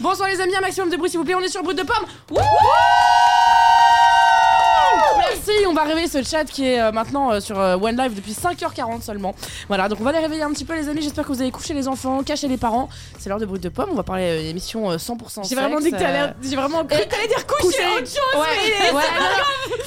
Bonsoir les amis, un maximum de bruit s'il vous plaît, on est sur Brut de Pomme. Wouh Merci, on va réveiller ce chat qui est euh, maintenant euh, sur euh, One Live depuis 5h40 seulement. Voilà, donc on va les réveiller un petit peu les amis, j'espère que vous avez couché les enfants, caché les parents. C'est l'heure de Brut de Pomme, on va parler euh, émission euh, 100% J'ai vraiment dit sexe, que t'allais, euh, j'ai vraiment cru que t'allais dire coucher, coucher. autre chose. Ouais, ouais,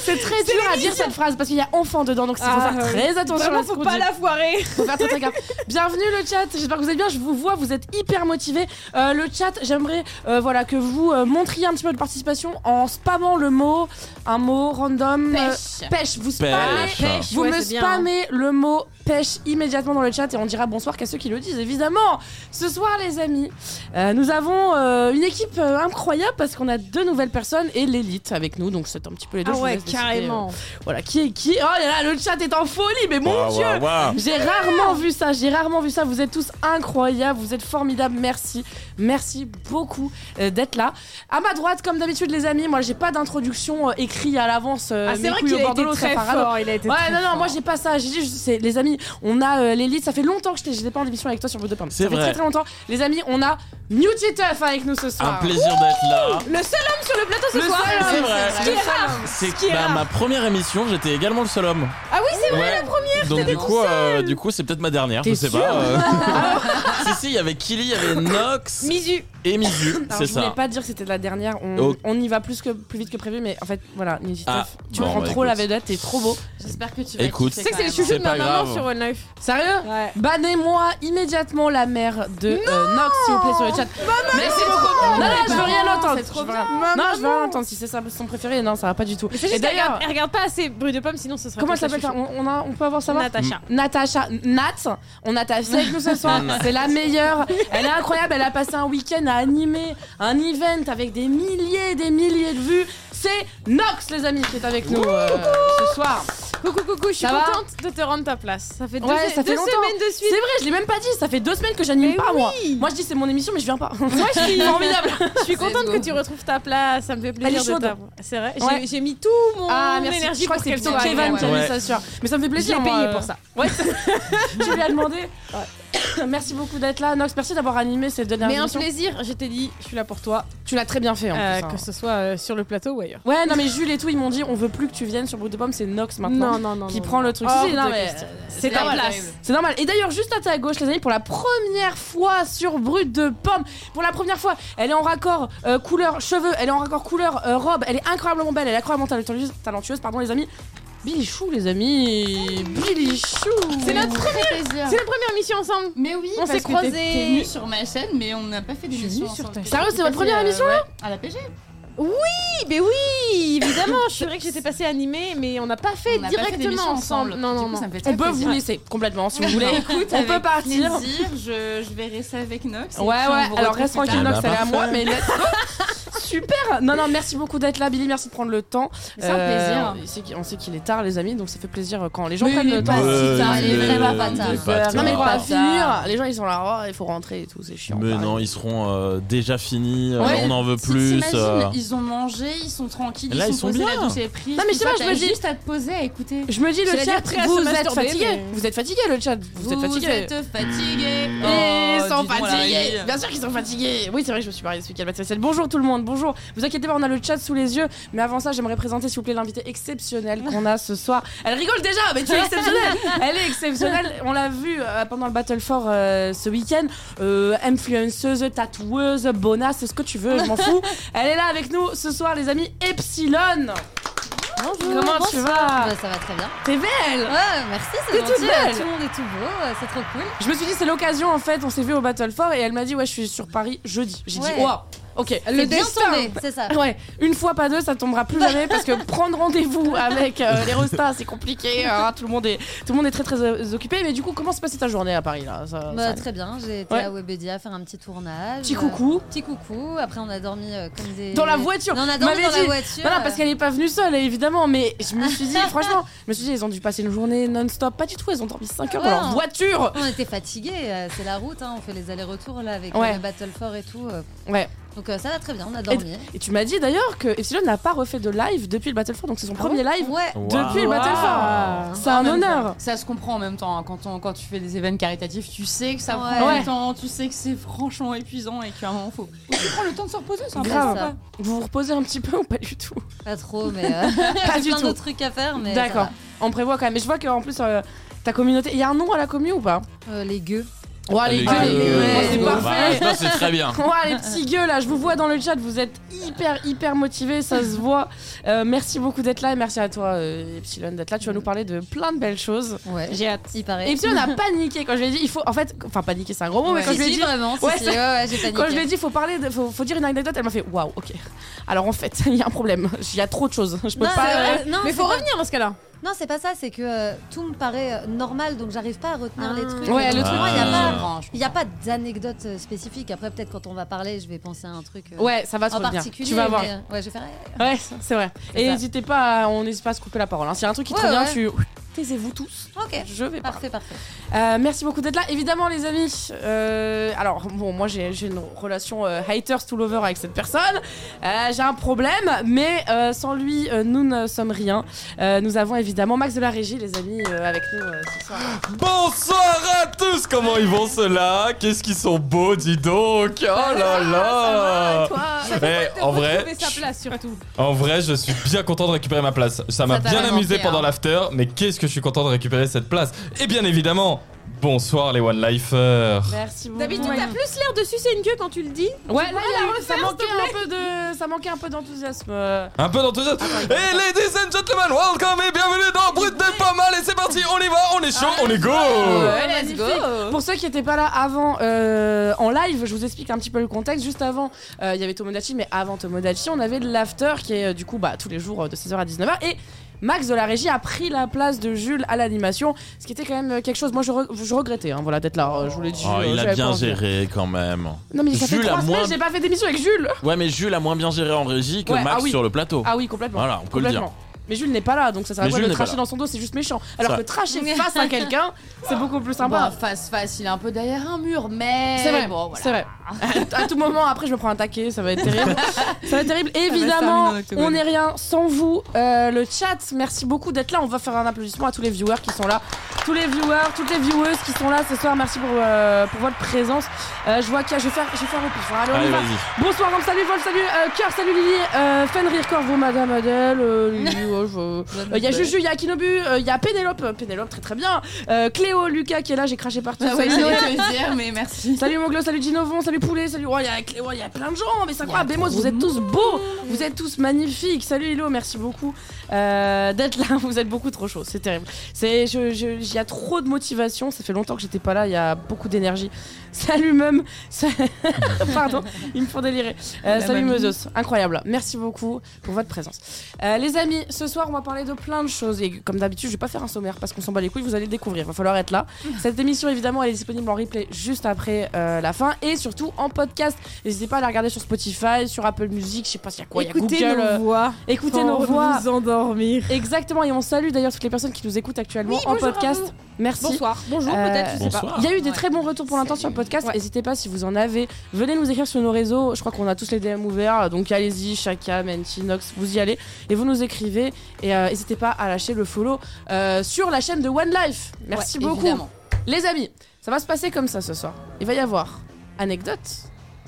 c'est très dur à dire cette phrase parce qu'il y a enfant dedans, donc il faut Ah, faire ouais. très attention à Vraiment, ce qu'on faut dit. pas la foirer. Faut faire très, très gaffe. Bienvenue le chat, j'espère que vous allez bien, je vous vois, vous êtes hyper motivés. Euh, le chat, j'aimerais euh, voilà, que vous euh, montriez un petit peu de participation en spammant le mot, un mot random. euh, pêche. Vous spammez, Pêche. Pêche, vous ouais, me c'est bien. hein. spammez le mot pêche immédiatement dans le chat et on dira bonsoir qu'à ceux qui le disent, évidemment. Ce soir, les amis, euh, nous avons euh, une équipe euh, incroyable parce qu'on a deux nouvelles personnes et l'élite avec nous, donc c'est un petit peu les deux. Ah je vous ouais, laisse décider, euh, carrément. voilà, qui est qui Oh là là, le chat est en folie, mais mon Waouh, dieu waouh, waouh. j'ai rarement vu ça, j'ai rarement vu ça. Vous êtes tous incroyables, vous êtes formidables, merci. Merci beaucoup euh, d'être là. À ma droite, comme d'habitude, les amis, moi j'ai pas d'introduction euh, écrite à l'avance. euh, Ah, c'est mes vrai couilles qu'il au a bord de été l'eau, ça très part à l'eau. fort, il a été Ouais, très non, non, fort. moi j'ai pas ça. J'ai dit, je- c'est- les amis, on a euh, l'élite. Ça fait longtemps que je t'ai- j'étais pas en émission avec toi sur Bout de Pomme. C'est Ça fait vrai. très très longtemps. Les amis, on a Newty Tuff avec nous ce soir. Un plaisir d'être là. Le seul homme sur le plateau ce Le soir. seul homme, C'est vrai. Ce qui est rare. C'est Ce qui est bah, rare. ma première émission, j'étais également le seul homme. Ah oui, c'est vrai. ouais. première. Donc du coup, euh, du coup, c'est peut-être ma dernière. T'es je sais sûr pas. euh. si si, il y avait Killy, il y avait Nox Misu. et Mizu. Alors, C'est je voulais ça. pas dire que c'était la dernière. On, Oh. on y va plus que plus vite que prévu, mais en fait, voilà, Newty Ah, Tuff, tu bon, prends bah, trop la écoute. vedette, t'es trop beau. J'espère que tu vas Écoute, kiffer Tu sais que c'est le quand même. chouchou de C'est ma pas maman grave. sur One Life. Sérieux Ouais. Bannez-moi immédiatement la mère de euh, Nox, s'il vous plaît, sur le chat. Bah, Merci beaucoup. Non, non, je veux rien entendre. C'est trop Bah, Je veux rien- bien. Non, Maman. je veux rien entendre. Si c'est ça son préféré, non, ça va pas du tout. C'est Et juste qu'elle d'ailleurs, regarde, elle regarde pas assez Bruit de Pomme, sinon ce serait comment elle comme s'appelle sa chouchou. on, on a- on peut avoir savoir Natacha. Natacha, Nat, on a ta fille avec nous ce soir, c'est la meilleure. Elle est incroyable, elle a passé un week-end à animer un event avec des milliers et des milliers de vues. C'est Nox, les amis, qui est avec nous euh, ce soir. Coucou, coucou, je suis Ça va contente de te rendre ta place. Ça fait deux, Ouais, ça fait deux longtemps. semaines de C'est suite. vrai, je l'ai même pas dit, ça fait deux semaines que j'anime Mais pas, moi. oui. Moi, je dis c'est mon émission, mais je viens pas. Moi, je suis Formidable. Je suis contente beau. que tu retrouves ta place. Ça me fait Elle est plaisir de chaude. t'avoir. C'est vrai. j'ai- Ouais. J'ai mis tout mon Ah, merci. énergie je crois que pour c'est qu'elle plutôt soit Kevin qui a agréable. mis ça Ouais. sur. Mais ça me fait plaisir. Je l'ai payé moi, pour ça. Ouais, tu lui as demandé. merci beaucoup d'être là, Nox. Merci d'avoir animé cette dernière Mais un émission. plaisir, je t'ai dit, je suis là pour toi, Tu l'as très bien fait en euh, plus. hein. que ce soit euh, sur le plateau ou ailleurs. Ouais, non, mais Jules et tout, ils m'ont dit on veut plus que tu viennes sur Brut de Pomme, c'est Nox maintenant. non, non. Qui prend le truc. Hors Si, non, de mais, question. euh, C'est ta ta place. place. C'est normal. Et d'ailleurs, juste à ta gauche, les amis, pour la première fois sur Brut de Pomme, pour la première fois, elle est en raccord euh, couleur cheveux, elle est en raccord couleur euh, robe, elle est incroyablement belle, elle est incroyablement talentueuse, talentueuse pardon, les amis. Billy Chou, les amis. Billy Chou. C'est notre Ça fait plaisir. C'est la première mission ensemble. Mais oui, On on s'est s'est croisés. T'es venue sur ma chaîne, mais on n'a pas fait d'émission. venue sur ta ensemble. Sérieux, c'est votre première Euh, émission ouais, À la PG. Oui, mais oui, évidemment. je suis vrai que j'étais passée animée, mais on n'a pas fait On n'a pas fait d'émission directement ensemble. Non, Du non, coup, non. ça me fait très On peut vous plaisir. laisser complètement si vous voulez. Écoute, Bah, on peut Bah, avec partir. plaisir, je, je verrai ça avec Nox. et Ouais, puis on ouais, vous alors retrouve reste plus tard. tranquille, Nox, Ah elle bah, est à moi, mais let's go. Super! Non, non, merci beaucoup d'être là, Billy, merci de prendre le temps. Mais C'est un Euh, plaisir. on sait qu'il- on sait qu'il est tard, les amis, donc ça fait plaisir quand les gens Mais prennent il est le temps. pas Euh, si tard, il est mais- vraiment pas mais tard. pas Non, mais tard. on va Pas finir. tard. Les gens ils sont là, oh, il faut rentrer et tout, c'est chiant. Mais pareil. non, ils seront euh, déjà finis. euh, Ouais, on en veut Tu plus. t'imagines, euh. Ils ont mangé, ils sont tranquilles, Là, ils ils sont sont posés, la bien. douche est prise. Non, mais je sais Toi, pas, je t'as me dis- juste à te poser, à écouter. Je me dis, le J'allais chat, dire prêt à vous se êtes masturber, fatigué. mais- Vous êtes fatigué, le chat. Vous, êtes fatigué. êtes fatigués. Ils Oh, sont dis donc, la fatigués régie. Bien sûr qu'ils sont fatigués Oui, c'est vrai que je me suis mariée ce week-end, Patricia. Bonjour tout le monde, bonjour Vous inquiétez pas, on a le chat sous les yeux, mais avant ça, j'aimerais présenter s'il vous plaît l'invité exceptionnel qu'on a ce soir. Elle rigole déjà, mais tu es exceptionnelle Elle est exceptionnelle, on l'a vu euh, pendant le Battle for euh, ce week-end. Euh, influenceuse, tatoueuse, bonasse, c'est ce que tu veux, je m'en fous. Elle est là avec nous ce soir, les amis, Epsilon Bonjour. Comment tu vas Bah, Ça va très bien. Ah. T'es belle Ouais, merci, T'es c'est toute gentil. belle. Tout le monde est tout beau, euh, c'est trop cool. Je me suis dit, c'est l'occasion en fait, on s'est vu au Battle for et elle m'a dit, ouais, je suis sur Paris jeudi. J'ai Ouais. dit, waouh Ok, C'est bien tombé, c'est ça. Ouais, une fois pas deux, ça tombera plus jamais parce que prendre rendez-vous avec euh, les restas, c'est compliqué. hein, tout le monde est, tout le monde est très très euh, occupé. Mais du coup, comment se passait ta journée à Paris là ça, Bah, ça- très bien, j'ai été Ouais. à Webedia faire un petit tournage. Petit euh, coucou. petit coucou. Après, on a dormi euh, comme des. Dans la voiture. Non, on a Vous m'avez dormi dans dit- la voiture. Non, non, parce qu'elle est pas venue seule, évidemment. Mais je me suis dit, franchement, je me suis dit, ils ont dû passer une journée non-stop. Pas du tout, ils ont dormi 5 heures dans Ouais, leur on- voiture. euh, On était fatigués, euh, c'est la route, hein, on fait les allers-retours là avec Ouais. euh, le Battle Fort et tout. euh, Ouais. Donc euh, ça va très bien, on a dormi. Et tu m'as dit d'ailleurs que Epsilon n'a pas refait de live depuis le Battlefront, donc c'est son premier live Ah Ouais. depuis le Wow. Battlefront. C'est En un même honneur. temps, Ah. Ça se comprend en même temps. hein. Quand, on, quand tu fais des événements caritatifs, tu sais que ça Ouais. prend Ouais. du temps, tu sais que c'est franchement épuisant et qu'à un moment, faut. Tu prends le temps de se reposer, Euh, c'est Grave. important. quoi. Vous vous reposez un petit peu ou pas du tout Pas trop, mais euh, Pas j'ai du plein tout. d'autres trucs à faire. mais ça D'accord. On prévoit quand même. Et je vois qu'en plus, euh, ta communauté. Il y a un nom à la commu ou pas va. Euh, les gueux. Ouah, les gueux, les gueux, ouais, c'est ouais. parfait. Bah, non, c'est très bien. Ouah, les petits gueux là, je vous vois dans le chat, vous êtes hyper hyper motivés, ça se voit. Euh, merci beaucoup d'être là et merci à toi euh, Epsilon d'être là. Tu vas nous parler de plein de belles choses. Ouais. J'ai hâte. Il paraît. Et Epsilon a paniqué quand je lui ai dit il faut en fait enfin paniquer c'est un gros mot mais Ouais. quand Si, je lui ai si, dit vraiment, si, Ouais, si, ça- ouais, ouais, j'ai paniqué. Quand je lui ai dit, faut parler, de- faut, faut dire une anecdote, elle m'a fait waouh, ok. Alors en fait, il y a un problème. Il y a trop de choses. Je peux Non, pas. c'est euh, vrai, non, Mais c'est faut pas- revenir dans ce cas-là. Non, c'est pas ça, c'est que euh, tout me paraît euh, normal, donc j'arrive pas à retenir Ah. les trucs. Ouais, Et le donc, truc, moi, il n'y a Ah. pas. Franchement. Il n'y a pas d'anecdote euh, spécifique. Après, peut-être quand on va parler, je vais penser à un truc euh, Ouais, ça va se en revenir. particulier. Tu vas voir. mais, euh, ouais, je vais faire. euh, Ouais, c'est vrai. C'est Et ça. n'hésitez pas, à- on n'hésite pas à se couper la parole. hein. S'il y a un truc qui te Ouais, revient, tu ouais. taisez-vous tous. Ok. Je vais pas. Parfait, parfait. Euh, merci beaucoup d'être là. Évidemment, les amis. euh, alors, bon, moi, j'ai j'ai une relation euh, haters to lover avec cette personne. Euh, j'ai un problème, mais euh, sans lui, euh, nous ne sommes rien. Euh, nous avons évidemment Max de la Régie, les amis, euh, avec nous euh, ce soir. Bonsoir à tous. Comment ils vont ceux-là Qu'est-ce qu'ils sont beaux, dis donc. Oh Ah, là là. Eh, en vrai, Trouver sa place surtout. En vrai, je suis bien content de récupérer ma place. Ça m'a Ça t'a bien vraiment amusé fait, pendant hein. l'after, mais qu'est-ce que je suis content de récupérer cette place. Et bien évidemment, bonsoir les One Lifers. Merci beaucoup. D'habitude, t'as plus l'air de sucer une queue quand tu le dis. Ouais, là, il y a eu- ça, manquait un peu de, ça manquait un peu d'enthousiasme. euh. Un peu d'enthousiasme. Ah, Et ladies and gentlemen, welcome et bienvenue dans Brut de pas mal. Et c'est parti, on y va, on est chaud, Ah, on est go. Ouais, let's go. Pour ceux qui n'étaient pas là avant euh, en live, je vous explique un petit peu le contexte. Juste avant, euh, il y avait Tomodachi, mais avant Tomodachi, on avait de l'after qui est euh, du coup bah, tous les jours euh, de 16h à 19h. Et Max de la régie a pris la place de Jules à l'animation, ce qui était quand même euh, quelque chose. Moi, je, re- je regrettais hein, voilà, d'être là, euh, je vous l'ai dit. Oh, euh, j'avais pas envie. quand même. Non, mais ça fait Jules a trois semaines, moins- j'ai pas fait d'émission avec Jules. Ouais, mais Jules a moins bien géré en régie que Ouais, Max ah oui. sur le plateau. Ah oui, complètement. Voilà, on peut le complètement. Mais Jules n'est pas là, donc ça sert à Mais quoi Jules de n'est pas tracher là. dans son dos, c'est juste méchant. Alors que vrai. tracher face à quelqu'un, c'est beaucoup plus Bah, sympa. face face, il est un peu derrière un mur, mais. C'est vrai, Bon, voilà. c'est vrai. À tout moment, après, je me prends un taquet, ça va être terrible. ça va être terrible. Évidemment, terminer en octogone. on n'est rien sans vous. Euh, le chat, merci beaucoup d'être là. On va faire un applaudissement à tous les viewers qui sont là. Tous les viewers, toutes les vieweuses qui sont là ce soir, merci pour, euh, pour votre présence. Euh, je vois qu'il y a. Je vais faire, je vais faire au pif. hein. Allez, on y va. Bonsoir, Rome, salut Vol, salut euh, Cœur, salut Lily, euh, Fenrir, Corvo, Madame Adèle, euh, Lily, ouais, je- euh, il y a Juju, il y a Kinobu, euh, il y a Pénélope, euh, Pénélope très très bien, euh, Cléo, Lucas qui est là, j'ai craché partout. Ah salut, ouais, je Cléo. voulais te le dire, mais merci. Salut Moglo, salut Ginovon, salut Poulet, salut. Oh, il y a Cléo, il y a plein de gens, mais c'est incroyable. Bémos, vous êtes tous beaux, vous êtes tous magnifiques. Salut Hilo, merci beaucoup euh, d'être là. Vous êtes beaucoup trop chaud, c'est terrible. C'est, je, je- il y a trop de motivation. Ça fait longtemps que j'étais pas là, il y a beaucoup d'énergie. Salut même. Pardon, ils me font délirer. Euh, La salut mamie. Meuzos, incroyable. Merci beaucoup pour votre présence. Euh, les amis, ce soir, on va parler de plein de choses. Et comme d'habitude, je vais pas faire un sommaire parce qu'on s'en bat les couilles, vous allez le découvrir. Va falloir être là. Cette émission, évidemment, elle est disponible en replay juste après euh, la fin et surtout en podcast. N'hésitez pas à la regarder sur Spotify, sur Apple Music, je sais pas s'il y a quoi, il y a Écoutez Google, euh, nos voix. écoutez Quand nos voix. Vous endormir. Exactement, et on salue d'ailleurs toutes les personnes qui nous écoutent actuellement Oui, en bonjour à podcast. vous. Merci. Bonsoir. Bonjour, Euh, peut-être, je sais pas. Bonsoir. Il y a eu des Ouais. très bons retours pour l'instant sur le podcast. Ouais. N'hésitez pas si vous en avez. Venez nous écrire sur nos réseaux. Je crois qu'on a tous les DM ouverts. Donc allez-y, Chaka, Menti, Nox, vous y allez. Et vous nous écrivez. Et euh, n'hésitez pas à lâcher le follow euh, sur la chaîne de One Life. Merci Ouais, beaucoup. évidemment. Les amis, ça va se passer comme ça ce soir. Il va y avoir anecdote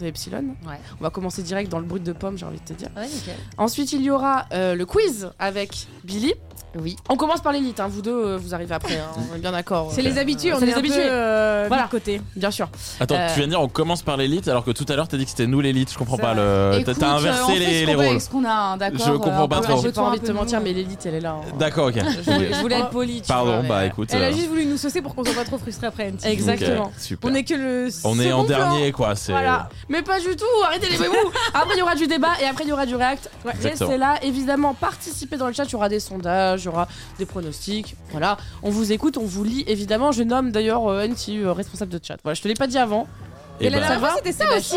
de Epsilon. Ouais. On va commencer direct dans le brut de pomme, j'ai envie de te dire. Ah Ouais, nickel. Ensuite, il y aura euh, le quiz avec Billy. Oui. On commence par l'élite, hein. vous deux, euh, vous arrivez après, hein. on est bien d'accord. C'est euh, les habitués, on C'est est les un peu, habitués. euh, Voilà. mis de côté. Bien sûr. Attends, Euh, tu viens de dire on commence par l'élite alors que tout à l'heure t'as dit que c'était nous l'élite, je comprends C'est pas le. t'as- Écoute, T'as euh, on fait inversé ce les, les qu'on peut rôles. avec ce qu'on a, hein, d'accord. Je comprends pas un peu trop. un peu J'ai pas toi, un envie de peu te nous. mentir, mais l'élite, elle est là. hein. D'accord, ok. Je voulais, je voulais être polie. tu vois, Pardon, mais- bah écoute. Elle euh, a juste voulu nous saucer pour qu'on soit pas trop frustrés après. Anty. donc, Exactement. euh, super. On est que le. On est en second plan. dernier quoi, c'est. Voilà. Mais pas du tout, arrêtez les bébous Après, il y aura du débat et après, il y aura du react. Ouais, Exactement. restez là, évidemment, participez dans le chat, il y aura des sondages, il y aura des pronostics. Voilà, on vous écoute, on vous lit, évidemment. Je nomme d'ailleurs euh, NT, euh, responsable de chat. Voilà, je te l'ai pas dit avant. Et Mais la bah- dernière fois, c'était ça aussi.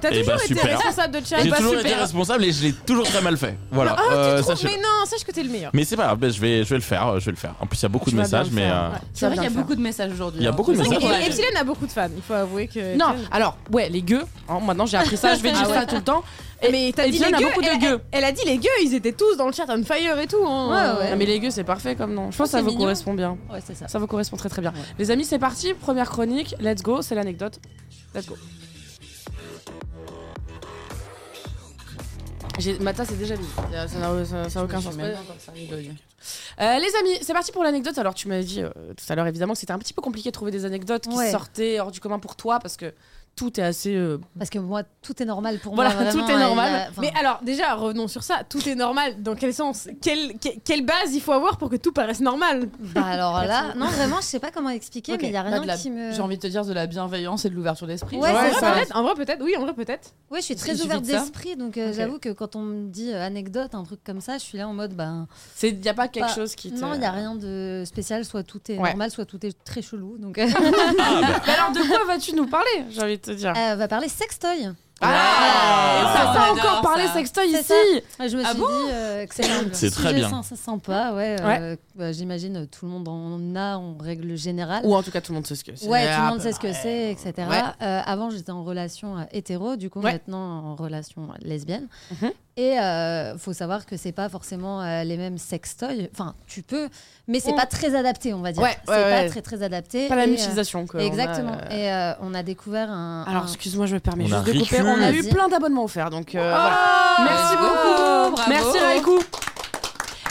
T'as Eh toujours bah, été super. responsable de chat. J'ai Bah, toujours été super. responsable et je l'ai toujours très mal fait. Voilà. Ah, tu euh, trouves- sachez-le. Mais non, sache que t'es le meilleur. Mais c'est pas grave, ben, je vais, je vais le faire, euh, je vais le faire. En plus, il y a beaucoup Tu de vas bien messages, le mais faire, euh, ouais. Tu C'est vas vrai qu'il y bien a le faire. beaucoup de messages aujourd'hui. Il y a hein. beaucoup de C'est vrai Et messages. qu'il y a- et Epsilon a beaucoup de fans, il faut avouer que. Non, alors, ouais, les gueux. hein, maintenant, j'ai appris ça, je vais dire Ah ouais. ça tout le temps. Et- mais t'as et dit puis, les on a gueux, eh, beaucoup de elle, gueux. elle- elle a dit les gueux, ils étaient tous dans le chat on fire et tout. hein. Ouais, ouais. Ah, mais les gueux, c'est parfait comme nom. Je pense que ça C'est vous mignon. correspond bien. Ouais, c'est ça. Ça vous correspond très très bien. Les amis, c'est parti. Première chronique. Let's go. C'est l'anecdote. Let's go. J'ai- Ma tasse est déjà vide. Euh, Ça n'a ça- ça n'a aucun Je sens. sais même pas quand ça arrive, Dodie. Euh, les amis, c'est parti pour l'anecdote. Alors, tu m'as dit euh, tout à l'heure, évidemment, que c'était un petit peu compliqué de trouver des anecdotes qui Ouais. sortaient hors du commun pour toi parce que tout est assez. euh, Parce que moi, tout est normal pour Voilà, moi. tout vraiment, est et normal. la- enfin, Mais alors, déjà, revenons sur ça. Tout est normal. Dans quel sens Quelle, que- quelle base il faut avoir pour que tout paraisse normal bah alors là, non, vraiment, je sais pas comment expliquer, Ok. mais il y a Bah, rien de la- qui me. J'ai envie de te dire de la bienveillance et de l'ouverture d'esprit. Ouais, En Bah, c'est vrai, ça. peut-être, En vrai, peut-être. Oui, en vrai, peut-être. Ouais, je suis Il très suffit ouverte de ça. d'esprit, donc euh, Ok. j'avoue que quand on me dit euh, anecdote, un truc comme ça, je suis là en mode ben C'est, y a pas quelque Bah, chose qui. Te... non, il y a rien de spécial, soit tout est euh, Ouais. normal, soit tout est très chelou. Donc euh, Mais alors, de quoi vas-tu nous parler J'ai envie de te dire. elle va parler sextoy. Ah, Ah, ça, ça on adore encore parler ça. sextoy C'est ici. ça. Ouais, Je me Ah suis bon dit euh, que c'est un C'est très sujet bien. sym- sympa, ouais. euh, bah, J'imagine euh, tout le monde en a en règle générale. Ou en tout cas, tout le monde sait ce que c'est. Ouais, tout le monde sait ce que c'est, etc. ah, bah, Ouais. Euh, avant, j'étais en relation euh, hétéro, du coup, Ouais. maintenant en relation euh, lesbienne. Mhm. Et euh, faut savoir que c'est pas forcément euh, les mêmes sextoys. Enfin, tu peux, mais c'est Mm. pas très adapté, on va dire. Ouais, ouais, c'est ouais. pas très très adapté. Pas la Et, euh, mutualisation, quoi. On a, Exactement. euh, Et euh, on a découvert un. Alors, un- excuse-moi, je me permets On juste a de couper. Ricu. On a eu Vas-y. plein d'abonnements offerts, donc euh, voilà. Ah, Merci Bravo, beaucoup. bravo. Merci Raïkou.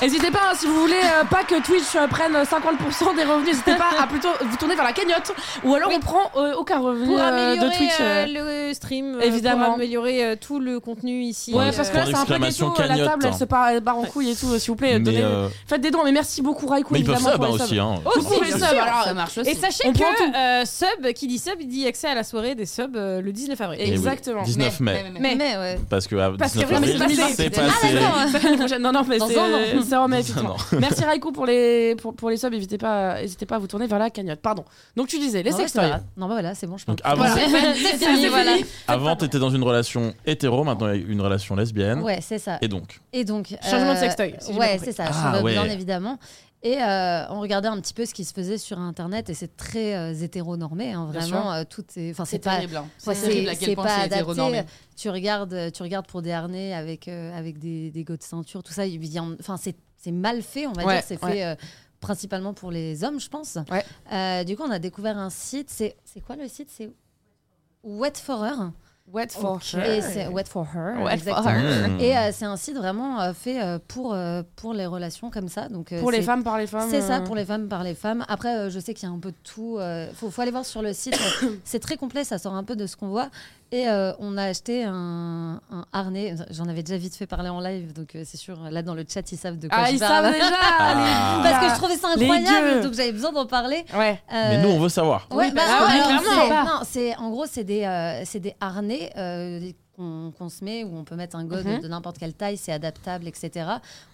N'hésitez pas, hein, si vous voulez euh, pas que Twitch euh, prenne 50% des revenus, n'hésitez pas à plutôt vous tourner vers la cagnotte. Ou alors on prend euh, aucun revenu Pour euh, améliorer de Twitch. euh. euh, le stream, euh, évidemment. pour améliorer euh, tout le contenu ici. Ouais, euh, parce que Point là c'est un peu d'exclamation question, euh, la cagnotte, table elle hein. se part, barre en couille et tout, euh, s'il vous plaît. mais, donnez- euh, Faites des dons, mais merci beaucoup Raïkou. mais ils peuvent évidemment, sub pour Oh, hein, les subs. aussi. Oh, Hein. Aussi, Ils peuvent les sub. subs, alors, ça marche aussi. Et sachez On prend tout. que euh, Sub, qui dit Sub, dit accès à la soirée des subs euh, le 19 avril. Eh oui, Exactement. 19 mai. Mais- Mais ouais. Parce que à Parce que 19 vraiment, avril, c'est passé. c'est Ah, passé. L'année prochaine. Non, non, mais Dans c'est un an. euh, c'est en mai, effectivement. Non. Merci Raïkou pour les, pour, pour les subs. N'hésitez pas, hésitez pas à vous tourner vers la cagnotte. Pardon. Donc tu disais, les Non, ouais, c'est sextoys. pas grave. Non, bah voilà, c'est bon, je pense. Donc avant, Voilà. c'est fini, fini, voilà. avant t'étais dans une relation hétéro, maintenant il y a une relation lesbienne. Ouais, c'est ça. Et donc, Et donc. euh, Changement de sextoy, si j'ai bien ouais, compris. c'est ça, Ah, changement ouais. bien évidemment. Et euh, on regardait un petit peu ce qui se faisait sur Internet et c'est très euh, hétéronormé, hein, Bien vraiment. euh, tout est. Enfin, C'est c'est pas. terrible. hein. ouais, C'est terrible à quel c'est point pas c'est adapté. hétéronormé. Tu regardes, tu regardes pour des harnais avec, euh, avec des, des goûts de ceinture, tout ça. il y en- Enfin, c'est c'est mal fait, on va Ouais, dire. C'est ouais. fait euh, principalement pour les hommes, je pense. Ouais. Euh, du coup, on a découvert un site. C'est c'est quoi le site C'est Wet for Her. Wet for Et c'est Wet for Her. Wet for exactement. Her. hmm, Et euh, c'est un site vraiment euh, fait euh, pour, euh, pour les relations comme ça. Donc, euh, Pour les c'est- femmes, par les femmes. C'est ça, euh, pour les femmes, par les femmes. Après, euh, je sais qu'il y a un peu de tout. Il faut, faut aller voir sur le site. c'est très complet, ça sort un peu de ce qu'on voit. Et euh, on a acheté un, un harnais. J'en avais déjà vite fait parler en live, donc euh, c'est sûr, là dans le chat, ils savent de quoi Ah, je ils parle. savent déjà Ah. les gars. Parce que je trouvais ça Les gueux. incroyable, donc j'avais besoin d'en parler. Ouais. Euh, Mais nous, on veut savoir. Ouais, Oui, bah, parce que non, clairement, c'est- on parle. non, c'est en gros c'est des euh, c'est des harnais euh, qu'on qu'on se met où on peut mettre un god Mhm. de n'importe quelle taille, c'est adaptable, etc.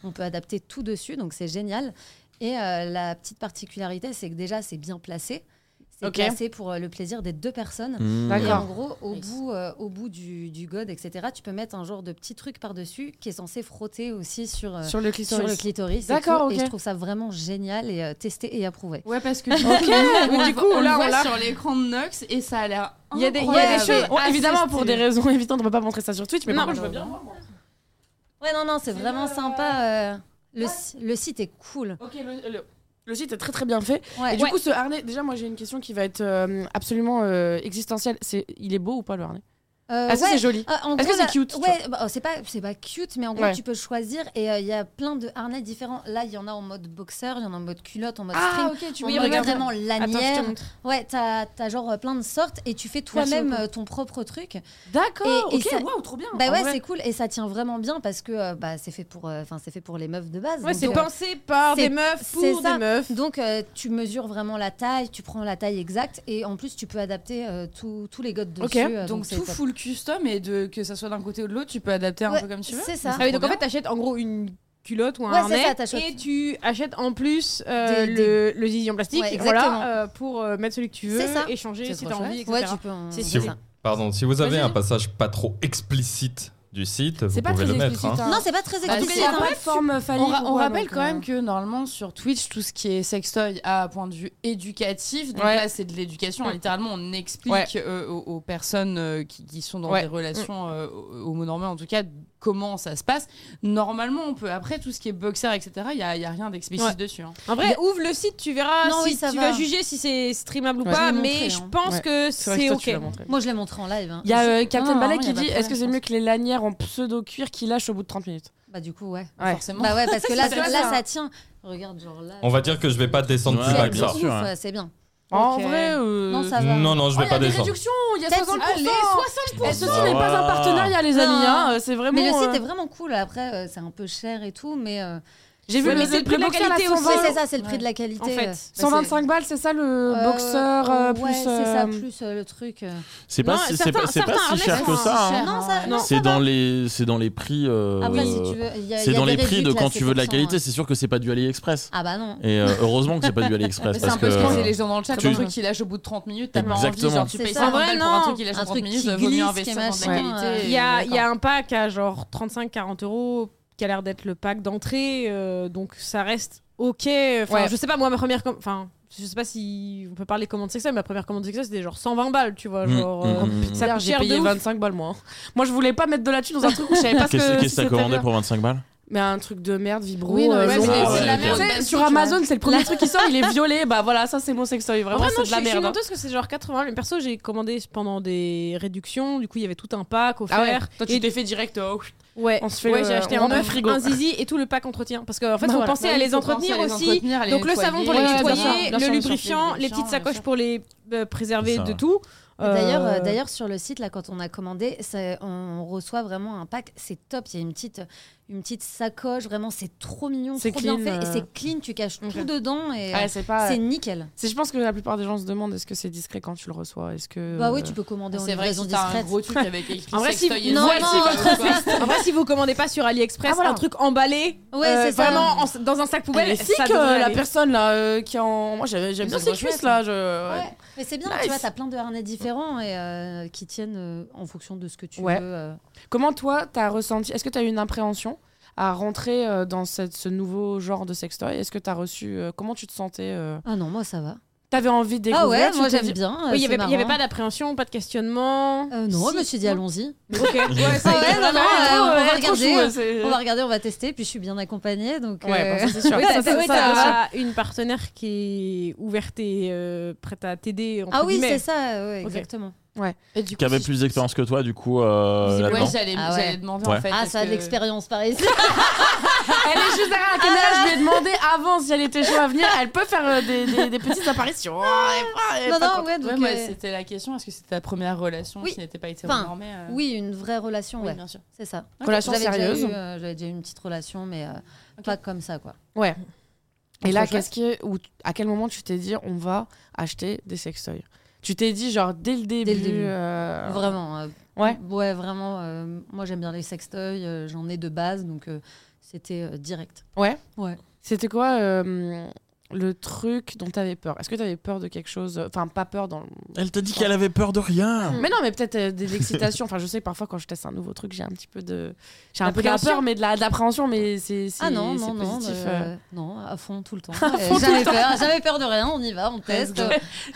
On peut adapter tout dessus, donc c'est génial. Et euh, la petite particularité, c'est que déjà c'est bien placé. C'est Ok. Mmh. placé pour euh, le plaisir des deux personnes. Hmm. Et D'accord. en gros, au Nice. bout, euh, au bout du, du god, etc., tu peux mettre un genre de petit truc par-dessus qui est censé frotter aussi sur, euh, Sur le sur clitoris. le clitoris. et D'accord, tout. ok. Et je trouve ça vraiment génial et euh, testé et approuvé. Ouais, parce que Ok, on mais le du voit- coup, on le là, on voit l'a. sur l'écran de Nox et ça a l'air. Il y a des, il y a des incroyable. choses. Ouais, Oh, évidemment, assez pour des stylé. raisons évidentes, on peut pas montrer ça sur Twitch, mais Non, par contre, je veux bah, bien. Ouais, non, non, c'est vraiment sympa. euh, le, si- le site est cool. Ok, le, le- le site est très très bien fait. Ah, Ouais. Et du coup, ce harnais, déjà, moi j'ai une question qui va être euh, absolument euh, existentielle. C'est, il est beau ou pas le harnais Euh, Ah, si, ouais, c'est joli. euh, en Est-ce gros, que c'est là- cute, tu Ouais, bah, oh, c'est pas, c'est pas cute, mais en gros, Ouais. tu peux choisir et euh, il y a plein de harnais différents. Là, il y en a en mode boxeur, il y en a en mode culotte, en mode string. Ah, ok, tu en veux mode vraiment Attends, je te lanière. montre. Ouais, t'as as genre euh, plein de sortes et tu fais toi-même euh, ton propre truc. D'accord, Et- et ok, ça- waouh, trop bien. Bah En ouais, vrai. c'est cool et ça tient vraiment bien parce que euh, bah, c'est fait pour, euh, enfin c'est fait pour les meufs de base. Ouais, donc, c'est euh, pensé par des c'est- meufs c'est pour ça. des meufs. Donc euh, tu mesures vraiment la taille, tu prends la taille exacte et en plus tu peux adapter euh, tous tous les godes dessus. Ok, euh, Ah, Donc c'est tout top. full custom et de, que ça soit d'un côté ou de l'autre, tu peux adapter un Ouais, peu comme tu veux. C'est ça. Ah oui, donc en Trop fait, t'achètes en gros une culotte ou un Ouais, c'est harnais ça, ta chope. et tu achètes en plus euh, Des- le, le zizi en plastique Ouais, voilà, exactement. euh, pour euh, mettre celui que tu veux C'est ça. et changer C'est si trop t'as envie chouette. etc. Ouais, tu peux en- C'est- c'est Si vous- ça. Pardon, si vous avez Vas-y. un passage pas trop explicite du site, vous C'est pas pouvez très le mettre. explicite, hein. hein. Non, c'est pas très Bah, En tout cas, il y explicite. a hein. pas de forme phallique On, ra- ou on quoi, rappelle donc, quand euh, même que normalement sur Twitch, tout ce qui est sextoy a un point de vue éducatif. Donc Ouais. là, c'est de l'éducation. Mm. Littéralement, on explique Ouais. euh, aux, aux personnes euh, qui, qui sont dans Ouais. des relations euh, homonormées, en tout cas, comment ça se passe. Normalement, on peut. Après, tout ce qui est boxer, etc., il n'y a, il y a rien d'explicite Ouais. dessus. hein. En vrai, ouvre le site, tu verras Non, si oui, ça tu va. vas juger si c'est streamable ou Ouais, pas, je l'ai mais montré, je hein. pense Ouais. que C'est vrai que c'est toi, tu ok. l'as montré. Moi, je l'ai montré en live. hein. Il y a euh, Non, Captain non, Balak il y a qui pas dit de Est-ce que c'est problème, mieux que les lanières en pseudo cuir qui lâchent au bout de 30 minutes Bah, du coup, ouais. Ouais. Forcément. Bah, ouais, parce que là, C'est là, ça. ça tient. Regarde, genre là. On va dire que je vais pas descendre Ouais, plus bas que C'est ça. bien sûr, hein. ouf, ouais, C'est bien. En Ok. vrai. euh, Non, ça va. Non, non, je Oh, vais il y pas a des descendre. réductions, il y a Peut-être- 60%. Allez, Et ceci Ah n'est pas un ouais. partenariat, les amis. Non. hein, C'est vraiment. Mais le site euh, est vraiment cool. Après, euh, c'est un peu cher et tout, mais. euh, J'ai vu Ouais, le, mais c'est le prix de la boxeur, là, qualité Ouais, 120, aussi. c'est ça, c'est le prix Ouais. de la qualité. En fait, euh. 125 balles, c'est ça le Euh, boxeur euh, plus. ouais, c'est ça, euh, plus euh, le truc. euh. C'est pas, Non, si- c'est certains- pas, c'est pas certains si cher harnais que sont ça. si hein. chers. Non, ça. Non, non, C'est ça dans va. les, c'est dans les prix. euh, Après, si tu veux, il y a- il C'est y a dans des les prix de réduites, là, quand tu veux de la 7%, qualité. ouais. C'est sûr que c'est pas du AliExpress. hein. Ah bah non. Et euh, heureusement que c'est pas du AliExpress Mais C'est parce un peu que. euh, ce que disaient les gens dans le chat. tu- Un truc qui lâche au bout de 30 minutes, t'as pas envie. Exactement. Genre, tu C'est payes ça. 50 Ouais, balles pour non. un truc qui lâche Un en 30 truc qui minutes, vaut glisse, mieux qui est investir dans de la machin, qualité. euh, Il et y a, il y a d'accord. un pack à genre 35-40 euros qui a l'air d'être le pack d'entrée, euh, donc ça reste ok. Enfin, Ouais. je sais pas, moi, ma première. com- Enfin, je sais pas si on peut parler commande sexuelle, mais ma première commande sexuelle, c'était genre 120 balles, tu vois. Mm, Genre, mm, euh, mm, mm. ça coûte J'ai cher de payé ouf. 25 balles moi. Moi je voulais pas mettre de la thune dans un truc où je savais pas ce que Qu'est-ce si qu'est-ce que t'as c'était commandé bien. pour 25 balles Mais un truc de merde, vibro. Oui, non, euh, mais long, c'est- euh, c'est de la tu merde. sais, Basique, Sur ouais. Amazon, c'est le premier truc qui sort, il est violet. Bah voilà, ça c'est mon sextoy. En Vraiment, vrai, non, c'est de je la suis- je suis merde. hein. honteuse parce que c'est genre 80. Mais perso, j'ai commandé pendant des réductions. Du coup, il y avait tout un pack offert. Ah ouais, toi tu Et- t'es fait direct. euh, Ouais, On se fait ouais, le- j'ai acheté on un remplit le œuf, frigo. un zizi et tout le pack entretien. Parce qu'en fait, Bah on voilà. pensait à les entretenir aussi. Donc le savon pour les Ouais, ouais, nettoyer, bien sûr, bien le sûr, lubrifiant, les petites sacoches pour les euh, préserver C'est ça, de ouais. tout. Mais D'ailleurs, Euh, euh, d'ailleurs, sur le site, là, quand on a commandé, ça- on reçoit vraiment un pack. C'est top. Il y a une petite, une petite sacoche. Vraiment, c'est trop mignon, C'est trop clean, bien fait. euh. Et c'est clean. Tu caches Ok. tout dedans et Ouais, euh, c'est pas. c'est nickel. c'est- Je pense que la plupart des gens se demandent est-ce que c'est discret quand tu le reçois Est-ce que. Bah oui, euh, tu peux commander en Ah, C'est vrai, livraison si t'as un discrète. gros truc avec écrit En vrai, si- sextoy et non, tout, non, c'est pas votre ouf, quoi. En vrai, si vous commandez pas sur AliExpress Ah, voilà. un truc emballé, Ouais, euh, c'est ça. vraiment en- dans un sac poubelle, Ouais, si ça que devrait la aller. personne là euh, qui est en. Moi j'aime j'aime Mais bien ça, ses c'est chouette, cuisses là. Je... Ouais. Mais c'est bien, Nice. tu vois, t'as plein de harnais différents et euh, qui tiennent euh, en fonction de ce que tu Ouais. veux. euh. Comment toi, t'as ressenti Est-ce que t'as eu une appréhension à rentrer euh, dans cette- ce nouveau genre de sextoy Est-ce que t'as reçu euh, Comment tu te sentais euh, Ah non, moi ça va. T'avais envie de découvrir Ah ouais, tu moi t'es j'aime dit- bien. euh, Oui, il y c'est avait, il y avait marrant. pas d'appréhension, pas de questionnement. Euh, non, Si. je me suis dit allons-y. Ok. Ouais, ça, Ah ouais, non, non, Ah, euh, on ouais, va trop regarder. chou, euh, ouais, c'est- On va regarder, on va tester, puis je suis bien accompagnée, donc. Ouais, euh, bon, ça, c'est sûr. Oui, Ouais, t'as ça, oui, ça, t'as une partenaire qui est ouverte et euh, prête à t'aider. entre Ah oui, guillemets. c'est ça, euh, ouais, Ok. exactement. Et du Qui coup, avait si- plus d'expérience que toi, du coup, euh, Ouais, là-dedans j'allais Ah ouais. j'allais demander Ouais. en fait. Ah, parce ça a de que- l'expérience par ici. Elle est juste derrière la caméra. Je lui ai demandé avant si elle était chaud à venir. Elle peut faire euh, des, des- des petites apparitions. Ah, elle est pas- elle est Non, pas non, contente. ouais, donc, Ouais, moi, euh, c'était la question. Est-ce que c'était ta première relation Oui. qui n'était pas Enfin, hétéronormée euh, Oui, une vraie relation, oui, ouais. bien sûr. C'est ça. Relation J'avais déjà sérieuse. eu, euh, J'avais déjà eu une petite relation, mais euh, pas comme ça, quoi. Ouais. Et là, Trop qu'est-ce qui est- ou t- à quel moment tu t'es dit on va acheter des sextoys Tu t'es dit genre dès le début. le début. euh, Vraiment. euh, Ouais. Ouais, vraiment. euh, moi, j'aime bien les sextoys. euh, J'en ai de base, donc euh, c'était euh, direct. Ouais. Ouais. C'était quoi euh, le truc dont t'avais peur Est-ce que t'avais peur de quelque chose Enfin, pas peur dans. Elle t'a dit qu'elle avait peur de rien. Mais non, mais peut-être euh, des excitations. Enfin, je sais que parfois quand je teste un nouveau truc, j'ai un petit peu de. J'ai un peu de la peur, D'appréhension. mais de la- de l'appréhension, mais c'est. c'est- Ah non, c'est non, non. positif, euh, euh. Non, à fond tout le temps. Euh, jamais peur, jamais peur de rien. On y va, on teste.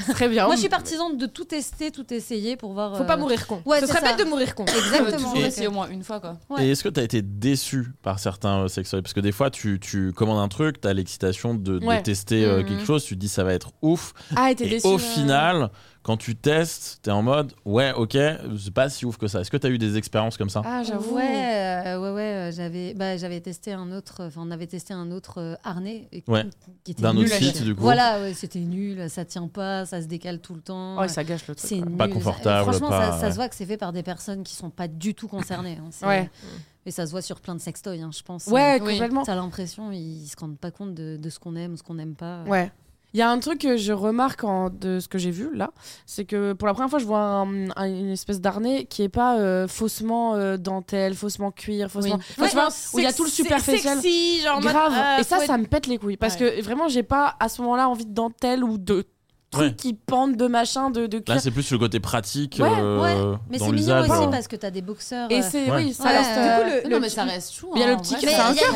Très Ah bien. Moi, je suis partisane de tout tester, tout essayer pour voir. Faut euh, pas mourir con. Ouais, Ce c'est serait ça. bête de mourir con. Exactement. Toujours ouais. essayer au moins une fois quoi. Ouais. Et est-ce que t'as été déçu par certains euh, sextoys Parce que des fois, tu, tu commandes un truc, t'as l'excitation de, de Ouais. tester euh, Mhm. quelque chose, tu te dis ça va être ouf. Ah, et t'es Et déçue, au euh. final, quand tu testes, t'es en mode ouais, ok, c'est pas si ouf que ça. Est-ce que t'as eu des expériences comme ça Ah, j'avoue. Ouais, euh, ouais, ouais. euh, J'avais, bah, j'avais testé un autre. euh, Enfin, on avait testé un autre euh, harnais et qui- Ouais. qui était D'un nul autre à site, chier. du coup. Voilà, ouais, c'était nul. Ça tient pas, ça se décale tout le temps. Ouais, Oh, ça gâche le truc. c'est quoi. nul. Pas confortable, Franchement, pas- ça, ça ouais. se voit que c'est fait par des personnes qui sont pas du tout concernées. hein, c'est- Ouais. Et ça se voit sur plein de sextoys, hein, je pense. Ouais, Oui. complètement. T'as l'impression ils se rendent pas compte de, de ce qu'on aime, ce qu'on n'aime pas. Ouais. Il y a un truc que je remarque en- de ce que j'ai vu là, c'est que pour la première fois, je vois un- un- une espèce d'arnais qui est pas euh, faussement euh, dentelle, faussement cuir, faussement. Enfin, tu vois, où il y a tout le superficiel. Sexy, genre en mode, Grave. euh, Et ça, faut être- ça me pète les couilles. Parce que vraiment, j'ai pas à ce moment-là envie de dentelle ou de trucs Ouais. qui pendent, de machin, de, de cuir. Là, c'est plus le côté pratique Ouais, euh, Mais dans c'est mignon l'usage. aussi euh. parce que t'as des boxeurs. Et euh, c'est. Ouais. Oui, ça Ouais. reste. Euh, euh, Non, mais ça reste chou. Il y a hein, le en petit vrai, qui- Mais c'est un il cœur.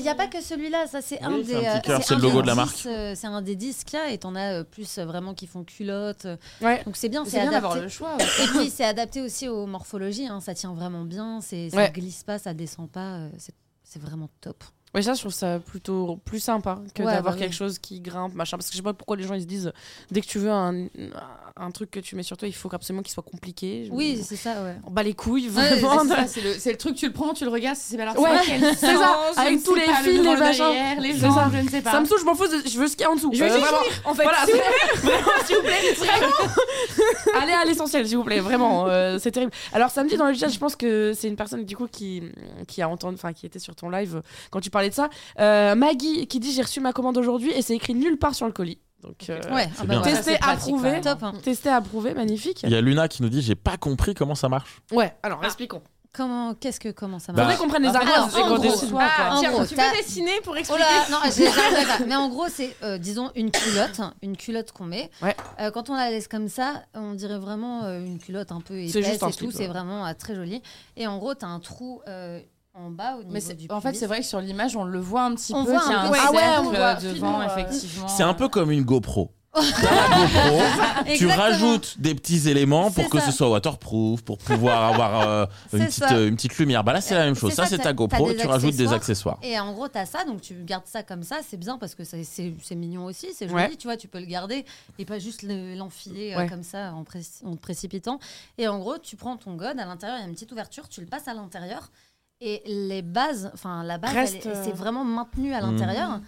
n'y a, pas que celui-là, ça c'est Oui, un c'est des. un petit euh, cœur, c'est un le logo des de la dix, marque. euh, C'est un des 10 qu'il y a et t'en as euh, plus euh, vraiment qui font culotte. euh, Ouais. Donc c'est bien, C'est c'est bien d'avoir adapté. le choix. Et puis c'est adapté aussi aux morphologies, hein, ça tient vraiment bien, c'est- ça Ouais. glisse pas, ça descend pas, euh, c'est- c'est vraiment top. Ouais, ça, je trouve ça plutôt plus sympa que Ouais, d'avoir bah quelque oui. chose qui grimpe, machin. Parce que je sais pas pourquoi les gens ils se disent dès que tu veux un, un truc que tu mets sur toi, il faut absolument qu'il soit compliqué. Je- Oui, c'est ça, ouais. On bat les couilles, Ouais, vraiment. c'est ça, C'est le, c'est le truc, tu le prends, tu le regardes, c'est pas Ouais, c'est ça, avec tous les fils, les machins. les C'est gens, ça. je ne sais pas. ça me saoule, je m'en fous, je veux ce qu'il y a en dessous. Je veux Euh, juste vraiment. En fait, Voilà, si vous- Allez à l'essentiel, s'il vous plaît, vraiment, euh, c'est terrible. Alors samedi dans le chat, je pense que c'est une personne du coup qui qui a entendu, enfin qui était sur ton live euh, quand tu parlais de ça, Euh, Maggie qui dit j'ai reçu ma commande aujourd'hui et c'est écrit nulle part sur le colis. Donc euh, Ouais, ah bah bien. voilà. Testé, c'est pratique, approuvé. quand même. Top. hein. testé, approuvé, magnifique. Il y a Luna qui nous dit J'ai pas compris comment ça marche. Ouais, alors expliquons. Comment, qu'est-ce que comment ça Bah, marche Faudrait qu'on prenne les arguments alors, et en qu'on gros, décide. Ah, en tiens, gros, tu t'as- peux dessiner pour Oh expliquer. là, non, je j'arriverai pas. Mais en gros, c'est, euh, disons, une culotte, une culotte qu'on met. Ouais. Euh, quand on la laisse comme ça, on dirait vraiment euh, une culotte un peu épaisse C'est juste un et slip, tout. ouais. C'est vraiment euh, très joli. Et en gros, t'as un trou euh, en bas au niveau Mais c'est- du en fait, pubis. c'est vrai que sur l'image, on le voit un petit On peu. voit qu'il y a un un peu, cercle, ouais, on euh, voit, filme, devant, euh, effectivement. C'est un peu comme une GoPro. T'as la GoPro, tu Exactement. rajoutes des petits éléments pour C'est que ça. ce soit waterproof, pour pouvoir avoir euh, une, C'est petite, ça. euh, une petite lumière. Bah là, c'est la même chose. C'est Ça, ça, c'est t'as- ta GoPro t'as et des tu rajoutes des accessoires. Et en gros, t'as ça, donc tu gardes ça comme ça, c'est bien parce que ça- c'est c'est mignon aussi, c'est joli, Ouais. tu vois, tu peux le garder et pas juste le- l'enfiler euh, Ouais. comme ça en, pré- en te précipitant. Et en gros, tu prends ton god, à l'intérieur, il y a une petite ouverture, tu le passes à l'intérieur et les bases, enfin la base, Reste, elle est- euh, mmh. c'est vraiment maintenu à Mhm. l'intérieur.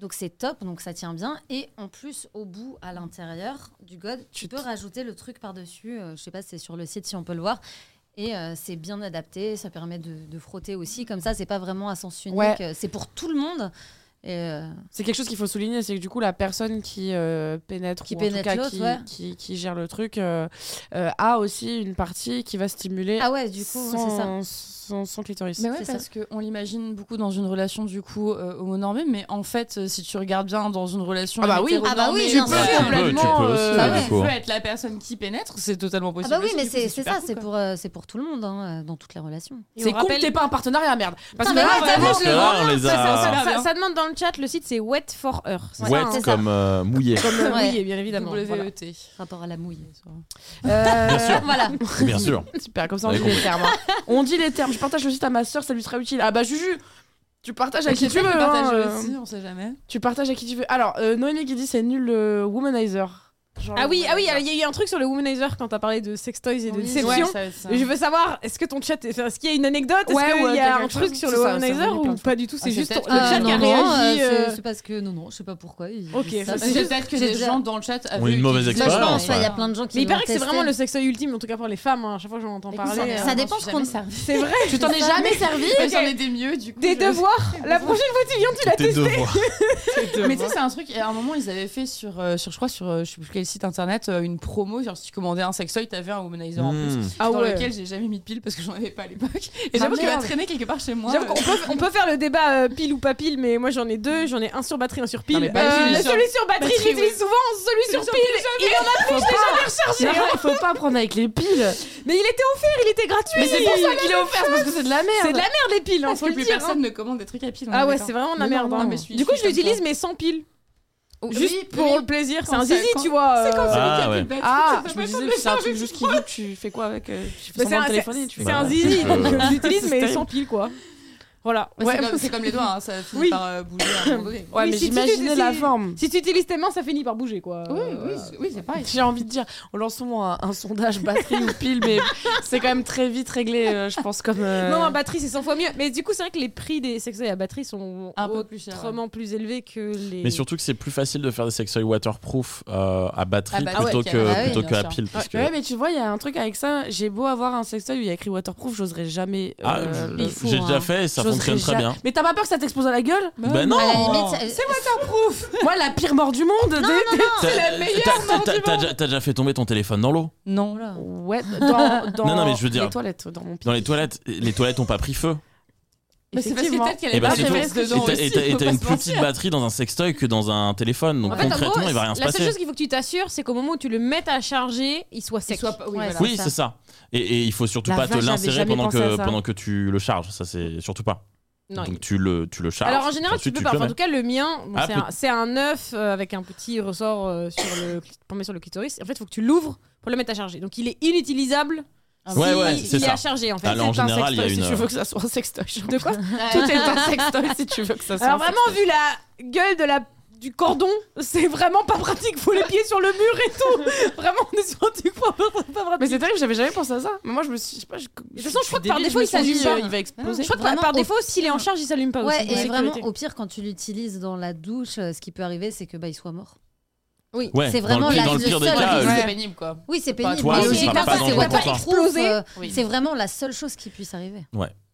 Donc c'est top, donc ça tient bien. Et en plus, au bout, à l'intérieur du god, Tu tu peux te- rajouter le truc par-dessus. euh, je sais pas si c'est sur le site, si on peut le voir. Et euh, c'est bien adapté, ça permet de, de frotter aussi. Comme ça, c'est pas vraiment à sens unique. Ouais. euh, C'est pour tout le monde. Et, euh, C'est quelque chose qu'il faut souligner, c'est que du coup la personne qui euh, pénètre Qui ou pénètre en tout cas l'autre, qui, ouais. qui, qui gère le truc euh, euh, a aussi une partie qui va stimuler Ah ouais, du coup, c'est ça. son, son, son clitoris. Mais ouais, C'est parce qu'on l'imagine beaucoup dans une relation du coup euh, homonormée, mais en fait, euh, si tu regardes bien dans une relation Ah bah oui. Ah bah oui, Tu peux, tu hétéronormée, euh, bien sûr. peux aussi, euh, Bah ouais. du coup. tu peux être la personne qui pénètre, c'est totalement Ah possible. bah oui, aussi, mais du coup, c'est c'est super ça, cool, c'est quoi. pour, euh, c'est pour tout le monde, hein, euh, dans toutes les relations. Et on C'est con que rappelle- t'aies pas un partenariat, merde. Parce Non, que mais là, ouais, vraiment, Parce que là, on les a ça, ça demande dans le chat, le site c'est wet for her. c'est ça, wet hein c'est ça. comme euh, mouillé. Comme le Ouais. oui, bien évidemment. voilà. WET. Rapport à la mouille. euh, Bien sûr. voilà. Bien sûr. Super, comme ça on dit Vous avez les termes. hein. On dit les termes. Je partage le site à ma soeur, ça lui sera utile. Ah bah Juju, tu partages à Qui qui tu veux. hein, euh, aussi, on sait jamais. Tu partages à qui tu veux. Alors, euh, Noémie qui dit c'est nul le womanizer. Genre Ah le oui, ah oui, womanizer. alors, il y a eu un truc sur le womanizer quand t'as parlé de sextoys et de Ouais, déception. ça va être ça. Je veux savoir, est-ce que ton chat, est- enfin, est-ce qu'il y a une anecdote, est-ce Ouais, qu'il ou, euh, y a quelque un chose. truc sur le C'est ça, ça womanizer revenait plein ou de pas du tout Ah, C'est c'est juste peut-être- le Ah, chat qui a non, non, réagi. euh, euh, c'est- c'est parce que non non, je sais pas pourquoi. ils- Ok, ils ça, savent. c'est C'est peut-être que J'ai des déjà- gens dans le chat Ont une mauvaise Ça, je pense. hein. expérience, ouais, Il y a plein de gens qui Mais il l'ont paraît que c'est testé. vraiment le sextoy ultime, en tout cas pour les femmes. hein, À chaque fois que j'entends parler. euh, Ça dépend ce qu'on- C'est vrai. Tu t'en es ça. jamais servi J'en ai des mieux du coup. Des je- devoirs. La prochaine fois que tu viens, tu l'as Tes testé. devoirs. Mais tu sais, c'est un truc. À un moment, ils avaient fait sur, euh, sur je crois, sur euh, je sais plus quel site internet, euh, une promo. Genre, si tu commandais un sextoy, t'avais un womanizer en plus. Mm. Ah dans ouais. lequel j'ai jamais mis de pile parce que j'en avais pas à l'époque. Et Ah, j'avoue qu'il va merde. traîner quelque part chez moi. J'avoue qu'on peut, on peut faire le débat euh, pile ou pas pile, mais moi j'en ai deux, j'en ai un sur batterie, un sur pile. Non, mais batterie, Euh, sur- celui sur batterie, batterie, j'utilise ouais. souvent, celui sur sur pile, il y en a plus, je l'ai jamais rechargé. Non, il faut pas prendre avec les piles. Mais il était offert, il était gratuit. Mais c'est pour ça qu'il est offert, parce que c'est de la merde. C'est de la merde les piles, hein, Parce faut que le plus dire. hein. personne ne commande des trucs à pile. on est Ah ouais, d'accord. c'est vraiment de la Mais non, merde. non, hein. mais je suis- Du coup, je je suis l'utilise, comme mais sans pile. Oui, Juste oui, pour oui. le plaisir, c'est Quand un ça- zizi, quand- tu vois. C'est comme euh, celui Ah, qui a ouais. plus de batterie, Ah, ça je peut me pas disais, le c'est un charger. truc juste qui vibre, tu fais quoi avec euh, Tu fais Mais c'est semblant un- de téléphoner, tu fais C'est quoi un Bah, zizi, je- donc euh, je l'utilise, mais C'était- sans pile, quoi. Voilà. Bah, Ouais. c'est comme- C'est comme les doigts, hein, ça finit Oui. par euh, bouger à un moment donné. Ouais, Oui, mais si tu- j'imaginais si- la si- forme. Si tu utilises tes mains, ça finit par bouger, quoi. Oui, oui, Euh, c'est- oui, c'est pareil. J'ai envie de dire, lançons un, un sondage batterie ou pile, mais c'est quand même très vite réglé, euh, je pense, comme. euh, Non, en batterie, c'est 100 fois mieux. Mais du coup, c'est vrai que les prix des sextoys à batterie sont Un peu plus euh, cher. ouais. autrement plus élevés que les. Mais surtout que c'est plus facile de faire des sextoys waterproof euh, à batterie Ah bah, plutôt ouais, que carrément. Ah oui, plutôt bien que à sûr. pile. parce Ouais, que- ouais, mais tu vois, il y a un truc avec ça. J'ai beau avoir un sextoy où il y a écrit waterproof, j'oserais jamais. Ah, euh, je- le- il faut, j'ai hein. déjà fait et ça j'oserais fonctionne très jamais. bien. Mais t'as pas peur que ça t'explose à la gueule Ben non À la Oh limite, euh, ça- Moi, la pire mort du monde non, des- non, non. T'as- la meilleure t'as- mort t'as- du t'as monde. déjà- T'as déjà fait tomber ton téléphone dans l'eau Non. Oula. Ouais, dans, dans Non, non, mais je veux dire- les toilettes, dans mon pied. Dans les toilettes, les toilettes ont pas pris feu. Mais c'est parce que Effectivement. peut-être qu'elle Eh est ben, pas c'est tout. reste Et dedans t'as- aussi, et t'as et faut t'as pas une se plus petite mentir. batterie dans un sextoy que dans un téléphone. Donc En fait, en concrètement, gros, il va rien se la seule passer. chose qu'il faut que tu t'assures, c'est qu'au moment où tu le mettes à charger, il soit sec. Soit pas- oui, Ouais, voilà. c'est Oui, ça. c'est ça. Et, et il faut surtout La pas te vache, j'avais l'insérer jamais pendant pensé à que, ça. pendant que tu le charges. Ça, c'est surtout pas. Non, Donc tu le, tu le charges. Alors en général, ensuite, tu peux te pas. le Enfin, en mets. tout cas, le mien, bon, Ah, c'est peut- un- c'est un œuf euh, avec un petit ressort euh, sur le, cli- pendant sur le clitoris. En fait, il faut que tu l'ouvres pour le mettre à charger. Donc il est inutilisable. Ah si Ouais, ouais, il c'est est ça. à charger en fait. Alors, en C'est un général, il y a sextoy une- euh, Si tu veux que ça soit un sextoy. De quoi Tout est un sextoy si tu veux que ça soit. Alors un vraiment, vu la gueule de la du cordon, c'est vraiment pas pratique. Faut les pieds sur le mur et tout. vraiment, on est sur un truc pas, pas- pas Mais pratique. c'est terrible, j'avais jamais pensé à ça. Mais moi, je me suis. Je sais pas, je. De toute façon, je crois que par défaut, il s'allume pas. Il va exploser. Je crois que par, Vraiment, par au- défaut, s'il est en charge, il s'allume pas. Ouais, aussi, pour et sécurité. vraiment, au pire, quand tu l'utilises dans la douche, euh, ce qui peut arriver, c'est que bah, il soit mort. Oui. Ouais, C'est dans vraiment le, la- dans le le pire des seul cas. risque. euh, C'est Ouais. pénible, quoi. Oui, c'est Toi, pénible. toi, mais tu c'est seras comme pas ça, dans c'est le bon waterproof, coin. Exploser. euh, Oui. C'est vraiment la seule chose qui puisse arriver.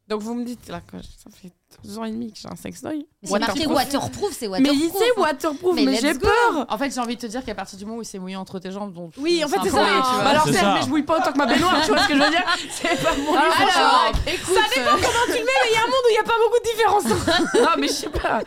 Donc vous me dites là, quoi, ça fait deux ans et demi que j'ai un sextoy. Mais C'est marqué waterproof, c'est Mais waterproof. hein. il sait waterproof, Mais mais, let's j'ai go. peur. En fait, j'ai envie de te dire qu'à partir du moment où c'est mouillé entre tes jambes, donc. Oui, en fait, c'est un peu, ça. tu vois. Bah alors C'est certes, ça. mais je mouille pas autant que ma baignoire, tu vois ce que je veux dire C'est pas mon Ah Alors, niveau, tu alors, vois. écoute, Il y a un monde où il n'y a pas beaucoup de différence. Non mais je sais pas.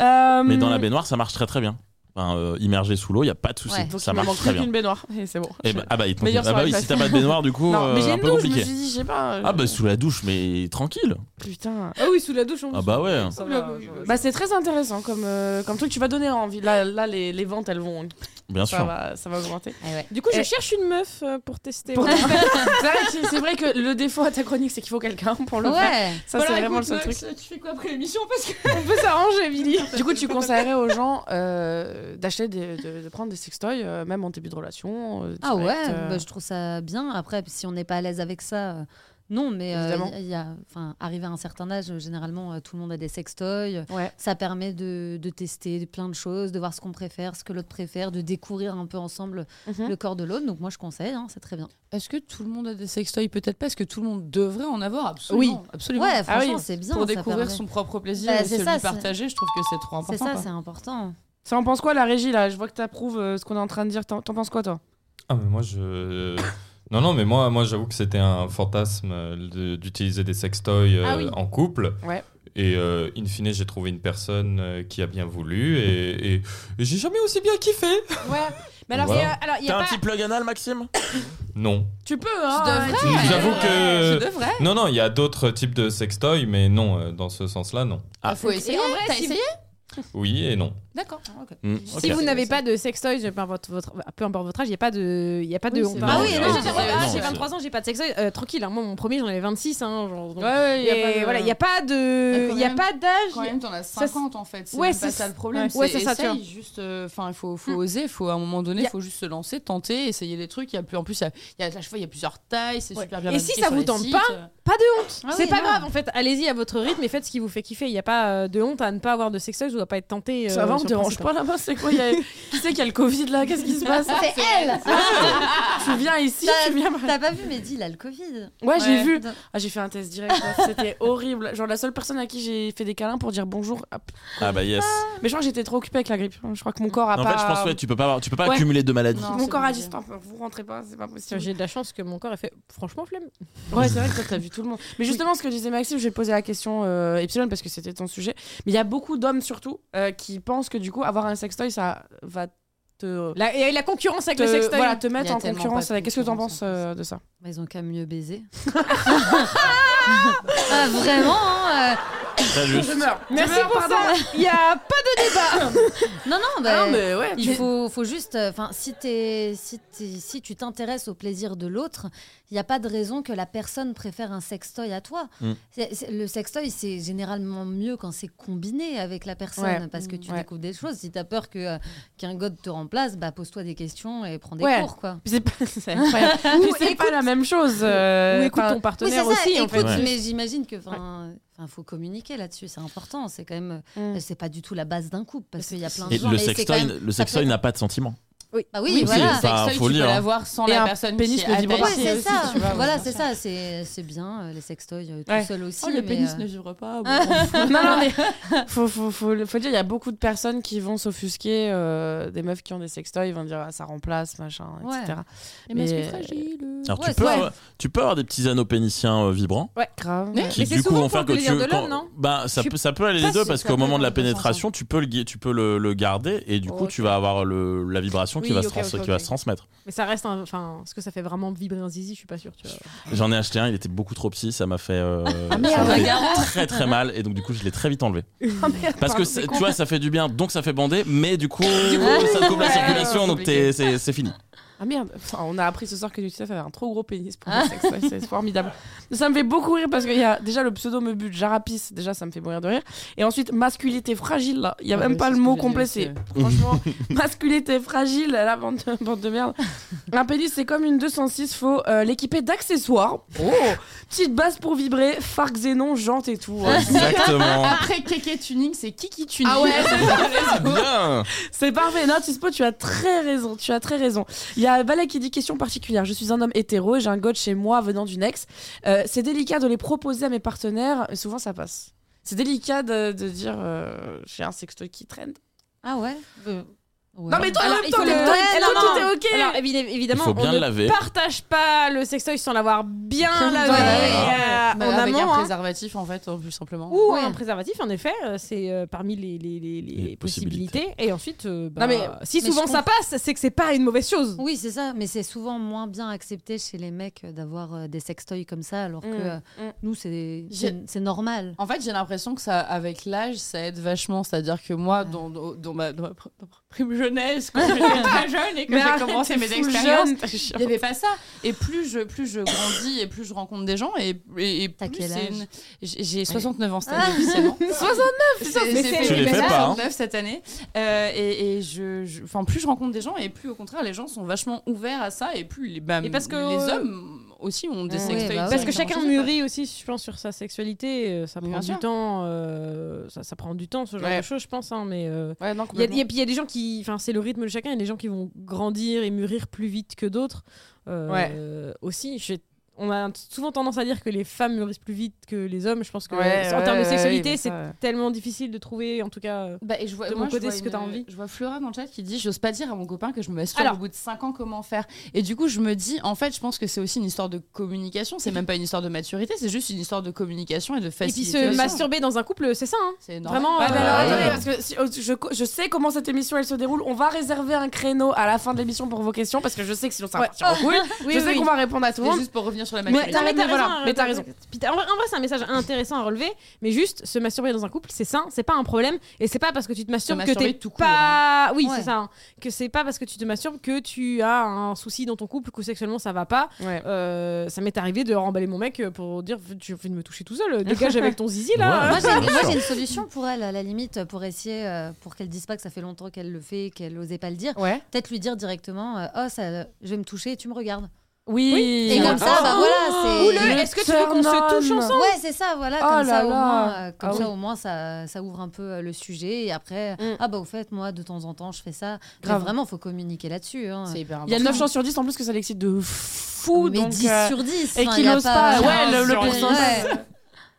Euh, Mais dans la baignoire, ça marche très très bien. Enfin, euh, immergé sous l'eau, il y a pas de souci. Ouais. donc il ça me marche manque très plus bien. qu'une baignoire et c'est bon. Eh ben, ah bah, il te manque- Meilleure ah bah soirée oui, de si la t'as pas de baignoire, du coup, non, mais euh, j'ai un une peu douche, je me compliqué. suis dit, je sais pas. euh, Ah bah sous la douche, mais tranquille. Putain. Ah oui, sous la douche. Ah bah ouais. Ça va, je- Bah c'est très intéressant comme, euh, comme truc, tu vas donner envie. Là, là les, les ventes elles vont. Bien Ça sûr. va, ça va augmenter. Ah ouais. Du coup, je Et- cherche une meuf euh, pour tester. Pour- Ouais. c'est, vrai que, c'est vrai que le défaut à ta chronique c'est qu'il faut quelqu'un pour le faire. Ouais. Ça Voilà, c'est vraiment Bah, écoute, euh, le seul Max, truc. Tu fais quoi après l'émission Parce que. On peut s'arranger, Billy. Du coup, tu conseillerais aux gens euh, d'acheter des, de, de prendre des sextoys, euh, même en début de relation. euh, Ah ouais, direct, euh, bah, je trouve ça bien. Après, si on n'est pas à l'aise avec ça, euh, non, mais euh, Évidemment. il y a, enfin, arrivé à un certain âge, euh, généralement, euh, tout le monde a des sextoys. Ouais. Ça permet de, de tester plein de choses, de voir ce qu'on préfère, ce que l'autre préfère, de découvrir un peu ensemble Mhm. le corps de l'autre. Donc moi, je conseille, hein, c'est très bien. Est-ce que tout le monde a des sextoys Peut-être pas. Est-ce que tout le monde devrait en avoir Absolument. Oui, absolument. Ouais, franchement, oui, c'est bien. Pour ça découvrir permet- son propre plaisir Bah, et c'est celui ça, c'est- partagé, je trouve que c'est trop important. C'est ça, quoi. c'est important. Ça en pense quoi la régie là Je vois que t'approuves euh, ce qu'on est en train de dire. T'en, t'en penses quoi toi Ah, mais moi, je. Non, non, mais moi, moi j'avoue que c'était un fantasme euh, de- d'utiliser des sextoys euh, Ah oui. en couple. Ouais. Et euh, in fine, j'ai trouvé une personne euh, qui a bien voulu et, et- et j'ai jamais aussi bien kiffé. Mais alors, il Voilà. Bah, y a- alors, il y a T'as un pas. petit plug anal, Maxime Non. Tu peux. Tu devrais. J'avoue que. Tu devrais. Non, non, il y a d'autres types de sextoys, mais non, euh, dans ce sens-là, non. Ah. faut essayer. Et en vrai, T'as si- essayé Oui et non. D'accord. ah, ok. Mm, Si ok. vous n'avez pas de sextoy, je- peu importe votre, peu importe votre âge, il n'y a pas de. Il y a pas de Oui, on c'est parle- vrai. Ah oui, Moi, non, j'ai- c'est ah, vrai. Non, j'ai c'est- 23 ans, j'ai pas de sextoy. Euh, tranquille, hein, moi, mon premier, j'en avais 26. Hein, genre, donc- Ouais, ouais, y a Et pas de- voilà, il n'y a pas de. Quand Il y a même- pas Quand d'âge. même, t'en as Ça, 50 en fait. C'est Ouais, même c'est pas ça. ça le problème. Ouais, c'est ça, tu Hmm. essaye, juste. euh, Enfin, il faut, faut oser. Faut, à un moment donné, Y a- il faut juste se lancer, tenter, essayer les trucs. Il y a plus, en plus, il y a, il y a- à chaque fois, il y a plusieurs tailles. C'est Ouais. super bien. Et si indiqué ça sur vous les tente sites. pas, Pas de honte. Ah c'est oui, pas non. grave, en fait. Allez-y à votre rythme et faites ce qui vous fait kiffer. Il n'y a pas euh, de honte à ne pas avoir de sextoy. Je ne dois pas être euh, tenté. Ça va, on dérange pas là-bas, c'est quoi y a- Qui c'est qui a le Covid là Qu'est-ce qui se Ah, passe C'est elle Tu viens ici, eh, T'as- tu viens. T'as pas vu Mehdi, il a le Covid. Bah, Ouais, j'ai Ouais. vu. Ah, j'ai fait un test direct, meuf, c'était horrible. Genre la seule personne à qui j'ai fait des câlins pour dire bonjour. hop. Ah bah yes. Mais je crois que j'étais trop occupée avec la grippe. Je crois que mon corps a En pas. fait, je pense que tu peux pas, avoir- tu peux pas Ouais. accumuler deux maladies. Non. mon c'est corps a dit obligé. stop, vous rentrez pas, c'est pas possible. J'ai de la chance que mon corps ait fait franchement flemme. Ouais, c'est vrai que toi, t'as vu tout le monde. Mais justement, ce que disait Maxime, je vais poser la question euh, Epsilon parce que c'était ton sujet. Mais il y a beaucoup d'hommes surtout euh, qui pensent que du coup, avoir un sextoy, ça va te. La- Et la concurrence avec te- le sextoy. voilà, te Il mettre y a en tellement concurrence. pas de avec- Qu'est-ce que t'en concurrence, penses euh, de ça Bah, ils ont qu'à mieux baiser. ah, vraiment hein, euh, Très juste. Merci pour ça. Il y a pas Non, non, bah, non, mais ouais. Il faut, faut juste, euh, enfin, si, t'es- si, t'es- si tu t'intéresses au plaisir de l'autre, il n'y a pas de raison que la personne préfère un sextoy à toi. Mm. C'est- c'est- le sextoy, c'est généralement mieux quand c'est combiné avec la personne, Ouais. parce que tu Ouais. découvres des choses. Si tu as peur que, euh, qu'un god te remplace, bah, pose-toi des questions et prends des Ouais. cours. Quoi. C'est pas, c'est incroyable. Mais c'est pas la même chose. euh, Ou écoute enfin, ton partenaire Oui, c'est ça, aussi, hein. en écoute, fait. Ouais. mais j'imagine que, enfin, enfin, faut communiquer là-dessus, c'est important. C'est quand même, Mm. c'est pas du tout la base d'un couple, parce qu'il y a plein de Et gens. le mais c'est quand sextoy, même- le sextoy peut- n'a pas de sentiment. Oui. Bah oui, Oui, c'est- voilà. c'est un Sextoy, tu faux peux livre, hein. l'avoir sans Et la un personne pénis qui ne vibre est pas. Ouais, c'est Bah c'est attachée aussi, ça. tu vois, voilà, ouais. c'est ça. C'est c'est bien euh, les sextoys euh, tout Ouais. seul aussi. Oh, le mais, pénis euh, ne vivre pas. non, non, mais faut, faut, faut, le- faut le dire, il y a beaucoup de personnes qui vont s'offusquer, euh, des meufs qui ont des sextoys, vont dire ah, ça remplace, machin, Ouais. etc. Mais Mais- Alors, Ouais, tu, peux ouais. avoir, tu peux avoir des petits anneaux péniciens euh, vibrants. Ouais, grave. Mais- qui c'est du coup souvent vont faire pour que le tu plaisir de quand- l'homme, non bah ça Je peut ça peut aller pas les deux sûre parce que ça qu'au peut moment de dans la les deux sens, pénétration tu peux le gui- tu peux le, le garder et du coup Ok. tu vas avoir le la vibration qui Oui, va se ok, trans- ok, qui va ok. se transmettre Mais ça reste un. Enfin, ce que ça fait vraiment vibrer un zizi, je suis pas sûre. Tu vois. j'en ai acheté un il était beaucoup trop petit ça m'a fait euh, merde. ça m'a fait Garant. très très mal et donc du coup je l'ai très vite enlevé Ah, parce que Pardon, c'est- c'est tu vois ça fait du bien donc ça fait bander mais du coup, ça te coupe la ouais, circulation c'est donc compliqué. t'es- c'est c'est fini Ah merde, Enfin, on a appris ce soir que Youssef avait un trop gros pénis pour le sexe, ouais, c'est formidable. Ça me fait beaucoup rire parce qu'il y a déjà le pseudo me bute, jarapis, déjà ça me fait mourir de rire. Et ensuite, masculinité fragile, là, il n'y a même pas le mot complet, bah c'est franchement, masculinité fragile, la bande de, bande de merde. Un pénis, c'est comme une 206, faut euh, l'équiper d'accessoires. Oh Petite base pour vibrer, phare xénon, jante et tout. hein. exactement Après Kéké Tuning, c'est Kiki Tuning. Ah ouais, bien C'est parfait. Non, Tispo, tu as très raison. Tu as très raison. Il y a Valak qui dit question particulière. Je suis un homme hétéro et j'ai un god chez moi venant d'une ex. Euh, c'est délicat de les proposer à mes partenaires. mais souvent, ça passe. C'est délicat de, de dire euh, j'ai un sextoy qui traîne. Ah ouais. Euh, ouais. Non mais toi, en Alors, même il temps, faut t'es- le- toi, Ouais, toi, non, tout non. est ok. Alors, évi- évidemment, Il faut bien on le ne laver. partage pas le sextoy sans l'avoir bien lavé Ouais. euh, en Bah, avec amont. un hein. préservatif en fait, plus simplement. Ou Ouais. un préservatif, en effet, euh, c'est euh, parmi les, les- les- les Les possibilités. Et ensuite, euh, bah, Non, mais- si mais souvent je ça passe, c'est que c'est pas une mauvaise chose. Oui, c'est ça, mais c'est souvent moins bien accepté chez les mecs euh, d'avoir euh, des sextoys comme ça, alors que euh, Mm, mm. nous, c'est J'ai- c'est- c'est normal. En fait, j'ai l'impression que ça, avec l'âge, ça aide vachement. C'est-à-dire que moi, dans, dans- dans ma, dans ma pr- dans ma prime jeunesse, quand j'étais très jeune et que Mais j'ai arrête, commencé t'es mes full expériences, jeune, t'es chiant. il n'y avait pas ça. Et plus je, plus je grandis et plus je rencontre des gens, et, et, et T'as plus quel c'est âge une- J'ai j'ai 69 ans cette année, officiellement. 69, C'est- Ah. mais c'est c'est- Tu les mais fais là, pas, hein. 69 cette année. Euh, et et je, je- enfin, plus je rencontre des gens, et plus au contraire, les gens sont vachement ouverts à ça, et plus les, bah, Et parce que- les hommes aussi ont des Ouais, sextoys. bah ouais. Parce que c'est chacun mûrit aussi, je pense, sur sa sexualité. euh, Ça Mais prend bien du sûr. temps. euh, ça, ça prend du temps, ce genre Ouais. de choses, je pense. hein, mais euh, Ouais, non, il y a- il y complètement. a- puis il y a des gens qui, enfin, c'est le rythme de chacun. Il y a des gens qui vont grandir et mûrir plus vite que d'autres. euh, Aussi, Je- on a souvent tendance à dire que les femmes mûrissent plus vite que les hommes. Je pense que Ouais, en ouais, termes de ouais, sexualité, ouais, c'est ça, ouais. tellement difficile de trouver, en tout cas. euh, Bah, et je vois, De moi, mon côté, je vois ce que t'as une- envie. Je vois Flora dans le chat qui dit J'ose pas dire à mon copain que je me masturbe Alors. au bout de 5 ans, comment faire Et du coup, je me dis En fait, je pense que c'est aussi une histoire de communication, c'est même pas une histoire de maturité, c'est juste une histoire de communication et de Et puis facilité. se masturber dans un couple, c'est ça. hein. C'est énorme. Vraiment. Ouais, mais alors, euh, ouais. attendez, parce que si- oh, je, je sais comment cette émission elle se déroule. On va réserver un créneau à la fin de l'émission pour vos questions parce que je sais que sinon ça va Ouais. Ah, partir en couille. Oui, je oui, sais oui. qu'on va répondre à tout le C'était monde. juste pour revenir sur la Mais maturité. t'as- Non, mais mais t'as voilà, raison, mais euh, t'as t'as raison. raison. Puis t'as- En vrai, en vrai, c'est un message intéressant à relever, mais juste se masturber dans un couple, c'est sain, c'est pas un problème, et c'est pas parce que tu te masturbes que masturber t'es tout court, pas, oui, Ouais. c'est ça, hein. que c'est pas parce que tu te masturbes que tu as un souci dans ton couple, que sexuellement ça va pas. Ouais. Euh, ça m'est arrivé de remballer mon mec euh, pour dire tu as envie de me toucher tout seul, euh, dégage avec ton zizi Ah, là. Moi, j'ai bien moi, sûr. j'ai une solution pour elle, à la limite, pour essayer, euh, pour qu'elle dise pas que ça fait longtemps qu'elle le fait, et qu'elle osait pas le dire. Ouais. Peut-être lui dire directement euh, Oh, ça, je vais me toucher et tu me regardes. Oui. Et comme ça, bah Ou voilà, le c'est. Oh, est-ce que tu veux qu'on se touche ensemble Ouais, c'est ça, voilà, Oh comme là ça, au là. moins, euh, comme Ah ça, oui. au moins, ça, ça ouvre un peu euh, le sujet. Et après, Mm. ah bah, au fait, moi, de temps en temps, je fais ça. Mais Grave. vraiment, faut communiquer là-dessus. hein. C'est hyper Il y a important. 9 chances sur 10 en plus que ça l'excite de fou. Mais donc, 10 euh, sur 10. et enfin, qu'il y a n'ose pas. Ouais, le, le Ouais. pourcentage.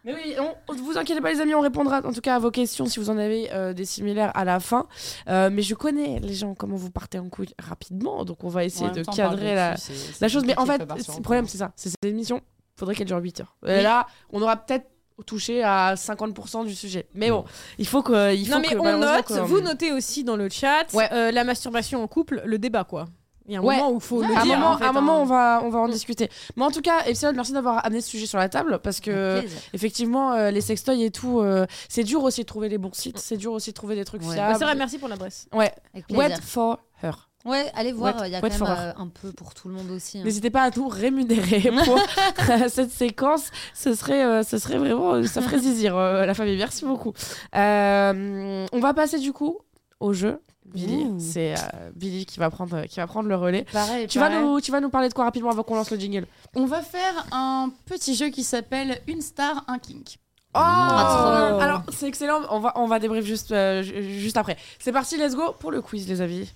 Mais oui, on, vous inquiétez pas, les amis, on répondra en tout cas à vos questions si vous en avez euh, des similaires à la fin. Euh, mais je connais les gens, comment vous partez en couille rapidement. Donc, on va essayer En de même temps, cadrer parler la, dessus, c'est- c'est la chose. Mais en compliqué, fait, faut partir c'est- en le problème, couple. c'est ça. C'est cette émission, faudrait qu'elle dure 8 heures. Et Oui. là, on aura peut-être touché à 50% du sujet. Mais bon, il faut que. Il faut Non mais que, bah, on malheureusement, note, qu'on- vous notez aussi dans le chat Ouais. euh, la masturbation en couple, le débat quoi. Il y a un Ouais. moment où il faut le Ah, À un dire. moment, en fait, à un moment hein. on, va, on va en discuter. Mais en tout cas, Epsilon, merci d'avoir amené ce sujet sur la table parce que, Avec plaisir. effectivement, euh, les sextoys et tout, euh, c'est dur aussi de trouver les bons sites, c'est dur aussi de trouver des trucs Ouais. Bah, fiables. c'est vrai, merci pour l'adresse. Ouais, Avec plaisir. wet for her. Ouais, allez voir, What- il y a what quand même for? euh, un peu pour tout le monde aussi. hein. N'hésitez pas à nous rémunérer pour euh, cette séquence. Ce serait, euh, ce serait vraiment, ça ferait zizir euh, la famille. Merci beaucoup. Euh, on va passer du coup au jeu. Billy, Ouh. c'est euh, Billy qui va prendre, qui va prendre le relais. Pareil, Tu vas, pareil. nous, tu vas nous parler de quoi rapidement avant qu'on lance le jingle On va faire un petit jeu qui s'appelle Une star, un Oh kink. Ah, trop bien. Alors, c'est excellent. On va, on va débrief juste, euh, ju- juste après. C'est parti, let's go pour le quiz, les amis.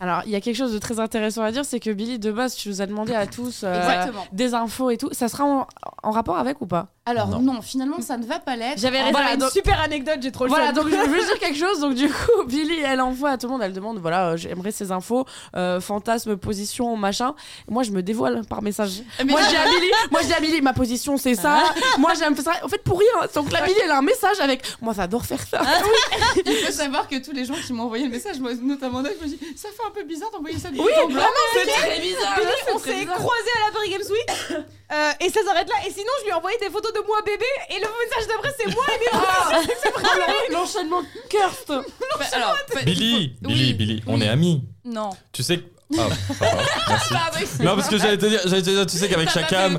Alors, il y a quelque chose de très intéressant à dire, c'est que Billy, de base, tu nous as demandé à tous euh, Exactement. des infos et tout. Ça sera en, en rapport avec ou pas Alors Non. non. finalement ça ne va pas l'être. J'avais raison, Voilà, une donc- super anecdote, j'ai trop le Voilà, donc seum. je veux juste dire quelque chose. Donc, du coup, Billy, elle envoie à tout le monde, elle demande voilà, euh, j'aimerais ces infos, euh, fantasmes, position, machin. Moi, je me dévoile par message. Mais moi, ça- j'ai à Billy, moi, j'ai à Billy, ma position, c'est ça. moi, j'aime ça. En fait, pour rien. Donc, la Billy, elle a un message avec moi, j'adore faire ça. Il faut savoir que tous les gens qui m'ont envoyé le message, moi, notamment Noël, je me dis ça fait un peu bizarre d'envoyer ça. Oui, C'est Ah, très bizarre. Billy, on s'est croisés à la Paris Games Week euh, et ça s'arrête là. Et sinon, je lui ai envoyé des photos de moi bébé et le message d'après, c'est moi Ah, et L'enchaînement Kirst. alors, Billy, Oui. Billy, Billy, on Oui. est amis. non. Tu sais que. Ah, ça va, merci. Non, parce que j'allais te dire, j'allais te dire, tu sais qu'avec Chacam.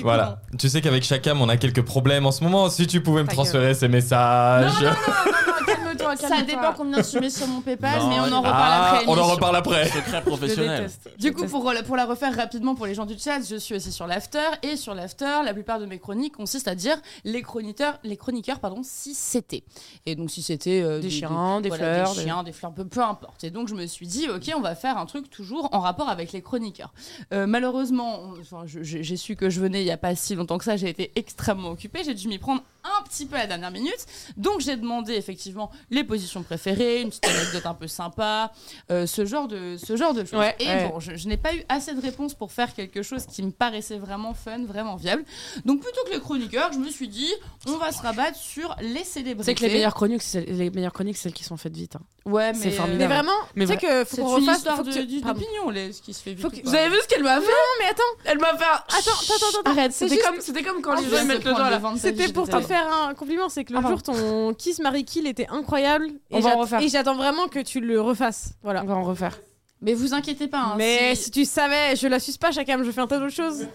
Voilà. Tu sais qu'avec Chacam, on a quelques problèmes en ce moment. Si tu pouvais me Ta transférer ces messages. Oh, Calme-toi, calme-toi. Ça dépend combien tu mets sur mon PayPal, Non, mais on en il- reparle Ah, après. on en l'émission. reparle après. Secret Je professionnel. déteste. Du coup, pour, pour la refaire rapidement pour les gens du chat, je suis aussi sur l'after et sur l'after, la plupart de mes chroniques consistent à dire les chroniqueurs, les chroniqueurs pardon, si c'était. Et donc si c'était euh, Des chiens, des voilà, fleurs. des des- chiens, des fleurs, peu, peu importe. Et donc je me suis dit ok, on va faire un truc toujours en rapport avec les chroniqueurs. Euh, malheureusement, on- enfin, je- j'ai j'ai su que je venais il y a pas si longtemps que ça. J'ai été extrêmement occupée, j'ai dû m'y prendre un petit peu à la dernière minute. Donc j'ai demandé effectivement les positions préférées, une petite anecdote un peu sympa, euh, ce genre de ce genre de choses. Ouais, et ouais. bon, je, je n'ai pas eu assez de réponses pour faire quelque chose qui me paraissait vraiment fun, vraiment viable. Donc plutôt que les chroniqueurs, je me suis dit on va se rabattre sur les Tu célébrités. sais que les meilleures chroniques, c'est les meilleures chroniques, c'est celles qui sont faites vite. hein. Ouais, c'est mais formidable. euh, Mais vraiment, Mais tu sais que faut C'est qu'on une refasse. histoire faut que de- tu- du- Pardon. d'opinion, les- ce qui se fait vite. Faut ou que- pas. Vous avez vu ce qu'elle m'a fait Non, mais attends. Elle m'a fait. un- Attends, attends, attends, attends. Arrête, Oh, c'est c'était juste- comme, c'était comme quand Ah, les je gens ils vais mettent le prendre doigt le là. vent de sa vie, C'était je pour suis te désolée. faire un compliment, c'est que le Ah, jour ton kiss Marie Kill était incroyable On et va en j'att- refaire. et j'attends vraiment que tu le refasses. Voilà. On va en refaire. Mais vous inquiétez pas. hein, Mais si- Ah, si tu savais, je la suce pas, chacun, je fais un tas d'autres choses.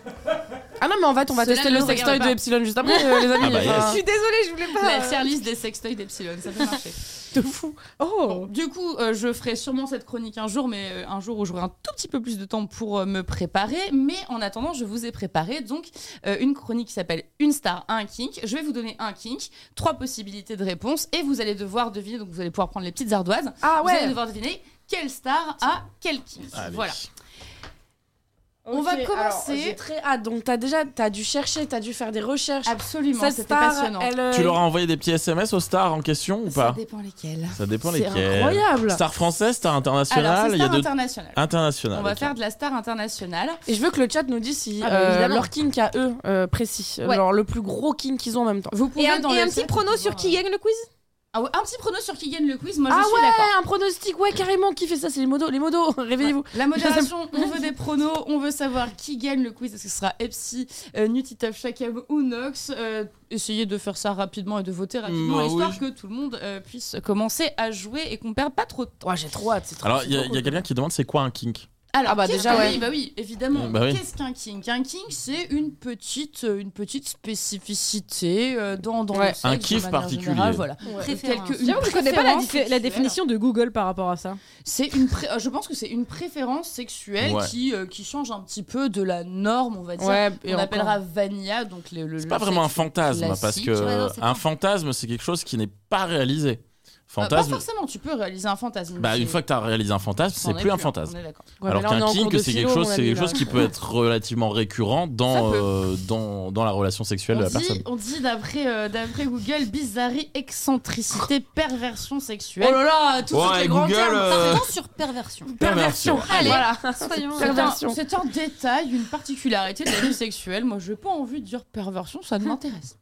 Ah non, mais en fait, on va Cela tester ne le nous sextoy regarde de pas. Epsilon juste après, euh, les amis. Ah bah yes. Je suis désolée, je voulais pas. la tier list des sextoys d'Epsilon, ça peut marcher. de fou. Bon, Oh du coup, euh, je ferai sûrement cette chronique un jour, mais euh, un jour où j'aurai un tout petit peu plus de temps pour euh, me préparer. Mais en attendant, je vous ai préparé donc euh, une chronique qui s'appelle Une star, un kink. Je vais vous donner un kink, trois possibilités de réponse, et vous allez devoir deviner. Donc, vous allez pouvoir prendre les petites ardoises. Ah Vous allez ouais. devoir deviner quelle star a quel kink. Allez. Voilà. On va commencer. J'ai très hâte. Donc t'as déjà, t'as dû chercher, t'as dû faire des recherches. Absolument, Cette Ah c'était star, passionnant. elle, euh, Tu leur as envoyé des petits SMS aux stars en question ou Ça pas dépend lesquelles. Ça dépend C'est lesquels. incroyable. Star française, star Alors, internationale, c'est il y a Ah, star deux. internationale. International. On va ok. faire de la star internationale. Et je veux que le chat nous dise si Ah bah, euh, évidemment. leur kink à eux euh, précis, Ouais. genre le plus gros kink qu'ils ont en même temps. Vous pouvez Et un, dans et le un chat petit prono pouvoir- sur qui gagne le quiz Ah ouais, euh, un petit prono sur qui gagne le quiz, moi je ah suis ouais, d'accord. un pronostic, ouais carrément. Qui fait ça C'est les modos, les modos. Réveillez-vous. Bah, La modération, on veut des pronos, on veut savoir qui gagne le quiz. Est-ce que ce sera Epsi, euh, Nutitaf, Shakam ou Nox Euh, Essayez de faire ça rapidement et de voter rapidement, Bah histoire oui. que tout le monde euh, puisse commencer à jouer et qu'on perde pas trop de temps. Ouais, j'ai trop hâte. c'est trop- Alors, c'est il y a, trop il y a quelqu'un qui demande c'est quoi un kink Alors, Ah bah qu'est-ce déjà, que- ouais. oui, bah oui, évidemment. Euh, bah oui. Qu'est-ce qu'un kink Un kink, c'est une petite, euh, une petite spécificité euh, dans, dans Ouais. le sexe, Un de kiff manière particulier. générale, voilà. Préférence. Quelque- une J'avoue que je connais pas la, préférence diffé- la sexuelle. définition de Google par rapport à ça. C'est une pré- euh, je pense que c'est une préférence sexuelle Ouais. qui, euh, qui change un petit peu de la norme, on va cool. dire. Ouais, et on encore. appellera vanilla, donc le. le- C'est le pas vraiment un sexe fantasme, hein, classique. parce que Ouais, non, c'est pas- un fantasme, c'est quelque chose qui n'est pas réalisé. Euh, Fantasme, pas forcément, tu peux réaliser un fantasme. bah, mais une c'est- fois que tu as réalisé un fantasme, on c'est en est plus un hein, fantasme. on est d'accord. Ouais, Alors mais là, on est qu'un en cours kink, de c'est philo, quelque chose, mon c'est ami, quelque là. chose qui peut être relativement récurrent dans, Ça peut. euh, dans, dans la relation sexuelle de On la dit, personne. on dit d'après euh, d'après Google bizarrerie, excentricité, perversion sexuelle. Oh là là, tout Ouais, ce qui est et grand Google, terme. euh, Partons sur perversion. Perversion. Allez, Voilà. soyons. C'est un, Perversion. c'est un détail, une particularité de la vie sexuelle. Moi, je n'ai pas envie de dire perversion, ça ne m'intéresse.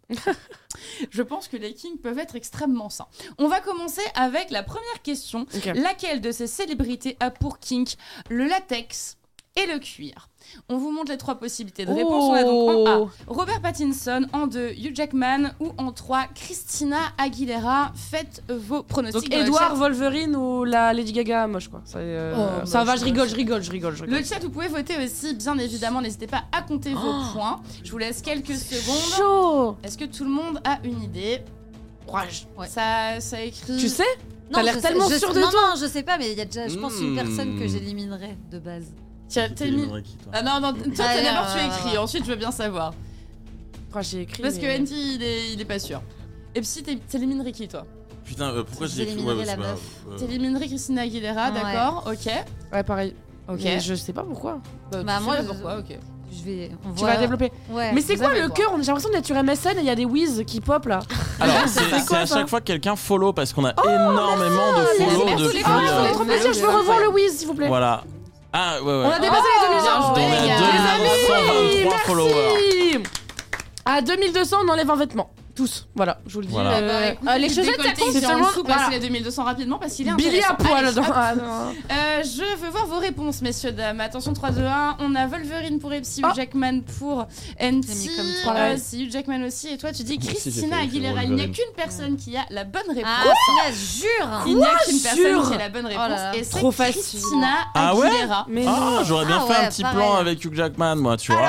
je pense que les kings peuvent être extrêmement sains. On va commencer avec la première question. Ok. Laquelle de ces célébrités a pour kink le latex et le cuir On vous montre les trois possibilités de réponse. On a Oh. donc en A, Robert Pattinson, en 2, Hugh Jackman ou en 3, Christina Aguilera. Faites vos Ah, pronostics. Donc dans le Edouard, chat. Wolverine ou la Lady Gaga, moi je crois. Ça, euh, Oh, ça bah, va, je- je rigole, je rigole, je rigole, je rigole. Le chat, vous pouvez voter aussi, bien évidemment. N'hésitez pas à compter vos points. Je vous laisse quelques secondes. Oh. Chaud Est-ce que tout le monde a une idée Courage. Ouais. Ça, ça écrit. Tu sais Non, l'air je tellement sais, je- sûr de non, Non, je sais pas, mais il y a déjà, je pense, une Hmm. personne que j'éliminerais de base. Tiens, t'as mis- Ah non, non, toi, t'as Allez, d'abord euh, tu écris, ensuite je veux bien savoir. pourquoi j'ai écrit. Parce que mais- Andy, il est, il est pas sûr. Et puis si t'es- t'élimines Ricky, toi. Putain, euh, pourquoi Vous j'ai écrit éliminerez ouais, la bah, meuf. c'est pas grave. Euh, T'éliminerais Christina Aguilera, Ouais. d'accord, ok. Ouais, pareil. Ok. Mais je sais pas pourquoi. Bah, Bah, tu moi, sais je- pourquoi, ok. Euh, Je vais. On Tu voit- vas développer. Ouais. Mais c'est Eh, vous quoi avez le le cœur J'ai l'impression d'être sur MSN et il y a des whiz qui pop là. Alors, C'est c'est c'est quoi, à ça chaque fois que quelqu'un follow parce qu'on a énormément de follow merci, de les filles. Ah, follow, ça fait euh, trop plaisir, je veux revoir le whiz s'il vous plaît. Voilà. Ah, ouais, On ouais. a dépassé les 2000 bien gens. On joué, est les à gars. 2223 followers. Oui. À 2200, on enlève un vêtement. Tous, voilà, je vous le dis. Voilà. Euh, Bah, écoute, euh, les le chaussettes, ça décolleté, compte il est en seulement- dessous, voilà. passez les 2200 rapidement parce qu'il est Billy à intéressant. poil Allez, dans. hop. Ah, non. Euh, je veux voir vos réponses, messieurs, dames. Attention, 3, 2, 1. On a Wolverine pour Epsi, Oh. Hugh Jackman pour NT. J'ai mis comme euh, trois. c'est Hugh Jackman aussi. Et toi, tu dis Moi aussi, j'ai Christina fait Aguilera. Il Wolverine. n'y a qu'une personne qui a la bonne réponse. Ah, Christina, jure Il n'y a qu'une personne Sûr qui a la bonne réponse. Oh là là. et c'est Trop facile. Christina Ah ouais Aguilera. Mais Ah, j'aurais bien Ah, fait ouais, un petit pareil. plan avec Hugh Jackman, moi, tu vois.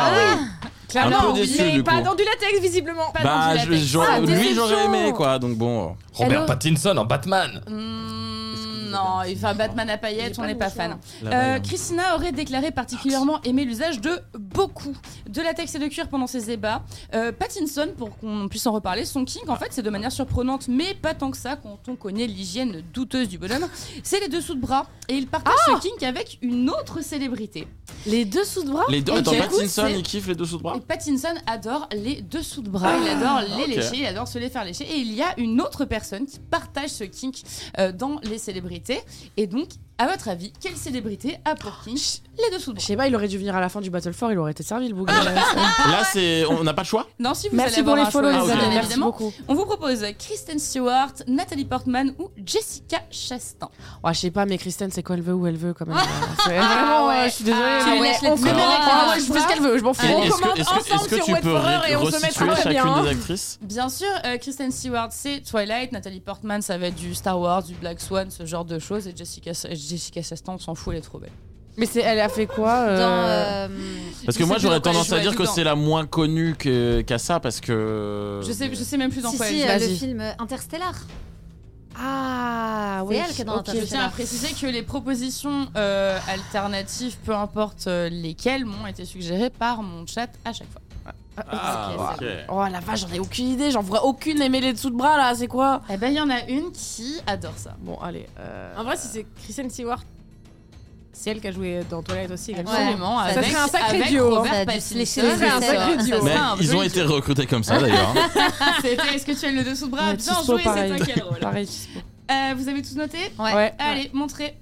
Un Clairement, peu oui, déçu, mais du pas coup. dans du latex visiblement. Pas dans Bah, du je- latex. j'aurais- Ah, lui, j'aurais déception. aimé, quoi. Donc bon. Robert Hello. Pattinson en Batman. Hmm, Est-ce que vous avez Non, un enfin petit Batman à paillettes, J'ai on pas n'est de pas choix. fan. la Euh, balle. Christina aurait déclaré particulièrement aimer l'usage de beaucoup de latex et de cuir pendant ses débats. Euh, Pattinson, pour qu'on puisse en reparler, son king, en fait, c'est de manière surprenante, mais pas tant que ça quand on connaît l'hygiène douteuse du bonhomme. C'est les dessous de bras, et il partage ce king avec une autre célébrité. Les dessous de bras Les deux. Ok. Attends, Écoute, Pattinson, c'est- il kiffe les deux sous de bras Et Pattinson adore les dessous de bras, il adore les ok. lécher, il adore se les faire lécher. Et il y a une autre personne qui partage ce kink euh, dans les célébrités. Et donc, à votre avis, quelle célébrité a pour kink les dessous de Je bras sais pas, il aurait dû venir à la fin du Battle for, il aurait été servi le bouc. Là, c'est. On n'a pas le choix Non, si vous Merci allez pour avoir les un choix, follow, les Ah, ok. amis. bien Merci évidemment. beaucoup. On vous propose euh, Kristen Stewart, Nathalie Portman ou Jessica Chastain. Ouais, je sais pas, mais Kristen, c'est quoi elle veut où elle veut quand même. C'est Ah vraiment, ouais. euh, je suis désolée. Ah mais ouais, on je les fait connais, avec- les Ah gars. ouais, je fais ce qu'elle veut, je m'en fous. Et On Est-ce commande que, est-ce que- est-ce ensemble que sur tu Wet peux Forever re- et on se mettra restituer très chacune bien. des actrices Bien sûr, euh, Kristen Stewart, c'est Twilight. Nathalie Portman, ça va être du Star Wars, du Black Swan, ce genre de choses. Et Jessica, euh, Jessica Chastain, on s'en fout, elle est trop belle. Mais c'est- elle a fait quoi euh, Dans. euh, Parce Je que moi, sais j'aurais plus dans quoi tendance elle à joue dire que dedans. c'est la moins connue que- qu'à ça parce que. Je sais, je sais même plus dans Si, quoi si, elle euh, joue. le Vas-y. film euh, Interstellar. Ah, C'est oui. elle qui est dans ok. Interstellar. Ah, Je tiens à préciser que les propositions euh, alternatives, peu importe euh, lesquelles, m'ont été suggérées par mon chat à chaque fois. Ah, ok. Eh Oh la vache, j'en ai aucune idée, j'en vois aucune aimer les dessous de bras là, c'est quoi Eh ben, il y en a une qui adore ça. Bon, allez. euh, En vrai, si c'est Kristen Stewart, c'est elle qui a joué dans Twilight aussi. également. Absolument. Ouais. Ça avec, serait un sacré avec duo, hein. Robert Ça a dû Pattinson, se lécher ça les serait un aisselles. sacré duo. Mais Ça serait un ils ont vrai été duo. recrutés comme ça d'ailleurs. hein. C'était- Est-ce que tu as le dessous de bras Ouais, Bien Tispo, joué, c'est toi pareil. qui as le rôle. Pareil, Tispo. Euh, vous avez tout noté Ouais. Ouais. Allez, montrez.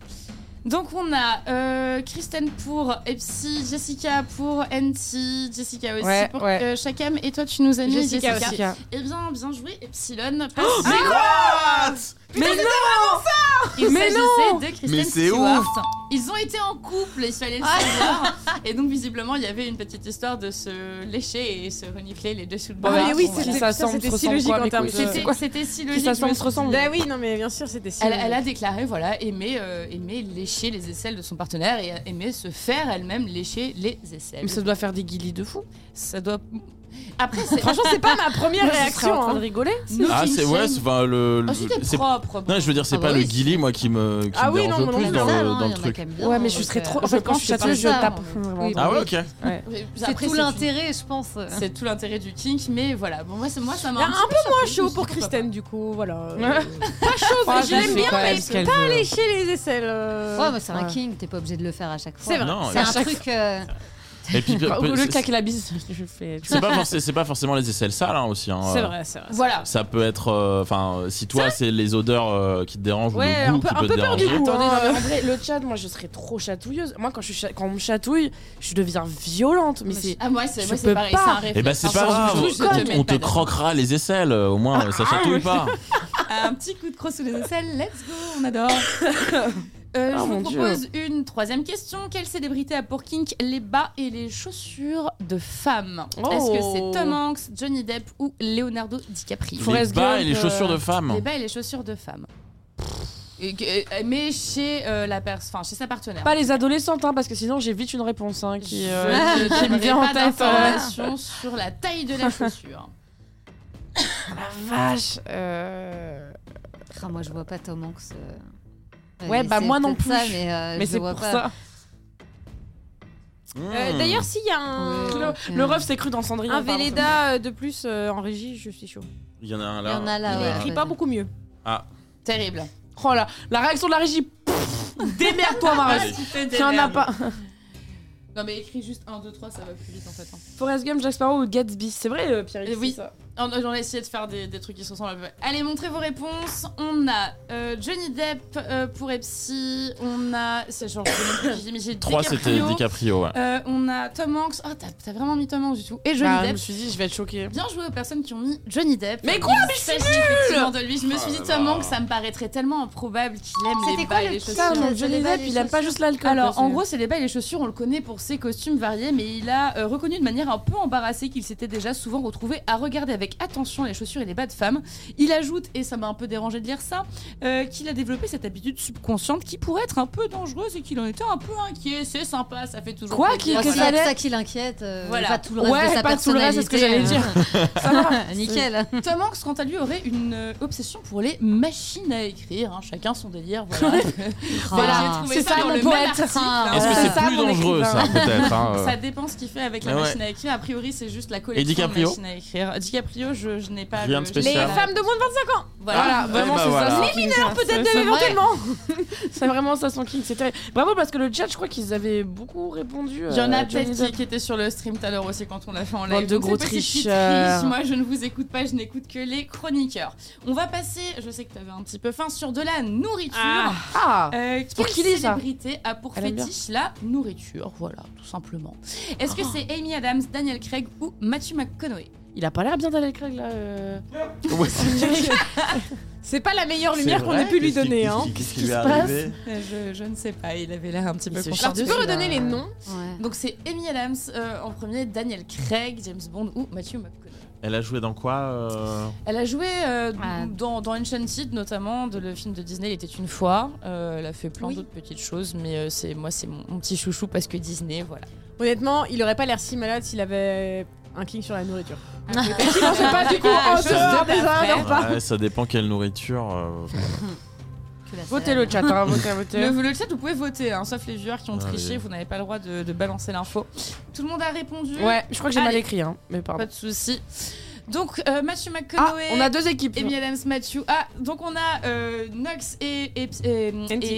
Donc on a euh, Kristen pour Epsi, Jessica pour NT, Jessica aussi Ouais, pour ouais. euh, Shakam et toi tu nous as mis Jessica. Jessica aussi. Oh, Eh bien, bien joué Epsilon. Mais What Mais non Il Mais non s'agissait de Kristen Mais c'est Stewart. ouf Ils ont été en couple, il fallait le savoir. et donc visiblement il y avait une petite histoire de se lécher et se renifler les dessous de Ah, bras. mais oui, Voilà. c'était bah, Ça putain, semble, c'était se si ressemble logique pas, en mais termes de. écoute, c'est C'était- quoi c'était si Qui logique. ça je me semble suis se ressemble. Bah oui, non, mais bien sûr, c'était si. Elle, elle a déclaré voilà aimer euh, aimer lécher les aisselles de son partenaire et aimer se faire elle-même lécher les aisselles. Mais ça doit faire des guilis de fou. Ça doit après c'est Franchement, c'est pas ma première Moi, je serais en réaction. train hein. de rigoler. no Ah, king c'est ouais, shame. c'est enfin, le. le- Ah, si t'es c'est- propre. bon. Non, je veux dire, c'est Ah pas bah le oui, guilly, moi, qui me, qui me Ah oui, non, dérange mais le on en plus a dans Ça, le, hein, dans il le y en a truc. quand même bien, Ouais, mais donc, je serais euh, trop. En je fait, quand pense je suis que c'est tatouée, pas je ça, tape. hein. Oui, Ah ouais, oui. ok. Ouais. C'est Après, tout l'intérêt, je pense. euh. C'est tout l'intérêt du kink, mais voilà. Bon, moi, c'est moi, ça m'a. Il y a un peu Pas chaud pour Kristen, du coup, voilà. Ouais. Euh, Pas chaud, Ah, mais j'aime c'est bien, quand même mais ce qu'elle pas veut. lécher les aisselles. euh. Ouais, mais c'est un Ouais. king, t'es pas obligé de le faire à chaque fois. C'est vrai. Non, C'est et- un truc. euh, et puis, Enfin, Au lieu de c'est- claquer la bise, je fais. c'est pas, forcé- c'est pas forcément les aisselles sales hein, aussi. hein. C'est vrai, c'est vrai. Voilà. Ça peut être. euh, Enfin, si toi, c'est les odeurs euh, qui te dérangent Ouais, ou le un goût peu- qui un peut peu te peur du déranger. goût. Attendez, hein. non, mais en vrai, le chat, moi je serais trop chatouilleuse. Moi quand, je suis cha- quand on me chatouille, je deviens violente. Mais c'est. Ah, moi, c'est Je moi, c'est peux pareil. pas. C'est un réflexe. Et bah, c'est pas Enfin, grave. surtout, je te mets On pas te dedans. croquera les aisselles. euh, Au moins, ça chatouille pas. Un petit coup de crosse sous les aisselles. Let's go, on adore. Euh, Oh, je vous mon Dieu. propose une troisième question. Quelle célébrité a pour kink les bas et les chaussures de femmes Oh. Est-ce que c'est Tom Hanks, Johnny Depp ou Leonardo DiCaprio Les Forrest bas et Gump, les chaussures euh, de femmes. Les bas et les chaussures de femmes. Et que- mais chez euh, la pers- enfin, chez sa partenaire. Pas les adolescentes, hein, parce que sinon j'ai vite une réponse hein, qui, euh, Je qui- qui me n'ai vient en pas tête. euh. d'informations sur la taille de la chaussure. Ah, La vache. euh, Ah, moi, je vois pas Tom Hanks. euh, Ouais, il bah, sait moi non peut-être ça, plus. mais, euh, Mais je c'est vois pour pas. ça. Euh, D'ailleurs, s'il y a un, Le, le ref s'est cru dans Cendrillon. un pardon. Véleda euh, de plus euh, en régie, je suis chaud. Il y en a un Il y là. en a là. Il Ah, ouais, écrit ouais. pas beaucoup mieux. Terrible. Oh là, la réaction de la régie. Pff, Démerde-toi, Marais. Tu en as pas. Non, mais écris juste 1, 2, 3, ça va plus vite en fait. hein. Forrest Gump, Jack Sparrow ou Gatsby. C'est vrai, euh, Pierre Euh, oui. c'est ça. On, on a essayé de faire des, des trucs qui se ressemblent un peu. Allez, montrez vos réponses. On a euh, Johnny Depp euh, pour Epsi. On a. C'est genre. je sais même plus, mais j'ai 3 c'était DiCaprio. DiCaprio, ouais. Euh, on a Tom Hanks. Ah, t'as t'as vraiment mis Tom Hanks du tout. Et Johnny Bah, je me Depp. suis dit, je vais être choquée. Bien joué aux personnes qui ont mis Johnny Depp. Mais quoi, Mais je suis effectivement de lui. Je me Ah suis dit, là Tom là. Hanks, ça me paraîtrait tellement improbable qu'il aime les C'était quoi bails et le les petit chaussures. Ça, Chaussures, mon ça Johnny déballe Depp, les il aime pas chaussures. juste l'alcool. Alors, quoi, en c'est- gros, c'est les bas et les chaussures, on le connaît pour ses costumes variés, mais il a euh, reconnu de manière un peu embarrassée qu'il s'était déjà souvent retrouvé à regarder avec attention les chaussures et les bas de femmes. Il ajoute, et ça m'a un peu dérangé de lire ça, euh, qu'il a développé cette habitude subconsciente qui pourrait être un peu dangereuse et qu'il en était un peu inquiet. C'est sympa, ça fait toujours Quoi plaisir. qu'il- Moi, que c'est ça ça, allait- qui l'inquiète, euh, Voilà. pas tout le reste Ouais, de sa pas tout le reste, personnalité. hein. c'est ce que j'allais dire. Ça va. Nickel. Tom Hanks, quant à lui, aurait une euh, obsession pour les machines à écrire. hein. Chacun son délire, voilà. Voilà, j'ai trouvé C'est ça, ça, dans mon le poète. même article. Ah, Est-ce que c'est c'est ça, plus mon dangereux ça écrivain. peut-être hein, euh. Ça dépend ce qu'il fait avec la Ah ouais. machine à écrire. A priori, c'est juste la collection Et DiCaprio de machines à écrire. Euh, DiCaprio, je, je n'ai pas. Rien le- de Les spécial. j'ai pas- femmes de moins de 25 Voilà. Voilà, vraiment, bah, Eh ben c'est voilà. ça. son kick, hein. peut-être C'est- de c'est vrai. éventuellement. C'est vraiment ça son king, c'est terrible. Bravo parce que le chat, je crois qu'ils avaient beaucoup répondu. Il y en a euh, Johnny peut-être qui, Depp. qui étaient sur le stream tout à l'heure aussi quand on l'a fait en Bande live. de Donc, gros c'est pas des petites tricheurs. triches. Moi, je ne vous écoute pas, je n'écoute que les chroniqueurs. On va passer, je sais que tu avais un petit peu faim, sur de la nourriture. Ah. Ah Euh, Pour quelle qui dit ça célébrité a pour Elle aime bien. fétiche la nourriture Voilà, tout simplement. Est-ce que c'est Amy Adams, Daniel Craig ou Matthew McConaughey Il a pas l'air bien d'aller Craig là. euh. Ouais. C'est pas la meilleure C'est lumière qu'on vrai, ait pu lui qu'est-ce qui- donner. qu'est-ce Hein. qui- Qu'est-ce qui Qu'est-ce lui est qui se arrivé Euh, je, je ne sais pas, il avait l'air un petit peu se conscient Alors, tu de peux ça. redonner les noms Ouais. Donc c'est Amy Adams euh, en premier, Daniel Craig, James Bond ou Matthew McConaughey. Elle a joué dans quoi euh, Elle a joué euh, Ah. dans, dans Enchanted notamment, de le film de Disney, il était une fois. Euh, elle a fait plein Oui. d'autres petites choses, mais euh, c'est moi c'est mon, mon petit chouchou parce que Disney, voilà. Honnêtement, il aurait pas l'air si malade s'il avait un king sur la nourriture. Et qu'il en soit pas du coup oh, Ah, en chose dehors de des pas uns, vrai. non pas. ouais, Ça dépend quelle nourriture. euh, Que la Votez scène. le chat, hein, votez, votez. Le, le chat, vous pouvez voter, hein, sauf les viewers qui ont Ah, triché, oui. vous n'avez pas le droit de, de balancer l'info. Tout le monde a répondu Ouais, je crois que j'ai mal Allez. écrit, hein, mais pardon. Pas de souci. Donc euh, Matthew Ah, McConaughey. on a deux équipes. Amy Adams, Matthew. Ah, donc on a euh, Nox et, et, et,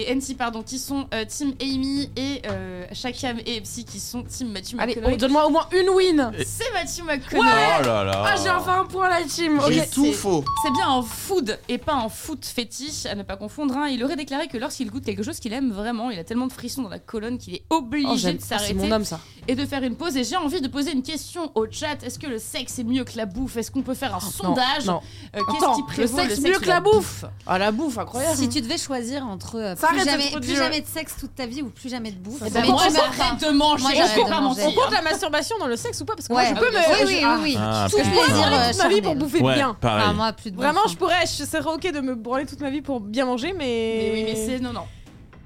et NT, pardon, qui sont euh, Team Amy et euh, Shakam et Epsi qui sont Team Matthew Allez, McConaughey. oh, donne-moi au moins une win. C'est Matthew Oh McConaughey. là là. Ah, j'ai enfin un point la team. J'ai Ok. tout faux. C'est bien un food et pas un foot fétiche, à ne pas confondre. hein. Il aurait déclaré que lorsqu'il goûte quelque chose qu'il aime vraiment, il a tellement de frissons dans la colonne qu'il est Oh, obligé j'aime- de c'est s'arrêter mon homme ça. et de faire une pause. Et j'ai envie de poser une question au chat. Est-ce que le sexe est mieux que la bouffe Est-ce qu'on peut faire un sondage non. Euh, Attends, Qu'est-ce qui le prévaut sexe mieux ou que la bouffe Ah la bouffe, incroyable. Si tu devais choisir entre euh, Ça plus, arrête jamais, d'être plus dur. jamais de sexe toute ta vie ou plus jamais de bouffe, Eh mais ben, tu moi, meurs j'arrête pas. de manger. Moi, je j'arrête peux de pas manger. On mentir. compte la masturbation dans le sexe ou pas Parce que Ouais. moi, je peux me. Oui, oui, oui, oui. Ah, Tout parce que- plaisir, Ah, euh, toute ma vie pour charnel. bouffer Ouais, bien. Ah, pareil. moi, plus de bon Vraiment, sens. je pourrais, je serais ok de me branler toute ma vie pour bien manger, Mais oui, mais mais. c'est non, non.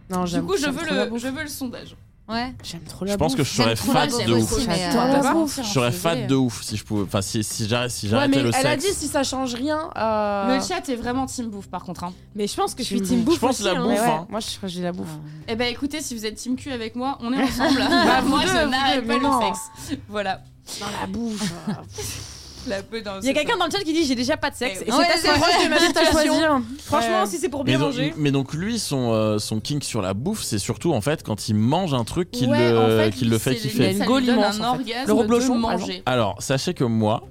Non, Du j'aime- coup, je j'aime veux, trop la le, bouffe. je veux le sondage. hein. Ouais. J'aime trop la Je pense que bouffe. je serais J'aime trop fat la de bouffe ouf. aussi, mais, euh, J'adore la bouffe. hein. Je serais fat de ouf si je pouvais. Enfin, si, si j'arrêtais si Ouais, j'arrêtais mais le elle a sexe. dit si ça change rien. euh, Le chat est vraiment team bouffe par contre. hein. Mais je pense que je Tu suis me- team je bouffe. pense aussi, la hein. Ouais, bouffe. ouais, hein. Moi, je crois que j'ai la bouffe. Eh ben écoutez, si vous êtes team cul avec moi, on est ensemble. bah, vous moi deux, je vous n'arrête deux, pas mais le non. sexe. Voilà. Dans la bouffe. La peu dans Il y a quelqu'un dans le chat qui dit j'ai déjà pas de sexe. Ouais, Et ouais, c'est assez c'est proche de ma T'as situation. Franchement, Ouais. si c'est pour Mais bien donc, manger. mais donc lui, son, euh, son kink sur la bouffe, c'est surtout en fait quand il mange un truc qu'il Ouais, le, en fait, qu'il le fait c'est les- Il y a kiffer. une ça lui gaule donne immense, un en fait. orgasme Le reblochon, de par manger. Alors, sachez que moi,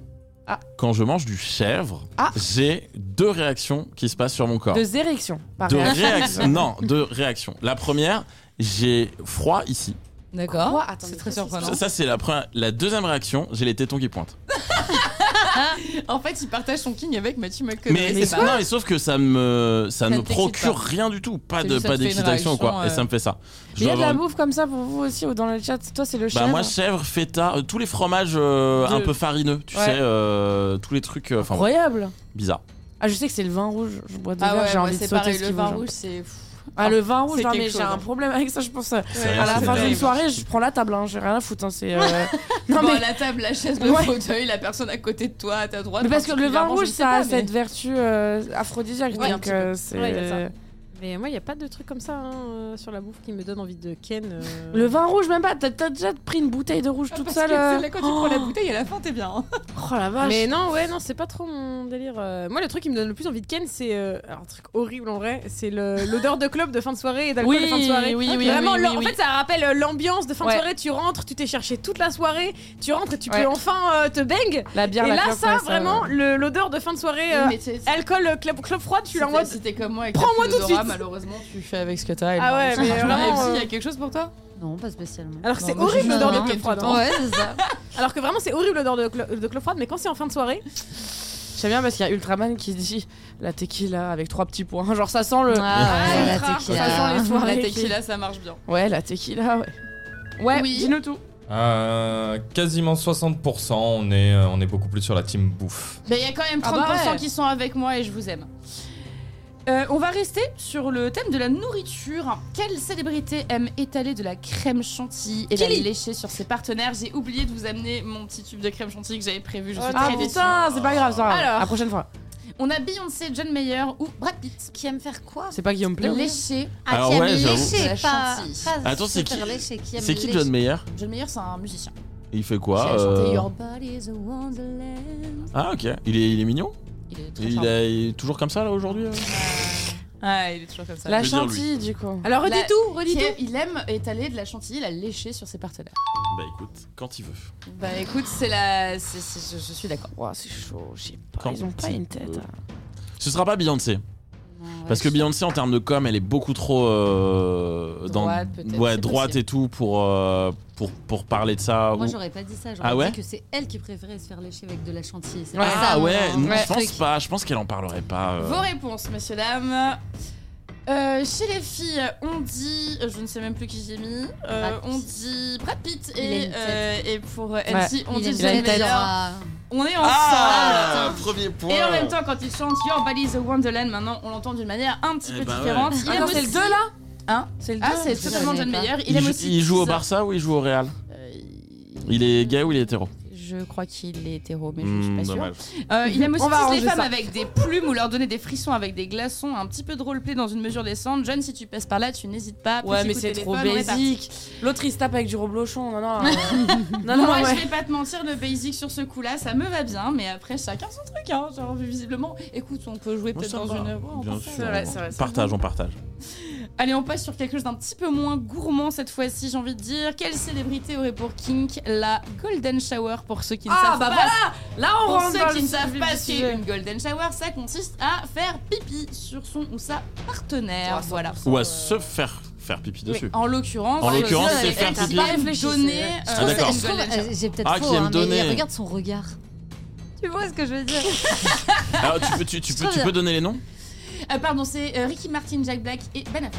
Ah. quand je mange du chèvre, Ah. j'ai deux réactions qui se passent sur mon corps. Deux érections. par De réaction. réaction. non, deux réactions. La première, j'ai froid ici. D'accord. Quoi Attends, C'est mais très qu'est-ce que surprenant. Ça, ça, c'est la première. La deuxième réaction, j'ai les tétons qui pointent. En fait, il partage son king avec Mathieu Mais, McConaughey. mais c'est non, mais sauf que ça me Ça ça ne ne me t'excite procure pas. rien du tout, pas C'est de juste, ça pas te fait une d'excitation ou quoi, et réaction, euh. ça me fait ça. Il y dois a de la avoir- bouffe comme ça pour vous aussi ou dans le chat Toi, c'est le Bah chèvre. moi chèvre, feta, euh, tous les fromages euh, De- un peu farineux, tu Ouais. sais, euh, tous les trucs, euh, enfin bon, Incroyable. bizarre. Ah, je sais que c'est le vin rouge. Je bois des Ah verres, ouais, j'ai moi, envie de c'est sauter pareil, ce le qui vin vaut, rouge, genre. c'est Ah, le vin rouge, C'est non, quelque mais j'ai chose, un hein. problème avec ça, je pense. euh, C'est rien, À la c'est fin vrai. d'une soirée, je prends la table, hein, j'ai rien à foutre. hein, c'est, euh, Non, Bon, mais la table, la chaise, le Ouais. fauteuil, la personne à côté de toi, à ta droite. Mais parce que le vin particulièrement, rouge, je ne sais ça a pas, mais- cette vertu euh, aphrodisiaque, Ouais, un donc petit peu. euh, c'est. Ouais, il y a ça. Mais moi, il n'y a pas de truc comme ça hein, euh, sur la bouffe qui me donne envie de Ken. euh. Le vin rouge, même pas. T'as t'as déjà pris une bouteille de rouge toute Ah, Parce que seule. euh. celle-là, quand tu prends la bouteille, à la fin, t'es bien. hein. Oh la vache. Mais non, ouais, non, c'est pas trop mon délire. Euh, moi, le truc qui me donne le plus envie de Ken, c'est euh, alors, un truc horrible en vrai, c'est le- l'odeur de club de fin de soirée et d'alcool Oui, de fin de soirée. oui, oui, Vraiment, oui, l'am- oui, en oui. fait, ça rappelle euh, l'ambiance de fin Ouais. de soirée. Tu rentres, tu t'es cherché toute la soirée, tu rentres et tu Ouais. peux enfin euh, te bang. La bière, et la là, clope, ça, ouais, vraiment, ouais. le- l'odeur de fin de soirée, euh, Oui, mais c'est- c'est- alcool, euh, club, club froid, tu si l'as en t'es- mode. Si t'es comme moi, avec Prends-moi la tout de d'odorat, suite. Malheureusement, tu fais avec ce que t'as. et bah, Ah ouais, malheureusement, mais ça marche pas. vraiment, Et psy, euh, y a quelque chose pour toi Non, pas spécialement. Alors que Non, c'est moi, horrible je- l'odeur je- de club froid. hein. Ouais, c'est ça. Alors que vraiment, c'est horrible l'odeur de, clo- de club froid, mais quand c'est en fin de soirée, J'aime bien parce qu'il y a Ultraman qui dit la tequila avec trois petits points. Genre ça sent le. Ah, la la ultra. tequila. Ça sent les soirées. La qui- tequila, ça marche bien. Ouais, la tequila, ouais. Ouais, Oui. dis-nous tout. Euh, quasiment 60%, on est, euh, on est beaucoup plus sur la team bouffe. Mais il y a quand même 30% Ah bah ouais. qui sont avec moi et je vous aime. Euh, on va rester sur le thème de la nourriture. Quelle célébrité aime étaler de la crème chantilly et la lécher sur ses partenaires J'ai oublié de vous amener mon petit tube de crème chantilly que j'avais prévu. Je suis Ah très déçue. putain, c'est pas grave, ça va. Alors. La prochaine fois. On a Beyoncé, John Mayer ou Brad Pitt. Qui aime faire quoi C'est pas Guillaume Play. Lécher. Ah, Alors qui aime ouais, j'avoue. lécher, La pas- chantilly. pas Attends, se c'est qui- faire lécher, qui aime C'est qui lécher. John Mayer John Mayer, c'est un musicien. Il fait J'ai quoi chanté euh, Your Body's a Wonderland. Ah ok, il est, il est mignon Il est très il, charmant. est- il est toujours comme ça là aujourd'hui euh Ah, il est toujours comme ça. La Je veux dire, lui. chantilly, du coup. alors redis La- tout, redis tout. Il aime étaler de la chantilly, la lécher sur ses partenaires. Bah écoute, quand il veut. Bah écoute, c'est la. c'est- c'est- je, je suis d'accord. Ouah, c'est chaud, je sais pas. Quand Ah, Ils ont pas tu une tête. veux. hein. Ce sera pas Beyoncé. Non, ouais, Parce que Beyoncé, en termes de com, elle est beaucoup trop euh, dans- Droite, peut-être, ouais, c'est droite possible. et tout pour, euh, pour, pour parler de ça. Moi, ou- j'aurais pas dit ça. J'aurais Ah ouais dit que c'est elle qui préférait se faire lécher avec de la chantilly. C'est Ah pas ça, ouais, mon- non, mon je pense truc. pas, je pense qu'elle en parlerait pas. euh. Vos réponses, messieurs, dames. Euh, chez les filles, on dit. Je ne sais même plus qui j'ai mis. Euh, Brad Pitt. on dit Brad Pitt Il a et, une euh, et pour euh, Ouais. Elsie, on Il dit aime John bien Mayer. dire, ah, On est ensemble. Ah, premier point. et en même temps, quand il chante Your Body's a Wonderland, maintenant on l'entend d'une manière un petit Eh peu bah ouais. différente. Il Ah aime non, c'est le aussi- 2 là Hein C'est le 2 Ah, c'est je totalement savais John pas. Meyer. Il, il, aime jou- aussi. il joue au Pizza. Barça ou il joue au Real Euh, il- Il est gay ou il est hétéro Je crois qu'il est Oh, hétéro, Oh, mais je Hmm, ne suis pas dommage. sûre. Euh, il aime aussi On va toutes les arranger femmes ça. avec des plumes ou leur donner des frissons avec des glaçons, un petit peu de roleplay dans une mesure décente. John, si tu passes par là, tu n'hésites pas. Ouais, Petit mais coup de c'est trop téléphone, on est parti. basique. L'autre il se tape avec du reblochon. Non, non. euh, non, non, Moi, ouais. je vais pas te mentir, le basic sur ce coup-là, ça me va bien, mais après, chacun son truc. Hein. Genre, visiblement, écoute, on peut jouer Moi, peut-être ça dans me va. une. Ouais, on Bien peut sûr. faire. C'est vrai, c'est vrai, c'est partage, on partage. Allez, on passe sur quelque chose d'un petit peu moins gourmand cette fois-ci, j'ai envie de dire. Quelle célébrité aurait pour Kink la Golden Shower pour ceux qui ne Ah, savent bah pas Là, on Pour rentre dans ceux qui le ne savent vif pas du ce qu'est sujet. une golden shower, ça consiste à faire pipi sur son ou sa partenaire. Ouais, voilà. Ou à se faire faire pipi dessus. En l'occurrence, En euh, l'occurrence, ça, c'est elle faire n'a pipi. Ah, pas Ah, donné. Je euh, trouve d'accord. ça- je trouve- une golden euh, J'ai peut-être Ah, faux, qui aime hein, mais donner. il regarde son regard. Tu vois ce que je veux dire Alors, Ah, tu peux, tu, tu peux, Trop tu peux bien. donner les noms shower. Euh, pardon, c'est euh, Ricky Martin, Jack Black et Ben Affleck.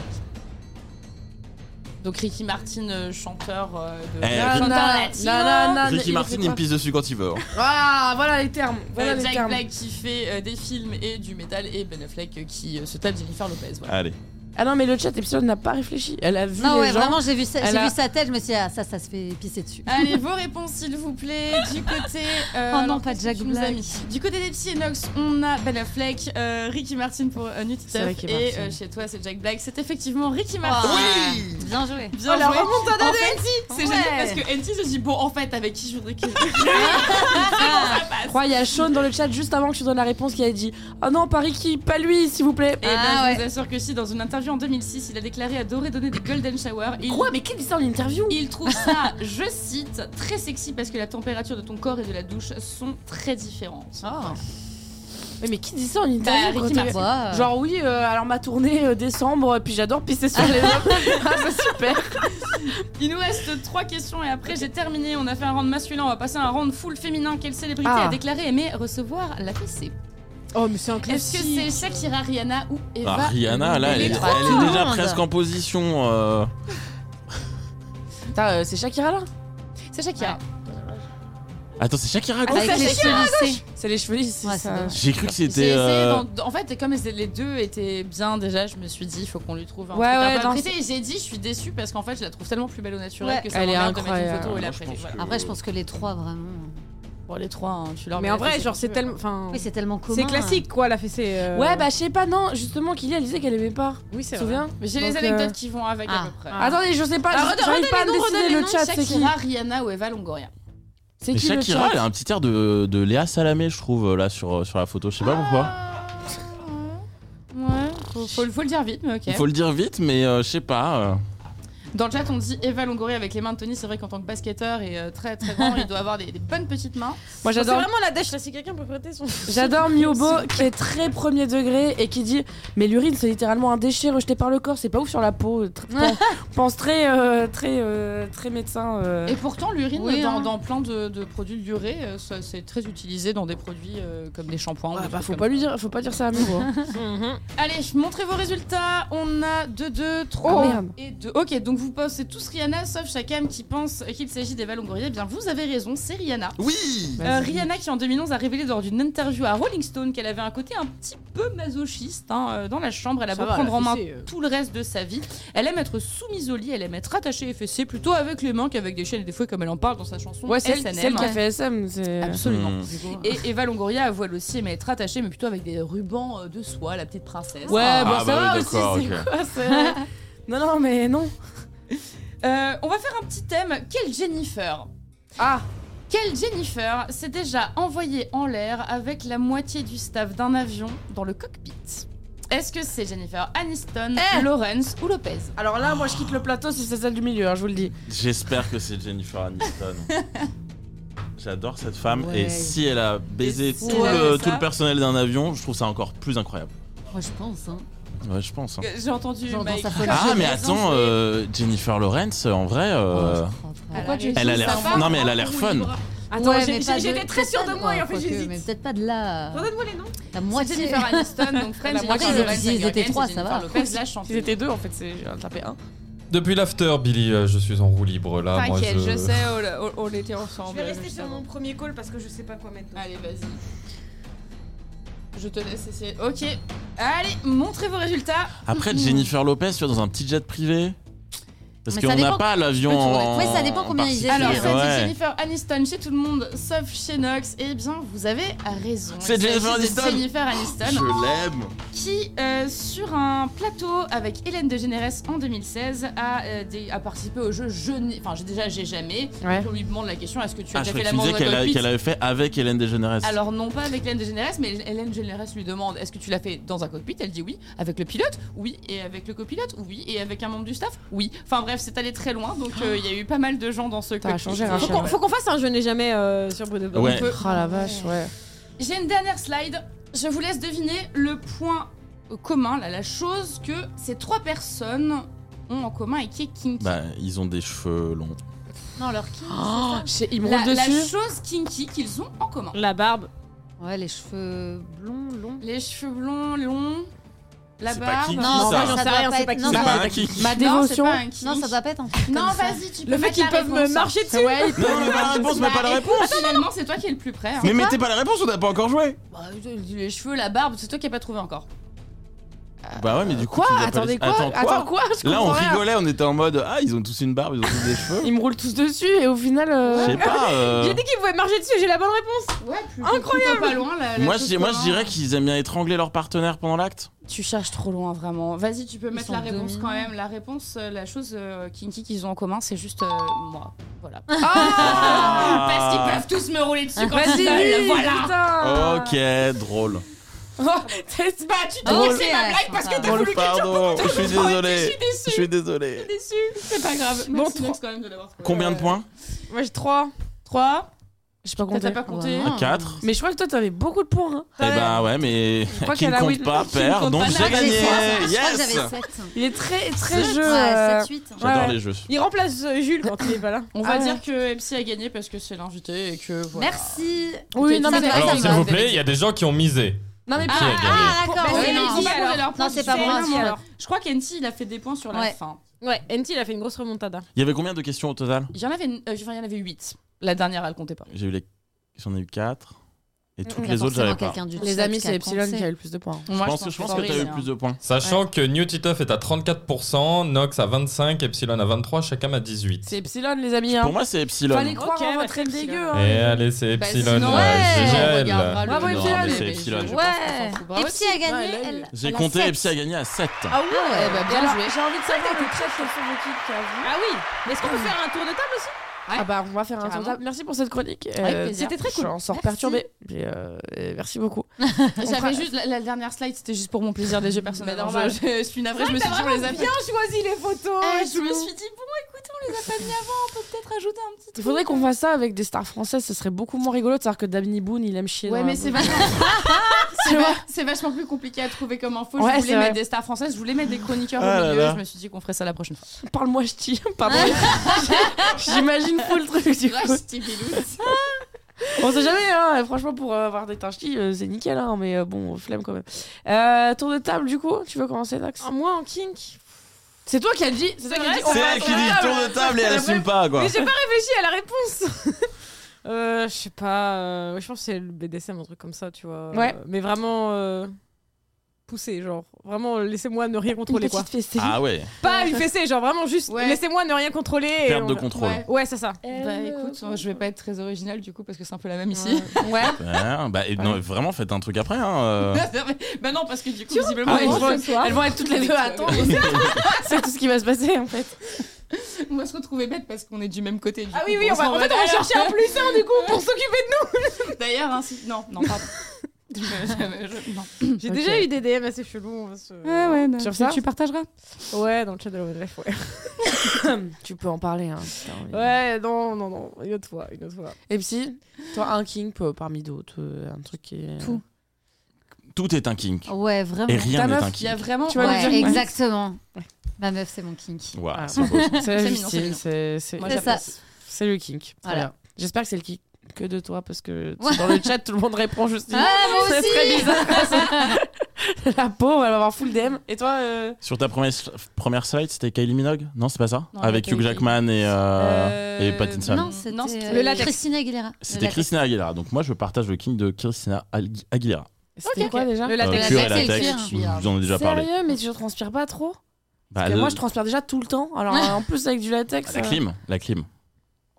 Donc Ricky Martin, euh, chanteur euh, de. Eh, chanteur Non, latino. non, Ah, non, non, Ricky il Martin, fait il me quoi pisse dessus quand il veut. hein. Voilà, Ah, voilà les termes. Voilà Euh, les Jack termes. Black qui fait euh, des films et du métal et Ben Affleck euh, qui euh, se tape Jennifer Lopez. Voilà. Allez. Ah non, mais le chat Epsilon n'a pas réfléchi. Elle a vu Non, les ouais, gens. vraiment, j'ai vu, ça- elle j'ai a- vu sa tête, je me suis dit, ah, ça, ça se fait pisser dessus. Allez, vos réponses, s'il vous plaît. Du côté. euh, Oh non, alors, pas qu'est-ce Jack que tu nous as Black. mis Du côté des petits Enox, on a Ben Affleck, euh, Ricky Martin pour euh, Nutty C'est Tuff, Ricky Et Martin. euh, chez toi, c'est Jack Black. C'est effectivement Ricky Martin. Oui Oh, Bien joué. Bien Oh, la joué. remontada En de fait, C'est Ouais. génial parce que NT se dit bon, en fait, avec qui je voudrais que. Je crois il y a Sean dans le chat juste avant que tu donnes la réponse qui a dit Ah non, pas Ricky, pas lui, s'il vous plaît. Et Ah, ben, je vous assure que si, dans une interview en 2006, il a déclaré adorer donner des Golden Shower. Il Quoi, mais qui dit ça en interview Il trouve ça, je cite, très sexy parce que la température de ton corps et de la douche sont très différentes. Ah. Mais, mais qui dit ça en Bah, interview Ricky quand Martin. Wow. Genre oui, euh, alors ma tournée euh, décembre, euh, puis j'adore pisser sur les hommes. ah c'est super. Il nous reste trois questions et après j'ai terminé. On a fait un round masculin, on va passer à un round full féminin. Quelle célébrité Ah. a déclaré aimer recevoir la PC Oh, mais c'est un Est-ce que c'est Shakira, Rihanna ou Eva Ah, Rihanna, là, elle, Les est, trois. elle est déjà monde. presque en position. euh, Putain, euh, c'est Shakira là C'est Shakira. Attends, c'est Shakira quoi Ah, Avec c'est les chiant, cheveux lissés. C'est les cheveux lisses. Ouais, c'est ça. c'est dommage. J'ai cru que J'ai c'était. essayé euh, d'en- en fait, comme les deux étaient bien déjà, je me suis dit il faut qu'on lui trouve un Ouais, truc ouais, un peu dans apprêté. Et j'ai dit je suis déçue parce qu'en fait je la trouve tellement plus belle au naturel Ouais. que ça Elle est m'emmerde de mettre une incroyable. photo et Moi, la Ah, je prêter. pense Voilà. que- Après, je pense que les trois, vraiment. Bon, les trois, hein, tu leur Mais mets en la vrai, fessée genre, quand c'est tu veux. tellement. Enfin, Oui, c'est tellement commun. c'est classique, quoi, la fessée. euh. Ouais, bah je sais pas, non, justement, Kylian, elle disait qu'elle aimait pas. oui, c'est Tu te vrai. souviens Mais j'ai les Donc, anecdotes euh, qui vont avec à ah. peu près. Ah. Attendez, je sais pas, Ah, j'arrive pas à me décider le chat, c'est qui Shakira, Rihanna ou Eva Longoria. C'est Mais qui le Shakira, chat elle a un petit air de, de Léa Salamé, je trouve, euh, là, sur, sur la photo. Je sais Ah. pas pourquoi. Ouais, faut, faut le- faut le dire vite, mais ok. Faut le dire vite, mais euh, je sais pas. euh. Dans le chat, on dit Eva Longoria avec les mains de Tony. C'est vrai qu'en tant que basketteur et euh, très très grand, il doit avoir des, des bonnes petites mains. Moi C'est j'adore vraiment la dèche, là, si quelqu'un peut prêter son. J'adore Miobo qui est très premier degré et qui dit mais l'urine c'est littéralement un déchet rejeté par le corps c'est pas ouf sur la peau Tr- pen- pense très euh, très euh, très médecin euh. Et pourtant, l'urine, Oui, dans, hein. dans plein de, de produits lurés, euh, ça- c'est très utilisé dans des produits euh, comme des shampoings. ou Ah, des bah, trucs faut comme pas lui dire faut pas dire ça à Miobo hein. Mhm. Allez, montrez vos résultats. On a 2, 2, 3 Ah, merde. et 2. Ok, donc vous pensez tous Rihanna, sauf Chakam qui pense qu'il s'agit d'Eva Longoria. Eh bien, vous avez raison, c'est Rihanna. Oui Euh, Rihanna qui en 2011 a révélé lors d'une interview à Rolling Stone qu'elle avait un côté un petit peu masochiste hein, euh, dans la chambre. Elle a Ça beau va, prendre la en main fessée, euh. tout le reste de sa vie. Elle aime être soumise au lit, elle aime être attachée et fessée plutôt avec les mains qu'avec des chaînes et des fouets comme elle en parle dans sa chanson. ouais c'est SNM. elle- c'est elle qui a fait SM Ah, c'est Absolument. Mm. Et Eva Longoria avoue elle aussi mais être attachée, mais plutôt avec des rubans euh, de soie, la petite princesse. ouais Ah, bon bah ça oui, va d'accord, aussi c'est ok. quoi c'est- non non mais non Euh, on va faire un petit thème. Quelle Jennifer ah Quelle Jennifer s'est déjà envoyée en l'air avec la moitié du staff d'un avion dans le cockpit Est-ce que c'est Jennifer Aniston, Eh Euh, Lawrence ou Lopez alors là moi je quitte le plateau si c'est celle du milieu hein, je vous le dis J'espère que c'est Jennifer Aniston. J'adore cette femme Ouais. et si elle a baisé Et tout, si elle avait le, ça tout le personnel d'un avion, je trouve ça encore plus incroyable. Moi, je pense. hein. Ouais, je pense. hein. J'ai entendu Genre dans Mike. sa folie. Ah, mais J'ai raison, attends, euh, Jennifer Lawrence, en vrai, euh, Oh, je crois pas. Pourquoi Elle a Jennifer elle a l'air. ça part Non, mais elle a en l'air roue fun. libre Attends, Ouais, j'ai- mais pas j'ai- j'étais de- très sûre de peut-être moi pas, et en fait quoique, j'hésite. Mais peut-être pas de la, Redonne-moi les noms. la C'est moitié. Jennifer Aniston, donc La moitié, Friends, Jennifer ils Lawrence, étaient- ils Jennifer étaient trois, Aniston, ça va. Jennifer Lopez, la chanteuse. ils étaient deux en fait c'est j'en tapais un Depuis l'after, Billy, euh, je suis en roue libre Ah, là. Moi, T'inquiète, je sais, on, on- on était ensemble. Je vais rester juste sur avant. mon premier call parce que je sais pas quoi mettre. Allez, vas-y. Je te laisse essayer. Ok. Allez, montrez vos résultats. Après, Jennifer Lopez, tu vois, dans un petit jet privé. Parce Mais ça qu'on n'a dépend- pas l'avion tu peux tourner. en. Ouais, ça dépend en combien ils particulier. aient. Alors, ça Ouais. dit Jennifer Aniston chez tout le monde, sauf chez Nox. Eh bien, vous avez raison. C'est Il s'agit Jennifer de Aniston. Jennifer Aniston, Je l'aime. qui, euh, sur un plateau avec Hélène DeGeneres en 2016, a, euh, des- a participé au jeu Je n'ai. Enfin, j'ai déjà, j'ai jamais. Ouais. On lui demande la question est-ce que tu as Ah, je déjà croyais fait que tu l'amour disais dans qu'elle le a- cockpit qu'elle avait fait avec Hélène DeGeneres. Alors non pas avec Hélène DeGeneres, mais Hélène DeGeneres lui demande est-ce que tu l'as fait dans un cockpit Elle dit oui. Avec le pilote Oui. Et avec le copilote Oui. Et avec un membre du staff Oui. Enfin bref, c'est allé très loin, donc euh, il y a eu pas mal de gens dans ce T'as cockpit. changé, Faut Rachel. qu'on- faut qu'on fasse un je n'ai jamais euh, sur Bruno Blanc. Ouais. On peut- oh la vache ouais J'ai une dernière slide. Je vous laisse deviner le point commun, là, la chose que ces trois personnes ont en commun et qui est kinky. Bah, ils ont des cheveux longs. Non, leur kinky. oh, je sais, il me la, roule la dessus chose kinky qu'ils ont en commun. La barbe. Ouais, les cheveux blonds, longs. Les cheveux blonds, longs, la C'est pas barbe. kinky, Non, ça. ça j'en sais doit rien, pas c'est pas être- qui non, Bah, C'est ça- pas un kick. ma Non, c'est dévotion pas un kinky. Non, ça doit pas être un truc Non, comme ça. vas-y, tu peux Le fait mettre qu'ils la peuvent me réponse. marcher dessus. ouais Non, mais pas la réponse, mais pas la réponse. écoute, Finalement, c'est toi qui es le plus près. hein. Mais mettez pas la réponse, on n'a pas encore joué. Bah, les cheveux, la barbe, c'est toi qui n'as pas trouvé encore. Bah ouais, mais du coup, Quoi tu dois pas Attendez les- quoi Attends, quoi Attends, Je Là, on comprends rien. rigolait, on était en mode Ah, ils ont tous une barbe, ils ont tous des cheveux. Ils me roulent tous dessus et au final. Je euh, sais pas. euh, J'ai dit qu'ils pouvaient marcher dessus, j'ai la bonne réponse. Ouais, plus Incroyable. pas loin. La, la Moi, chose hein. je, moi, qu'on je a. dirais qu'ils aiment bien étrangler leur partenaire pendant l'acte. Tu cherches trop loin, vraiment. Vas-y, tu peux mettre sont la réponse dominants. quand même. La réponse, euh, la chose euh, kinky qu'ils ont en commun, c'est juste euh, moi. Voilà. Ah Parce qu'ils peuvent tous me rouler dessus quand ils veulent. Vas-y, Voilà. putain Ok, drôle. hein. C'est bah, tu Drôle. Donc, c'est ma blague parce Ah, que t'as Drôle, voulu que pardon. Je suis Je désolé. suis déçue. Je suis désolé. Je suis déçue. C'est pas grave. Bon, Bon, trois- quand même de l'avoir trouvé. Combien de points Moi j'ai 3. 3. J'ai pas T'as compté. pas compté Ah, 4. Mais je crois que toi t'avais beaucoup de points. hein. Eh ben ouais, mais crois qui qu'elle ne a compte win- pas qui ne perd, compte donc pas, j'ai non, J'avais gagné. sept, Je crois que Yes. j'avais 7. Il est très très jeu. euh, 7, 8. J'adore Ouais. les jeux. Il remplace euh, Jules quand il est pas là. On va Ah ouais. dire que MC a gagné parce que c'est l'invité et que voilà. Merci. Oui, non Ça mais va, Alors, ça s'il va. vous plaît, il y a des gens qui ont misé. non mais Qui pas- a gagné Ah, d'accord. Bah, oui, c'est non. Mehdi, alors. Non, c'est pas moi. Mehdi, alors. Je crois qu'Enty il a fait des points sur la Ouais. fin. Ouais, NT il a fait une grosse remontada. Il y avait combien de questions au total Il y en avait, euh, enfin, il y en avait 8. La dernière elle comptait pas. J'ai eu les. J'en ai eu 4. Et toutes Il y a les autres, forcément j'avais pas. quelqu'un du Les chat amis, qui c'est a Epsilon pensé. qui a eu le plus de points. Je pense, je pense que t'as eu Boris, plus hein. de points. Sachant que New Titeuf est à 34%, Nox à 25%, Epsilon à 23%, chacun à 18%. C'est Epsilon, les amis. Hein. Pour moi, c'est Epsilon. Fallait croire Ok, en bah, votre c'est aile dégueu. Epsilon. hein. Et allez, c'est Bah, Epsilon. sinon, euh, ouais, on GGL. regardera le Bravo, nom. Epsilon. Non, mais c'est Mais Epsilon, je- je je pense. pense qu'on s'en fout. Bravo, Epsi a gagné. Ouais, elle- elle- J'ai elle a compté, sept. Epsi a gagné à 7. Ah ouais, ouais. Eh ben, bien Alors, joué. J'ai envie de savoir le trèfle sur vos kits qui a vu. Ah oui Mais est-ce qu'on peut faire un tour de table aussi Ah bah on va faire un tour de Carrément. table. Merci pour cette chronique. Euh, plaisir. C'était très cool. On sort Merci. perturbé. Puis, euh, et merci beaucoup. J'avais juste la, la dernière slide, c'était juste pour mon plaisir des jeux personnels. Mais Je- normal. Je, je suis navrée, je me suis dit on les a fait. choisi Ah, les photos Eh, je me suis dit bon, écoute, on les a pas mis avant, on peut peut-être ajouter un petit. Il faudrait qu'on fasse ça avec des stars françaises. Ce serait beaucoup moins rigolo de savoir que Damini Boone il aime chier. Ouais, dans mais la c'est boue. vachement. c'est va- c'est vachement plus compliqué à trouver comme info. Ouais, je c'est voulais vrai. mettre des stars françaises, je voulais mettre des chroniqueurs Ah au là milieu. là. Je me suis dit qu'on ferait ça la prochaine fois. Parle-moi je t'y. Pardon. J'imagine fou le truc du coup. Rush, Stevie Lou. On sait jamais. Hein. Franchement pour euh, avoir des teintes ch'tis, euh, c'est nickel. Hein. Mais euh, bon flemme quand même. Euh, tour de table du coup. Tu veux commencer Dax Ah, Moi en kink C'est toi qui as dit. C'est toi qui as dit. vrai, on C'est va- elle on qui va- dit tour de table et elle assume pas, quoi. Mais j'ai pas réfléchi à la réponse Euh, je sais pas, euh, ouais, je pense que c'est le BDSM, un truc comme ça, tu vois. Ouais. Mais vraiment euh, poussé, genre. Vraiment, euh, laissez-moi ne rien Une contrôler, quoi. petite fessée. Ah ouais, Pas une fessée, genre vraiment juste Ouais. laissez-moi ne rien contrôler. et perte de on- contrôle. Ouais. Ouais, c'est ça. Euh, Bah écoute, je vais pas être très originale du coup parce que c'est un peu la même ici. Ouais. Ouais, bah, et non, vraiment, faites un truc après. Hein. euh. bah non, parce que du coup, visiblement, Ah, on- ils vont- Elles vont être toutes les deux à attendre. C'est tout ce qui va se passer en fait. on va se retrouver bête parce qu'on est du même côté. du Ah coup, oui, oui, on va, en fait, on va derrière. chercher un plus un, du coup, pour s'occuper de D'ailleurs, hein, si- non, non, pardon. Je- je- je- non. nous. J'ai déjà eu des DM assez chelous. on va se- Ah Sur ça partageras Ouais, dans le chat de la One Life, ouais. Tu peux en parler. Hein, si t'as envie. Ouais, non, non, non, une autre fois, une autre fois. Et psy, toi, un king peut- parmi d'autres, euh, un truc qui est. Tout. Tout est un kink. Ouais, vraiment. Et Ta rien n'est meuf, un Il y a kink. vraiment. Tu vois, Ouais, le dire. exactement. Ma meuf, c'est mon kink. Ouah, Ah. c'est pas possible. C'est la C'est mignon, Justine, c'est mignon. c'est c'est- Moi, C'est j'appelle ça. c'est le king. Très Voilà. bien. J'espère que c'est le king que de toi parce que tu sais, Ouais. dans le chat tout le monde répond Justine. Ah, moi Ça serait aussi bizarre. la pauvre, elle va avoir full DM. Et toi, euh, Sur ta première, sl- première slide, c'était Kylie Minogue Non, c'est pas ça Non, Avec c'était Hugh Jackman et, euh, et Pattinson. Non, Non, c'était c'était- euh, Le latex. Christina Aguilera. Le C'était latex. Christina Aguilera. Donc moi, je partage le kink de Christina Agu- Aguilera. c'était quoi déjà Le Euh, latex. cuir et latex, latex, le je cuir. vous en ai déjà parlé. Sérieux, mais tu ne transpires pas trop Bah, Parce que le- Moi, je transpire déjà tout le temps. Alors, euh, en plus, avec du latex. la euh, clim, la clim.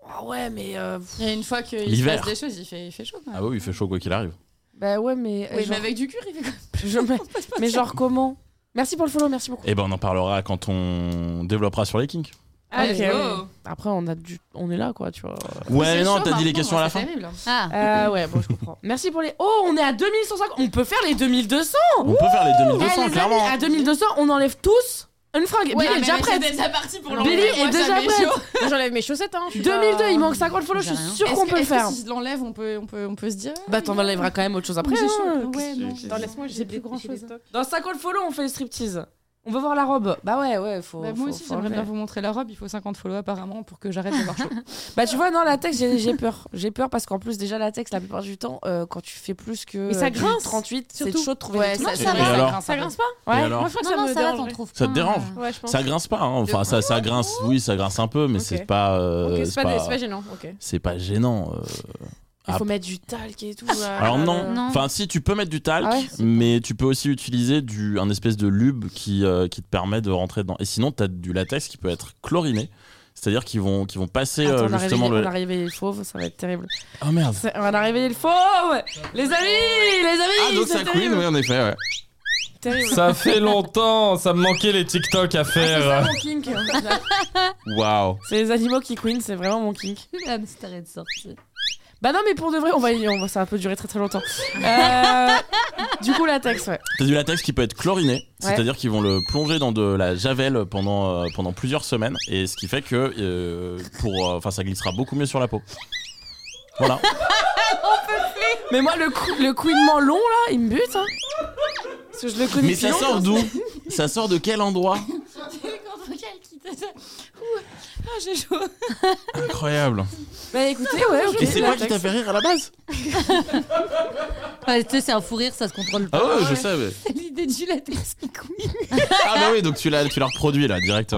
ah ouais, mais. euh, pff, Il y a une fois qu'il se L'hiver. passe des choses, il fait, il fait chaud quand même. Ah oui, il fait chaud quoi qu'il arrive. Bah ouais, mais. euh, Oui, mais genre- avec du cuir, il fait quoi je- mais- mais genre, comment Merci pour le follow, merci beaucoup. Et ben on en parlera quand on développera sur les kinks. Ah, Allez, Ouais, allez. oh. Après, on, a du... on est là, quoi, tu vois. Ouais, C'est mais chaud non, t'as dit les maintenant, questions à moi, la c'est fin. terrible. Ah, Euh, ouais, bon, je comprends. Merci pour les. Oh, on est à 2150. On peut faire les 2200. On peut faire les Eh, 2200, les amis, clairement. à 2200, on enlève tous une fringue. Billy Ouais, est mais déjà mais prête. c'est déjà parti pour Billy l'enlever, est moi, déjà j'avais chaud. prête. Moi, J'enlève mes chaussettes, hein. je suis 2002, pas- il manque 50 follow. Je suis J'ai rien. sûre Est-ce qu'on que- peut le est-ce que faire. Si je l'enlève, on peut, on peut, on peut se dire. ah, Bah, t'en enlèveras quand même autre chose après. j'ai hein. euh, chaud. Ouais, non. Attends, laisse-moi, j'ai plus grand chose. Dans 50 follow, on fait le striptease. On veut voir la robe. Bah ouais, ouais, Oh, faut. Bah, faut- moi aussi, faut j'aimerais enlever. bien vous montrer la robe. Il faut 50 follow apparemment pour que j'arrête d'avoir chaud. Bah tu vois, non, la texte, j'ai j'ai peur. J'ai peur parce qu'en plus, déjà, la texte, la plupart du temps, euh, quand tu fais plus que. Mais ça euh, du grince, 38, c'est surtout. chaud de trouver des trucs. ça- ça va. alors Ça grince pas Ouais, Et alors moi, je crois que non, ça non, me ça va, t'en dérangerait. trouves Ça pas, te dérange euh, Ouais, je pense. Ça grince pas, hein. enfin ça, ça grince, oui, ça grince un peu, mais c'est Ok. pas, euh, Ok, c'est pas, gênant, ok. c'est pas gênant. euh. Il faut Ah. mettre du talc et tout. Alors non. Non. Enfin si tu peux mettre du talc, Ah ouais, c'est mais tu peux aussi utiliser du un espèce de lube qui euh, qui te permet de rentrer dedans. Et sinon t'as du latex qui peut être chloriné, c'est-à-dire qu'ils vont qu'ils vont passer euh, Attends, on, a réveillé, justement on le. a réveillé le fauve, ça va être terrible. Oh merde. C'est- On a réveillé le fauve Les amis Les amis Ah donc c'est ça terrible. couine, oui en effet. Ouais. terrible. Ça fait longtemps, ça me manquait les TikTok à Ah, c'est ça, faire. mon kink. Waouh. C'est les animaux qui queen, c'est vraiment mon kink. Hamster est de sortie. Bah non, mais pour de vrai, on va y on va, ça va peut durer très très longtemps. Euh, du coup, la texte, ouais. T'as du latex qui peut être chloriné, c'est-à-dire qu'ils vont le plonger dans de la javel pendant, euh, pendant plusieurs semaines, et ce qui fait que euh, pour, euh, enfin, ça glissera beaucoup mieux sur la peau. Voilà. Mais moi, le, cou- le couinement long, là, il me bute, hein. Parce que je le connais Mais ça depuis sort longtemps. d'où Ça sort de quel endroit Ah, j'ai chaud. Incroyable. Bah écoutez, ouais, ok. Et c'est quoi la qui t'a texte. fait rire à la base Ouais, tu sais, c'est un fou rire, ça se contrôle pas. Ah ouais, je savais. L'idée du latex qui couille. Ah bah oui, donc tu l'as, tu l'as reproduit là direct.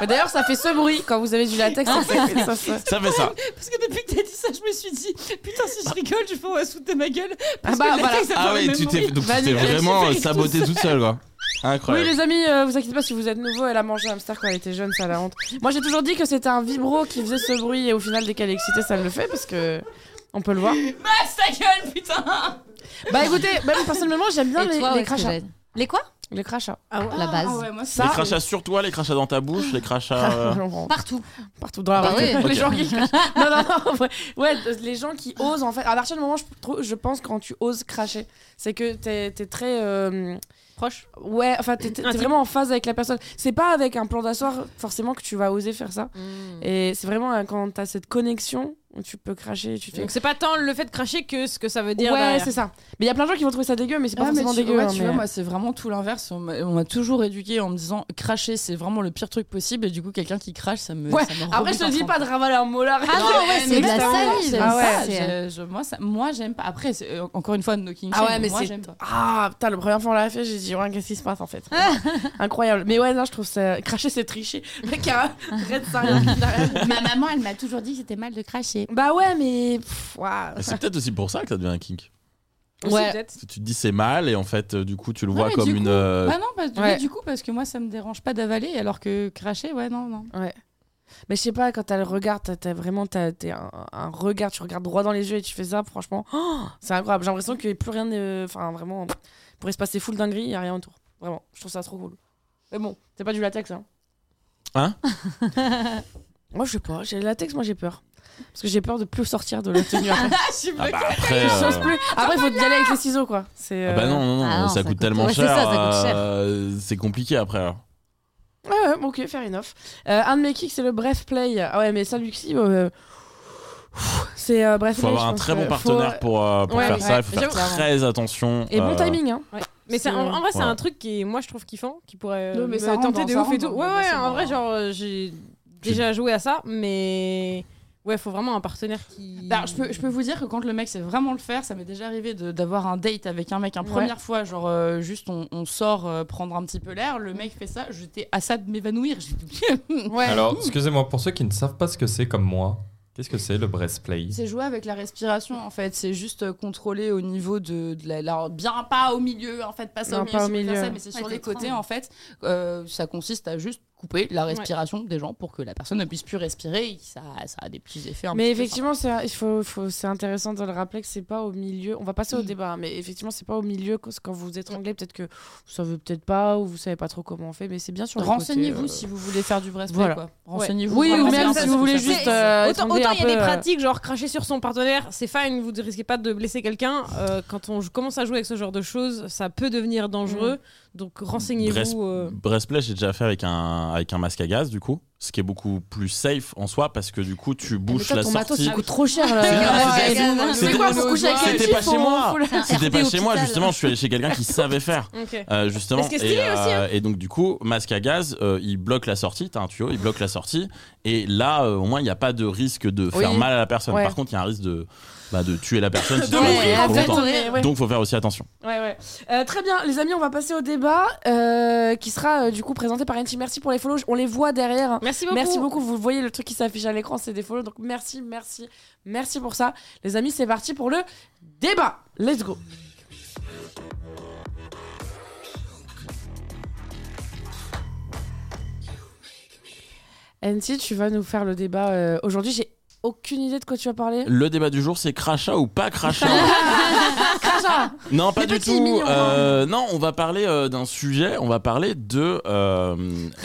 Mais D'ailleurs, ça fait ce bruit quand vous avez du latex. ça fait- ça fait- Ça fait ça. Parce que depuis que t'as dit ça, je me suis dit, putain, si je rigole, je oh, vais pouvoir souder ma gueule. Parce Ah bah, que le voilà. latex, ça Bah. fait Ah le ouais, même tu t'es bruit. donc tu Vas-y, t'es elle s'est vraiment fait euh, sabotée toute seule, quoi. Oui, Incroyable. les amis, euh, vous inquiétez pas si vous êtes nouveau. Elle a mangé un hamster quand elle était jeune, ça la honte. Moi, j'ai toujours dit que c'était un vibro qui faisait ce bruit et au final, dès qu'elle est excitée, ça le fait parce que on peut le voir. Bah, Passe ta gueule, putain Bah écoutez, bah, personnellement, j'aime bien Et les, toi, les ouais, ce que crachats. j'ai- Les quoi Les crachats. La base. Ah ouais, moi, c'est- Ça, Les crachats sur toi, les crachats dans ta bouche, les crachats. euh, Partout. partout dans la Bah rue. oui. les Ok. gens qui crachent. Non, non, non, en vrai. ouais, les gens qui osent en fait. À partir du moment, je, trou- je pense quand tu oses cracher, c'est que t'es es très euh, Proche. ouais, enfin t'es t'es- t'es Intime. vraiment en phase avec la personne. C'est pas avec un plan d'asseoir forcément que tu vas oser faire ça. Et c'est vraiment euh, quand t'as cette connexion où tu peux cracher, et tu fais. Donc c'est pas tant le fait de cracher que ce que ça veut dire. Mm. ouais, derrière. c'est ça. Mais il y a plein de gens qui vont trouver ça dégueu, mais c'est pas Ah, mais forcément tu, dégueu. ouais, hein, tu mais- vois, moi, c'est vraiment tout l'inverse. On m'a on m'a toujours éduqué en me disant cracher, c'est vraiment le pire truc possible. Et du coup, quelqu'un qui crache, ça me. Ouais. ça me Après, je te dis pas de ravaler un molar. Ah non, ouais, c'est de la exactement. salive. Ah ouais. c'est- je- je- moi, ça- moi, j'aime pas. Après, c'est- euh, encore une fois, knocking. Ah ouais, mais moi, c'est- j'aime pas. Ah putain, la première fois on l'a fait, j'ai dit, ouais, qu'est-ce qui se passe en fait Incroyable. Mais ouais, non, je trouve ça. Cracher, c'est tricher. Le Mec, a arrête ça. rien qui n'arrête. Ma maman, elle m'a toujours dit que c'était mal de cracher. bah ouais, mais. pff, waouh. et C'est peut-être aussi pour ça que ça devient un kink. Aussi, Ouais. peut-être. Parce que tu te dis c'est mal et en fait, euh, du coup, tu le vois mais comme du une. coup- euh, Bah non, parce, Ouais. du coup, parce que moi, ça me dérange pas d'avaler, alors que cracher, ouais, non, non. Mais je sais pas, quand t'as le regard, t'as t'as vraiment t'as, t'es un, un regard, tu regardes droit dans les yeux et tu fais ça, franchement, oh, c'est incroyable. J'ai l'impression qu'il n'y a plus rien de. Enfin, vraiment, il pourrait se passer full dinguerie, il n'y a rien autour. Vraiment, je trouve ça trop cool. Mais bon, c'est pas du latex, hein Hein Moi, je sais pas, j'ai le latex, moi j'ai peur. Parce que j'ai peur de plus sortir de la tenue. après. Ah bah après. Je euh, sens plus. Après, il faut y aller avec les ciseaux, quoi. C'est, Ah bah euh, non, non, non, Ah non, ça, ça coûte coûte- tellement ouais, c'est cher. ça, ça coûte cher. euh, c'est compliqué après. alors. Ah, Ouais, ouais, bon, ok, fair enough. Euh, un de mes kicks, c'est le bref play. Ah ouais, mais ça, Luxi, euh, pff, c'est euh, bref Faut play, avoir je un pense très que bon faut- partenaire pour, euh, pour Ouais, faire oui. ça. Il faut Ouais, faire j'avoue. très attention. Et bon euh, timing, hein. Mais ça, C'est- en, en vrai, c'est Ouais. un truc qui est, moi, je trouve kiffant, qui pourrait euh, Oui, mais me ça rentre tenter dans- de ça ouf et rentre tout. dans- Ouais, dans- ouais, dans- en vrai, genre, euh, j'ai déjà joué à ça, mais ouais, faut vraiment un partenaire qui. Bah, je, peux, je peux vous dire que quand le mec sait vraiment le faire, ça m'est déjà arrivé de- d'avoir un date avec un mec, une Ouais. première fois, genre euh, juste on, on sort euh, prendre un petit peu l'air, le mec fait ça, j'étais à ça de m'évanouir. J'ai dit, Ouais. Alors, excusez-moi, pour ceux qui ne savent pas ce que c'est comme moi, qu'est-ce que c'est le breastplay C'est jouer avec la respiration en fait, c'est juste euh, contrôler au niveau de, de la, la- Bien pas au milieu en fait, pas ça Non, au milieu, pas si au vous voulez milieu. faire ça, mais c'est Ouais, sur t'es les côtés étrange. en fait. Euh, ça consiste à juste couper la respiration des gens pour que la personne ne puisse plus respirer, et ça, ça a des petits effets un Mais petit peu effectivement, c'est il faut, faut- c'est intéressant de le rappeler que c'est pas au milieu. On va passer au débat, hein, mais effectivement, c'est pas au milieu que- quand vous vous étranglez. Peut-être que vous savez peut-être pas ou vous savez pas trop comment on fait, mais c'est bien sur le Renseignez-vous côté, euh, si vous voulez faire du breastplay. Voilà. quoi. Renseignez-vous. Oui, vraiment ou bien même parce si que vous voulez ça- juste. c'est- euh, Autant étrangler autant un il y a des peu, euh, pratiques, genre cracher sur son partenaire, c'est fine, vous ne risquez pas de blesser quelqu'un. Euh, quand on commence à jouer avec ce genre de choses, ça peut devenir dangereux. Donc Brest- renseignez-vous. euh, Breastplay, j'ai déjà fait avec un, avec un masque à gaz, du coup. Ce qui est beaucoup plus safe en soi parce que du coup, tu Ah, Mais bouches toi, la ton matos, sortie. il coûte trop cher. Ah, là. c'est- Ouais. C'est quoi pour coucher avec C'était quelqu'un pas chez moi. C'était pas RD chez moi, hôpital. justement. Je suis allé chez quelqu'un qui savait faire. ok. Euh, justement. Parce que et, stylé aussi, euh, et donc, du coup, masque à gaz, euh, il bloque la sortie. T'as un tuyau, il bloque la sortie. Et là, euh, au moins, il n'y a pas de risque de faire Oui. mal à la personne. Ouais. Par contre, il y a un risque de, bah, de tuer la personne si tu Ouais, la laisses en trop fait, longtemps. on est- ouais. Donc, faut faire aussi attention. Ouais, ouais. Euh, très bien, les amis, on va passer au débat euh, qui sera euh, du coup présenté par Enti. Merci pour les follow. On les voit derrière. hein. Merci beaucoup. Merci beaucoup. Vous voyez le truc qui s'affiche à l'écran, c'est des follow. Donc merci, merci, merci pour ça. Les amis, c'est parti pour le débat. Let's go. Enti, tu vas nous faire le débat euh, aujourd'hui. J'ai aucune idée de quoi tu vas parler. Le débat du jour, c'est crachat ou pas crachat Non, pas Les du petits tout. mignons, hein. Euh, non, on va parler euh, d'un sujet. On va parler de euh,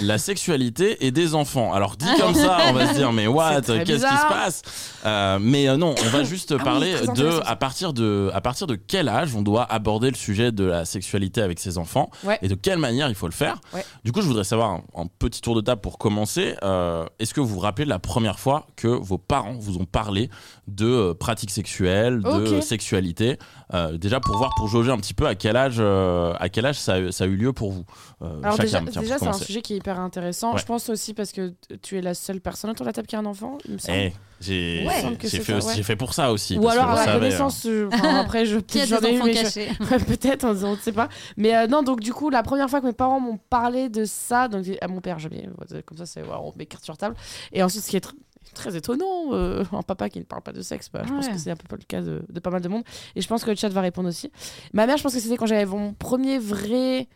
la sexualité et des enfants. Alors dit comme ça, on va se dire mais what C'est très Qu'est-ce qui se bizarre. Ah passe Euh, Mais euh, non, on va juste oui, parler très de intéressant, ça. à partir de à partir de quel âge on doit aborder le sujet de la sexualité avec ses enfants Ouais. et de quelle manière il faut le faire. Ouais. Du coup, je voudrais savoir un, un petit tour de table pour commencer. Euh, Est-ce que vous vous rappelez de la première fois que vos parents vous ont parlé de euh, pratiques sexuelles, de Ok. euh, sexualité euh, déjà pour voir, pour jauger un petit peu à quel âge, euh, à quel âge ça, a- ça a eu lieu pour vous. Euh, Alors chacun, déjà, tiens, pour déjà, c'est un commencer. sujet qui est hyper intéressant. Ouais. Je pense aussi parce que t- tu es la seule personne autour de la table qui a un enfant, il me semble. Eh, j'ai Ouais. j'ai Il semble que fait, c'est ça, aussi- ouais. j'ai fait pour ça aussi. Ou parce que hein. alors je à la savais, connaissance, euh, enfin, après je Qui a des j'en ai eu, enfants mais je- cachés peut-être, on ne sait pas. Mais euh, non, donc du coup, la première fois que mes parents m'ont parlé de ça, donc à mon père, je l'ai- comme ça, c'est ouais, on met carte sur table. Et ensuite, ce qui est tr- très étonnant, euh, un papa qui ne parle pas de sexe, bah, je pense Ouais. que c'est un peu pas le cas de, de pas mal de monde. Et je pense que le chat va répondre aussi. Ma mère, je pense que c'était quand j'avais mon premier vrai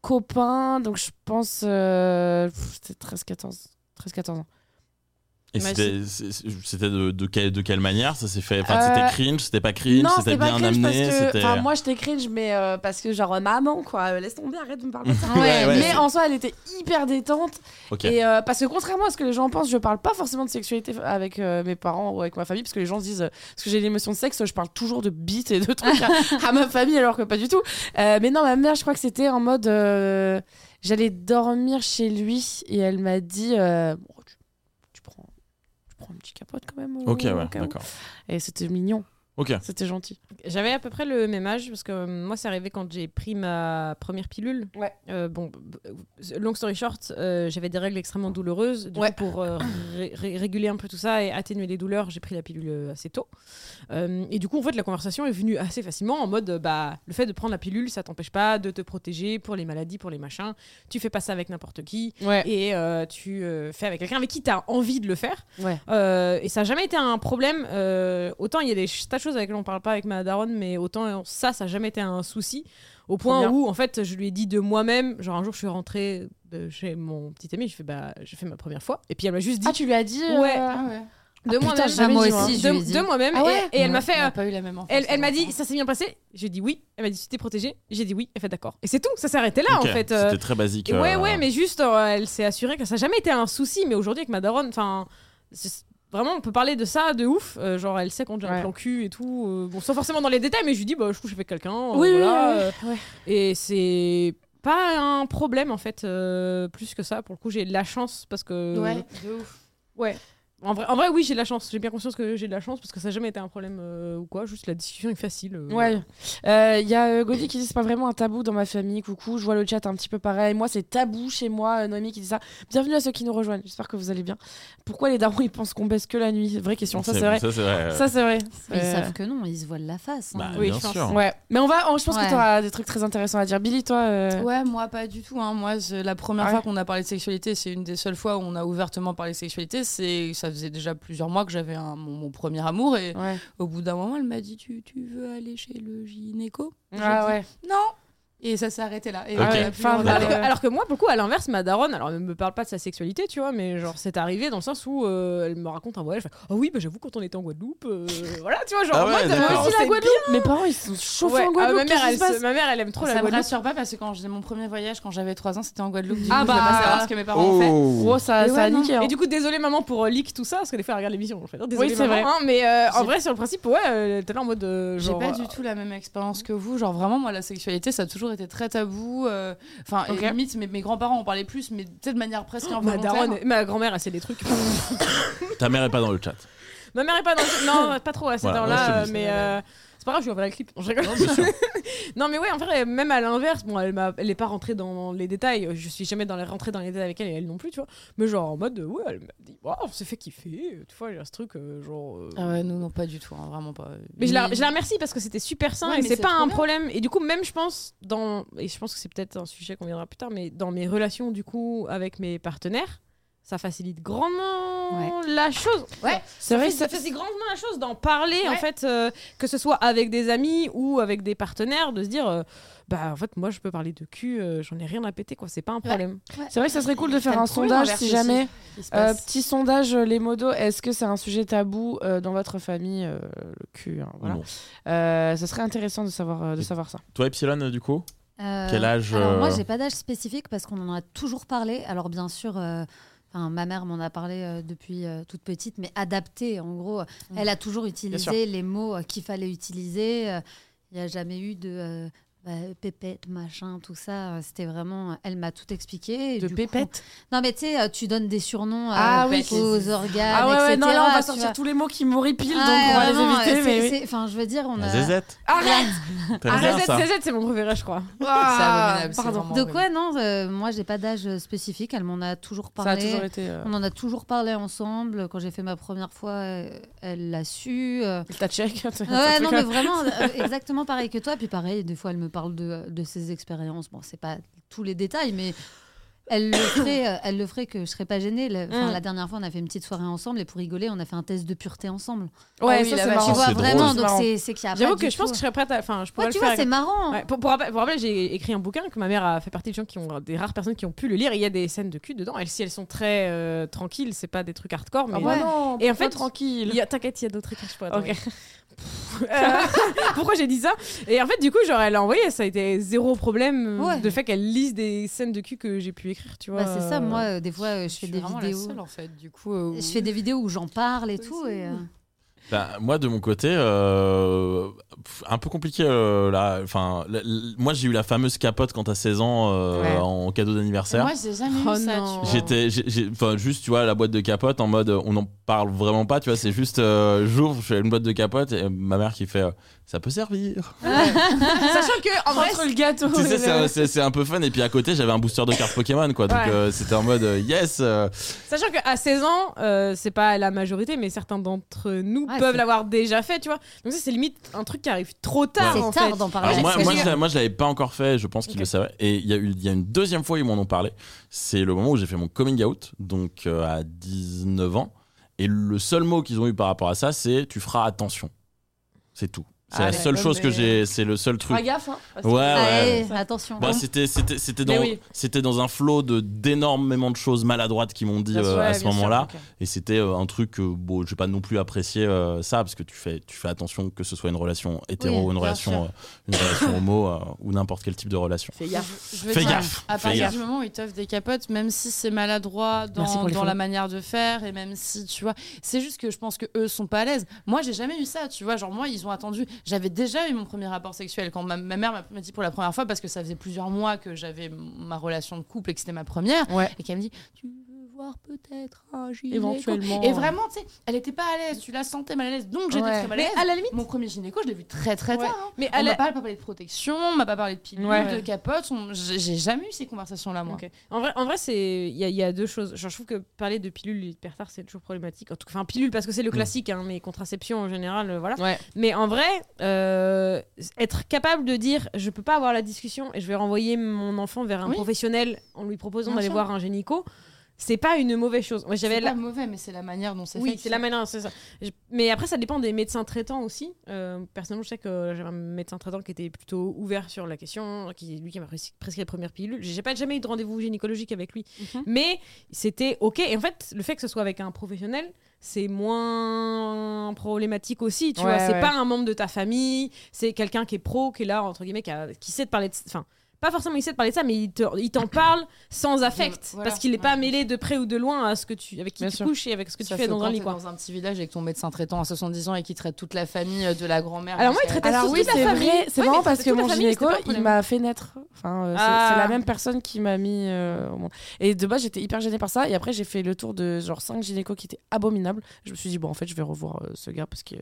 copain, donc je pense euh, pff, c'était 13-14 13-14 ans. euh, Et Moi c'était c'est- c'était de, de, quelle, de quelle manière ça s'est fait Enfin, Euh, c'était cringe, c'était pas cringe, non, c'était c'était pas bien cringe parce amené, que. c'était. Enfin, moi j'étais cringe, mais euh, parce que genre maman quoi, euh, laisse tomber, arrête de me parler de ça. Ouais, ouais, mais c'est- en soi, elle était hyper détente. Ok. Et euh, parce que contrairement à ce que les gens pensent, je parle pas forcément de sexualité avec euh, mes parents ou avec ma famille, parce que les gens se disent euh, parce que j'ai l'émotion de sexe, je parle toujours de bites et de trucs à, à ma famille, alors que pas du tout. Euh, mais non, ma mère, je crois que c'était en mode euh, j'allais dormir chez lui et elle m'a dit euh, Bon, tu, tu prends, tu prends une petite capote quand même. au- Ok, au ouais, cas où. d'accord. Et c'était mignon, Ok. c'était gentil. J'avais à peu près le même âge parce que euh, moi, c'est arrivé quand j'ai pris ma première pilule. Ouais. Euh, bon, b- b- long story short, euh, j'avais des règles extrêmement douloureuses. Du Ouais. coup, pour euh, ré- ré- réguler un peu tout ça et atténuer les douleurs, j'ai pris la pilule euh, assez tôt. Euh, et du coup, en fait, la conversation est venue assez facilement en mode euh, bah, le fait de prendre la pilule, ça t'empêche pas de te protéger pour les maladies, pour les machins. Tu fais pas ça avec n'importe qui Ouais. et euh, tu euh, fais avec quelqu'un avec qui tu as envie de le faire. Ouais. Euh, et ça n'a jamais été un problème. Euh, autant il y a des ch- tas de choses avec lesquelles on parle pas avec ma daronne, mais autant euh, ça, ça n'a jamais été un souci. Au point bien. où, en fait, je lui ai dit de moi-même, genre un jour, je suis rentrée de chez mon petit ami, je fais bah, j'ai fait ma première fois. Et puis elle m'a juste dit Ah, tu lui as dit euh, Ouais. Ah ouais. de putain, moi-même. jamais de- moi aussi, je lui ai dit. de, de moi-même. Ah et- ouais et, elle m'a fait. On euh, a pas eu la même enfance, elle, elle m'a dit hein. ça s'est bien passé J'ai dit oui. Elle m'a dit tu t'es protégée J'ai dit oui. Elle fait d'accord. Et c'est tout. Ça s'est arrêté là Ok, en fait. euh, C'était très basique. et ouais, euh, ouais, mais juste, euh, elle s'est assurée que ça n'a jamais été un souci. Mais aujourd'hui, avec ma daronne, enfin, c'est- vraiment, on peut parler de ça de ouf. Euh, genre, elle sait qu'on j'ai Ouais. un plan cul et tout. euh, bon, sans forcément dans les détails, mais je lui dis, bah, je couche avec quelqu'un. euh, Oui, oui, voilà, oui, euh, Et c'est pas un problème, en fait, euh, plus que ça. Pour le coup, j'ai de la chance parce que. Ouais, de ouf. Ouais. En vrai, en vrai, oui, j'ai de la chance. J'ai bien conscience que j'ai de la chance parce que ça n'a jamais été un problème euh, ou quoi. Juste la discussion est facile. euh, Ouais. Euh, Il y a euh, Gauthier qui dit c'est pas vraiment un tabou dans ma famille. Coucou, je vois le chat un petit peu pareil. Moi, c'est tabou chez moi. Euh, Noémie qui dit ça. Bienvenue à ceux qui nous rejoignent. J'espère que vous allez bien. Pourquoi les darons ils pensent qu'on baisse que la nuit Vraie question. Ça, c'est vrai. Ça, c'est vrai. Ça, c'est vrai. Mais Ils Euh, savent que non, ils se voilent la face. hein. Bah, Oui, bien je pense. sûr. Ouais. Mais on va. on- je pense que Ouais. t'auras des trucs très intéressants à dire. Billy, toi. euh, Ouais, moi pas du tout. Hein. Moi, c'est la première Ah fois ouais. qu'on a parlé de sexualité, c'est une des seules fois où on a ouvertement parlé de sexualité. C'est, ça faisait déjà plusieurs mois que j'avais un- mon, mon premier amour et Ouais. au bout d'un moment, elle m'a dit tu, tu veux aller chez le gynéco J'ai Ah dit, ouais. Non. Et ça s'est arrêté là. Et Ok. on a plus Enfin, eu Alors que, de- Euh. alors que moi, pour le coup, à l'inverse, ma daronne, alors elle me parle pas de sa sexualité, tu vois, mais genre c'est arrivé dans le sens où euh, elle me raconte un voyage. je fais, Ah oui, bah j'avoue, quand on était en Guadeloupe, euh, voilà, tu vois, genre Ah moi, ouais, t'as- moi d'accord. aussi la Guadeloupe. Mes parents ils se sont chauffés Ouais, en ah, Guadeloupe. ma, mère, qu'est-ce qui elle, se passe se- ma mère, elle aime trop la ça me Guadeloupe. rassure pas parce que quand j'ai mon premier voyage, quand j'avais 3 ans, c'était en Guadeloupe. Du Ah coup, je voulais bah. pas savoir ce que mes parents ont fait. Oh. Wow, ça, Et ça ouais, a non. niqué. hein. Et du coup, désolé maman pour euh, leak tout ça, parce que des fois elle regarde l'émission. Je fais, Désolée, Oui, c'est vrai. maman, hein, mais euh, en J'ai- vrai, sur le principe, ouais, euh, t'es là en mode. euh, J'ai genre, pas du tout la même expérience que vous. Genre, vraiment, moi, la sexualité, ça a toujours été très tabou. euh, Enfin, et Ok. limite, mes, mes grands-parents en parlaient plus, mais peut-être de manière presque Ma involontaire. daronne, ma grand-mère, elle sait des trucs. Ta mère est pas dans le chat. ma mère est pas dans le- Non, pas trop à cette Voilà, heure-là, moi, euh, je te dis. mais. euh, C'est pas grave, je vais ouvrir la clip. Je rigole. non, mais ouais, en vrai, même à l'inverse, bon, elle m'a- elle est pas rentrée dans les détails. Je suis jamais dans les rentrée dans les détails avec elle et elle non plus, tu vois. Mais genre en mode, euh, ouais, elle m'a dit, Waouh, on s'est fait kiffer. Tu vois, il y a ce truc, euh, genre. euh, Ah ouais, non, non, pas du tout, hein, vraiment pas. mais je la, je la remercie parce que c'était super sain Ouais, et mais c'est c'est pas trop un bien. problème. Et du coup, même je pense, dans, et je pense que c'est peut-être un sujet qu'on viendra plus tard, mais dans mes relations du coup avec mes partenaires, ça facilite grandement la chose. Ouais, c'est vrai. Oui, que ça- ça fait grandement la chose d'en parler en Ouais. fait euh, que ce soit avec des amis ou avec des partenaires de se dire euh, bah en fait moi je peux parler de cul euh, j'en ai rien à péter quoi c'est pas un problème C'est vrai que ça serait cool de faire T'as un le problème sondage inverse si aussi. jamais. Il se Euh, passe. petit sondage, euh, les modos, est-ce que c'est un sujet tabou euh, dans votre famille, euh, le cul hein, voilà. Non. Euh, ça serait intéressant de savoir, euh, de savoir ça. Toi, Epsilon, euh, du coup Euh, Quel âge, alors moi, euh, j'ai pas d'âge spécifique parce qu'on en a toujours parlé. Alors bien sûr, euh, enfin, ma mère m'en a parlé euh, depuis euh, toute petite, mais adaptée. En gros, Mm. elle a toujours sûr. utilisé les mots euh, qu'il fallait utiliser. Euh, Il n'y a jamais eu de euh, bah, pépette, machin, tout ça. euh, C'était vraiment. Elle m'a tout expliqué. et De du coup- pépette. Non, mais tu sais, euh, tu donnes des surnoms euh, Ah oui, aux organes. Ah ouais, ouais, non, là on va etc., tu sortir vois. tous les mots qui m'horripilent, donc Ouais, on va vraiment, les éviter. c'est- Mais oui. c'est- Enfin, je veux dire, on La a. zézette. Arrête Ah, T'aimes Ah, bien ça ZZ, c'est mon préféré, je crois. Ah, abominable, c'est Pardon. vraiment Donc horrible. ouais, non, euh, moi j'ai pas d'âge euh, spécifique, elle m'en a toujours Ça a parlé. toujours été. euh, On en a toujours parlé ensemble. Quand j'ai fait ma première fois, euh, elle l'a su. euh. T'as check Ouais, hein. non, mais vraiment, euh, exactement pareil que toi. Puis pareil, des fois, elle me parle de, de ses expériences. Bon, c'est pas tous les détails, mais elle le ferait, euh, elle le ferait que je serais pas gênée. La, enfin, Mm. la dernière fois, on a fait une petite soirée ensemble et pour rigoler, on a fait un test de pureté ensemble. Ouais, Ah ça oui, c'est la vache. tu marrant. vois, c'est drôle. vraiment, C'est donc marrant. c'est c'est qu'il y a J'avoue pas que du je pense tout- euh. que je serais prête à. Enfin, je pourrais Ouais, le tu faire. vois, c'est marrant. Ah. Ouais, pour, pour rappel, pour rappel, j'ai écrit un bouquin que ma mère a fait partie des gens qui ont des rares personnes qui ont pu le lire. Il y a des scènes de cul dedans. Elles, si elles sont très euh, tranquilles, c'est pas des trucs hardcore, mais Ah bah non, Et pourquoi en fait- tranquille. Il y a- T'inquiète, il y a d'autres écrits, je pourrais Ok. t'envoyer. Pff, euh, Pourquoi j'ai dit ça Et en fait, du coup, genre, elle a envoyé, ça a été zéro problème euh, Ouais. de fait qu'elle lise des scènes de cul que j'ai pu écrire, tu vois. Bah, c'est ça, moi, euh, des fois, euh, je fais suis des vraiment vidéos. la seule en fait, du coup. euh, où- Je fais des vidéos où j'en parle et tout. Et, euh, Bah, moi, de mon côté, euh, pff, un peu compliqué. euh, là, enfin, la- la- moi, j'ai eu la fameuse capote quand à 16 ans euh, Ouais. en cadeau d'anniversaire. Moi, j'ai jamais Oh eu ça. non. tu vois. J'étais, j'ai- j'ai- enfin, juste, tu vois, la boîte de capote en mode, euh, on n'en parle vraiment pas, tu vois, c'est juste, euh, j'ouvre, je fais une boîte de capote et ma mère qui fait, euh, ça peut servir. Sachant que en vrai, Entre le gâteau. tu sais, c'est un, c'est- c'est un peu fun. Et puis à côté, j'avais un booster de cartes Pokémon, quoi. Donc Ouais. euh, c'était en mode, euh, yes. euh, Sachant qu'à 16 ans, euh, c'est pas la majorité, mais certains d'entre nous Ouais, peuvent c'est- l'avoir déjà fait, tu vois. Donc ça, c'est limite un truc qui arrive trop tard. C'est en tard fait. d'en parler. Alors Ouais, moi, parce que moi, j'ai- je, l'ai- moi, je l'avais pas encore fait. Je pense qu'ils Ok. le savaient. Et il y a eu, il y a une deuxième fois, ils m'en ont parlé. C'est le moment où j'ai fait mon coming out, donc euh, à 19 ans. Et le seul mot qu'ils ont eu par rapport à ça, c'est tu feras attention. C'est tout. Ah C'est la ouais, seule non, chose que mais- j'ai. C'est le seul truc. Fais gaffe, hein. parce que- Ouais, ouais. Allez, attention. Bah, c'était c'était c'était Mais dans oui. c'était dans un flot de d'énormément de choses maladroites qui m'ont dit Bien euh, sûr, à ouais, ce bien sûr, moment-là ok. et c'était euh, un truc que bon j'ai pas non plus apprécié euh, ça parce que tu fais tu fais attention que ce soit une relation hétéro Oui, ou une bien relation sûr. euh, une relation homo euh, ou n'importe quel type de relation. Fais gaffe. Je veux Fais dire, gaffe, À fais partir gaffe. du moment où ils t'offrent des capotes, même si c'est maladroit Merci dans, pour les dans follow. la manière de faire, et même si, tu vois, c'est juste que je pense que eux sont pas à l'aise. Moi, j'ai jamais eu ça, tu vois. Genre, moi, ils ont attendu. J'avais déjà eu mon premier rapport sexuel quand ma, ma mère m'a- m'a dit pour la première fois, parce que ça faisait plusieurs mois que j'avais m- ma relation de couple et que c'était ma première, Ouais. et qu'elle me dit Tu veux voir peut-être un gynéco Éventuellement. Et vraiment, tu sais, elle était pas à l'aise, tu la sentais mal à l'aise, donc j'étais Oh. Ouais. très mal à Mais l'aise. à la limite, Mon premier gynéco, je l'ai vu très très Ouais. tard. hein. mais à On la- m'a pas parlé de protection, on m'a pas parlé de pilules, Ouais. de capotes. on- J'ai j'ai jamais eu ces conversations-là, moi. Ok. En vrai, en vrai, c'est il y, a- il y a deux choses. Genre, je trouve que parler de pilule hyper tard, c'est toujours problématique. En tout cas, enfin pilule parce que Mm. c'est le classique, hein, mais contraception en général, euh, voilà. Ouais. Mais en vrai, euh, être capable de dire, je peux pas avoir la discussion et je vais renvoyer mon enfant vers un Oui. professionnel en lui proposant Bien d'aller sûr. voir un gynéco, c'est pas une mauvaise chose. Moi, C'est j'avais pas la... mauvais, mais c'est la manière dont c'est fait. Oui, qui- c'est la manière, c'est ça. Je- Mais après, ça dépend des médecins traitants aussi. Euh, personnellement, je sais que j'avais un médecin traitant qui était plutôt ouvert sur la question, qui lui qui m'a pres- prescrit les premières pilules. J'ai pas jamais eu de rendez-vous gynécologique avec lui, Mhm. mais c'était ok. Et en fait, le fait que ce soit avec un professionnel, c'est moins problématique aussi. Tu Ouais, vois, c'est ouais. pas un membre de ta famille, c'est quelqu'un qui est pro, qui est là entre guillemets, qui, a- qui sait de parler de, enfin. Pas forcément il sait de parler de ça, mais il te- il t'en parle sans affect, Mm, Voilà. parce qu'il n'est pas Ouais. mêlé de près ou de loin à ce que tu, avec qui Bien tu sûr. couches et avec ce que tu Ça fais fait dans quand un t'es lit. Quoi. Dans un petit village avec ton médecin traitant à 70 ans et qui traite toute la famille, euh, de la grand-mère. Alors moi, il jusqu'à- traitait- T'as Alors toute oui, la c'est famille. vrai. C'est Ouais, marrant mais parce toute que la mon famille, c'était gynéco, pas un problème. il m'a fait naître. Enfin, euh, c'est- Ah. c'est la même personne qui m'a mis euh, au monde. Et de base, j'étais hyper gênée par ça. Et après, j'ai fait le tour de genre 5 gynécos qui étaient abominables. Je me suis dit, bon, en fait, je vais revoir euh, ce gars parce qu'il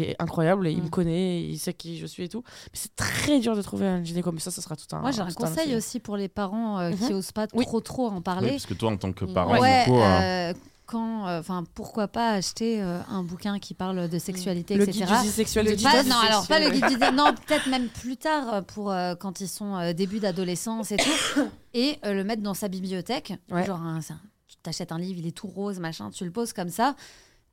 est incroyable et il Mm. me connaît, et il sait qui je suis et tout. Mais c'est très dur de trouver un gynéco. Mais ça, ça sera tout un. Moi, j'ai un tout autre conseil sujet. aussi pour les parents euh, qui Mhm. osent pas Oui. trop trop en Oui, parler. parce que toi en tant que Ouais. parent, Ouais, du coup, euh, euh, quand, enfin, pourquoi pas acheter euh, un bouquin qui parle de sexualité, Le etc. guide du sexuel Pas- de Didas, non, c'est- alors pas le guide du dé- non, peut-être même plus tard euh, pour euh, quand ils sont euh, début d'adolescence et tout, et euh, le mettre dans sa bibliothèque. Ouais. Genre, un- c'est un- tu t'achètes un livre, il est tout rose, machin, tu le poses comme ça.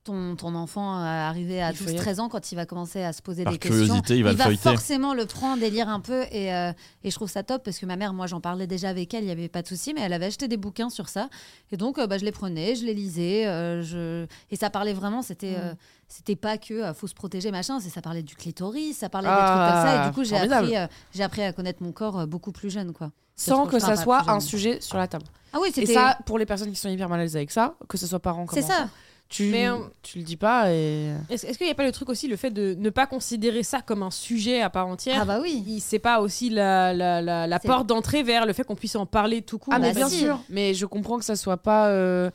Ton, ton enfant euh, arrivé à Il feuillette. 12-13 ans, quand il va commencer à se poser par des questions, curiosité, il va le feuilleter. forcément le prendre et lire un peu. Et, euh, et je trouve ça top parce que ma mère, moi, j'en parlais déjà avec elle, il n'y avait pas de souci, mais elle avait acheté des bouquins sur ça. Et donc, euh, bah, je les prenais, je les lisais. euh, je... Et ça parlait vraiment, c'était euh, c'était pas que euh, faut se protéger, machin, c'est ça parlait du clitoris, ça parlait des trucs comme ça. Ah, Et du coup, j'ai formidable. appris, euh, j'ai appris à connaître mon corps euh, beaucoup plus jeune, quoi. Sans trouve que ça ça pas soit plus un gênant. sujet sur la table. Ah oui, Et c'était. ça, pour les personnes qui sont hyper mal à l'aise avec ça, que ce soit parents comme C'est ça. Tu, Mais, euh, tu le dis pas et. Est-ce est-ce qu'il n'y a pas le truc aussi, le fait de ne pas considérer ça comme un sujet à part entière Ah bah oui. Il- C'est pas aussi la, la, la, la C'est- porte d'entrée vers le fait qu'on puisse en parler tout court. Ah, mais bah bien en fait. si. sûr. Mais je comprends que ça soit pas euh,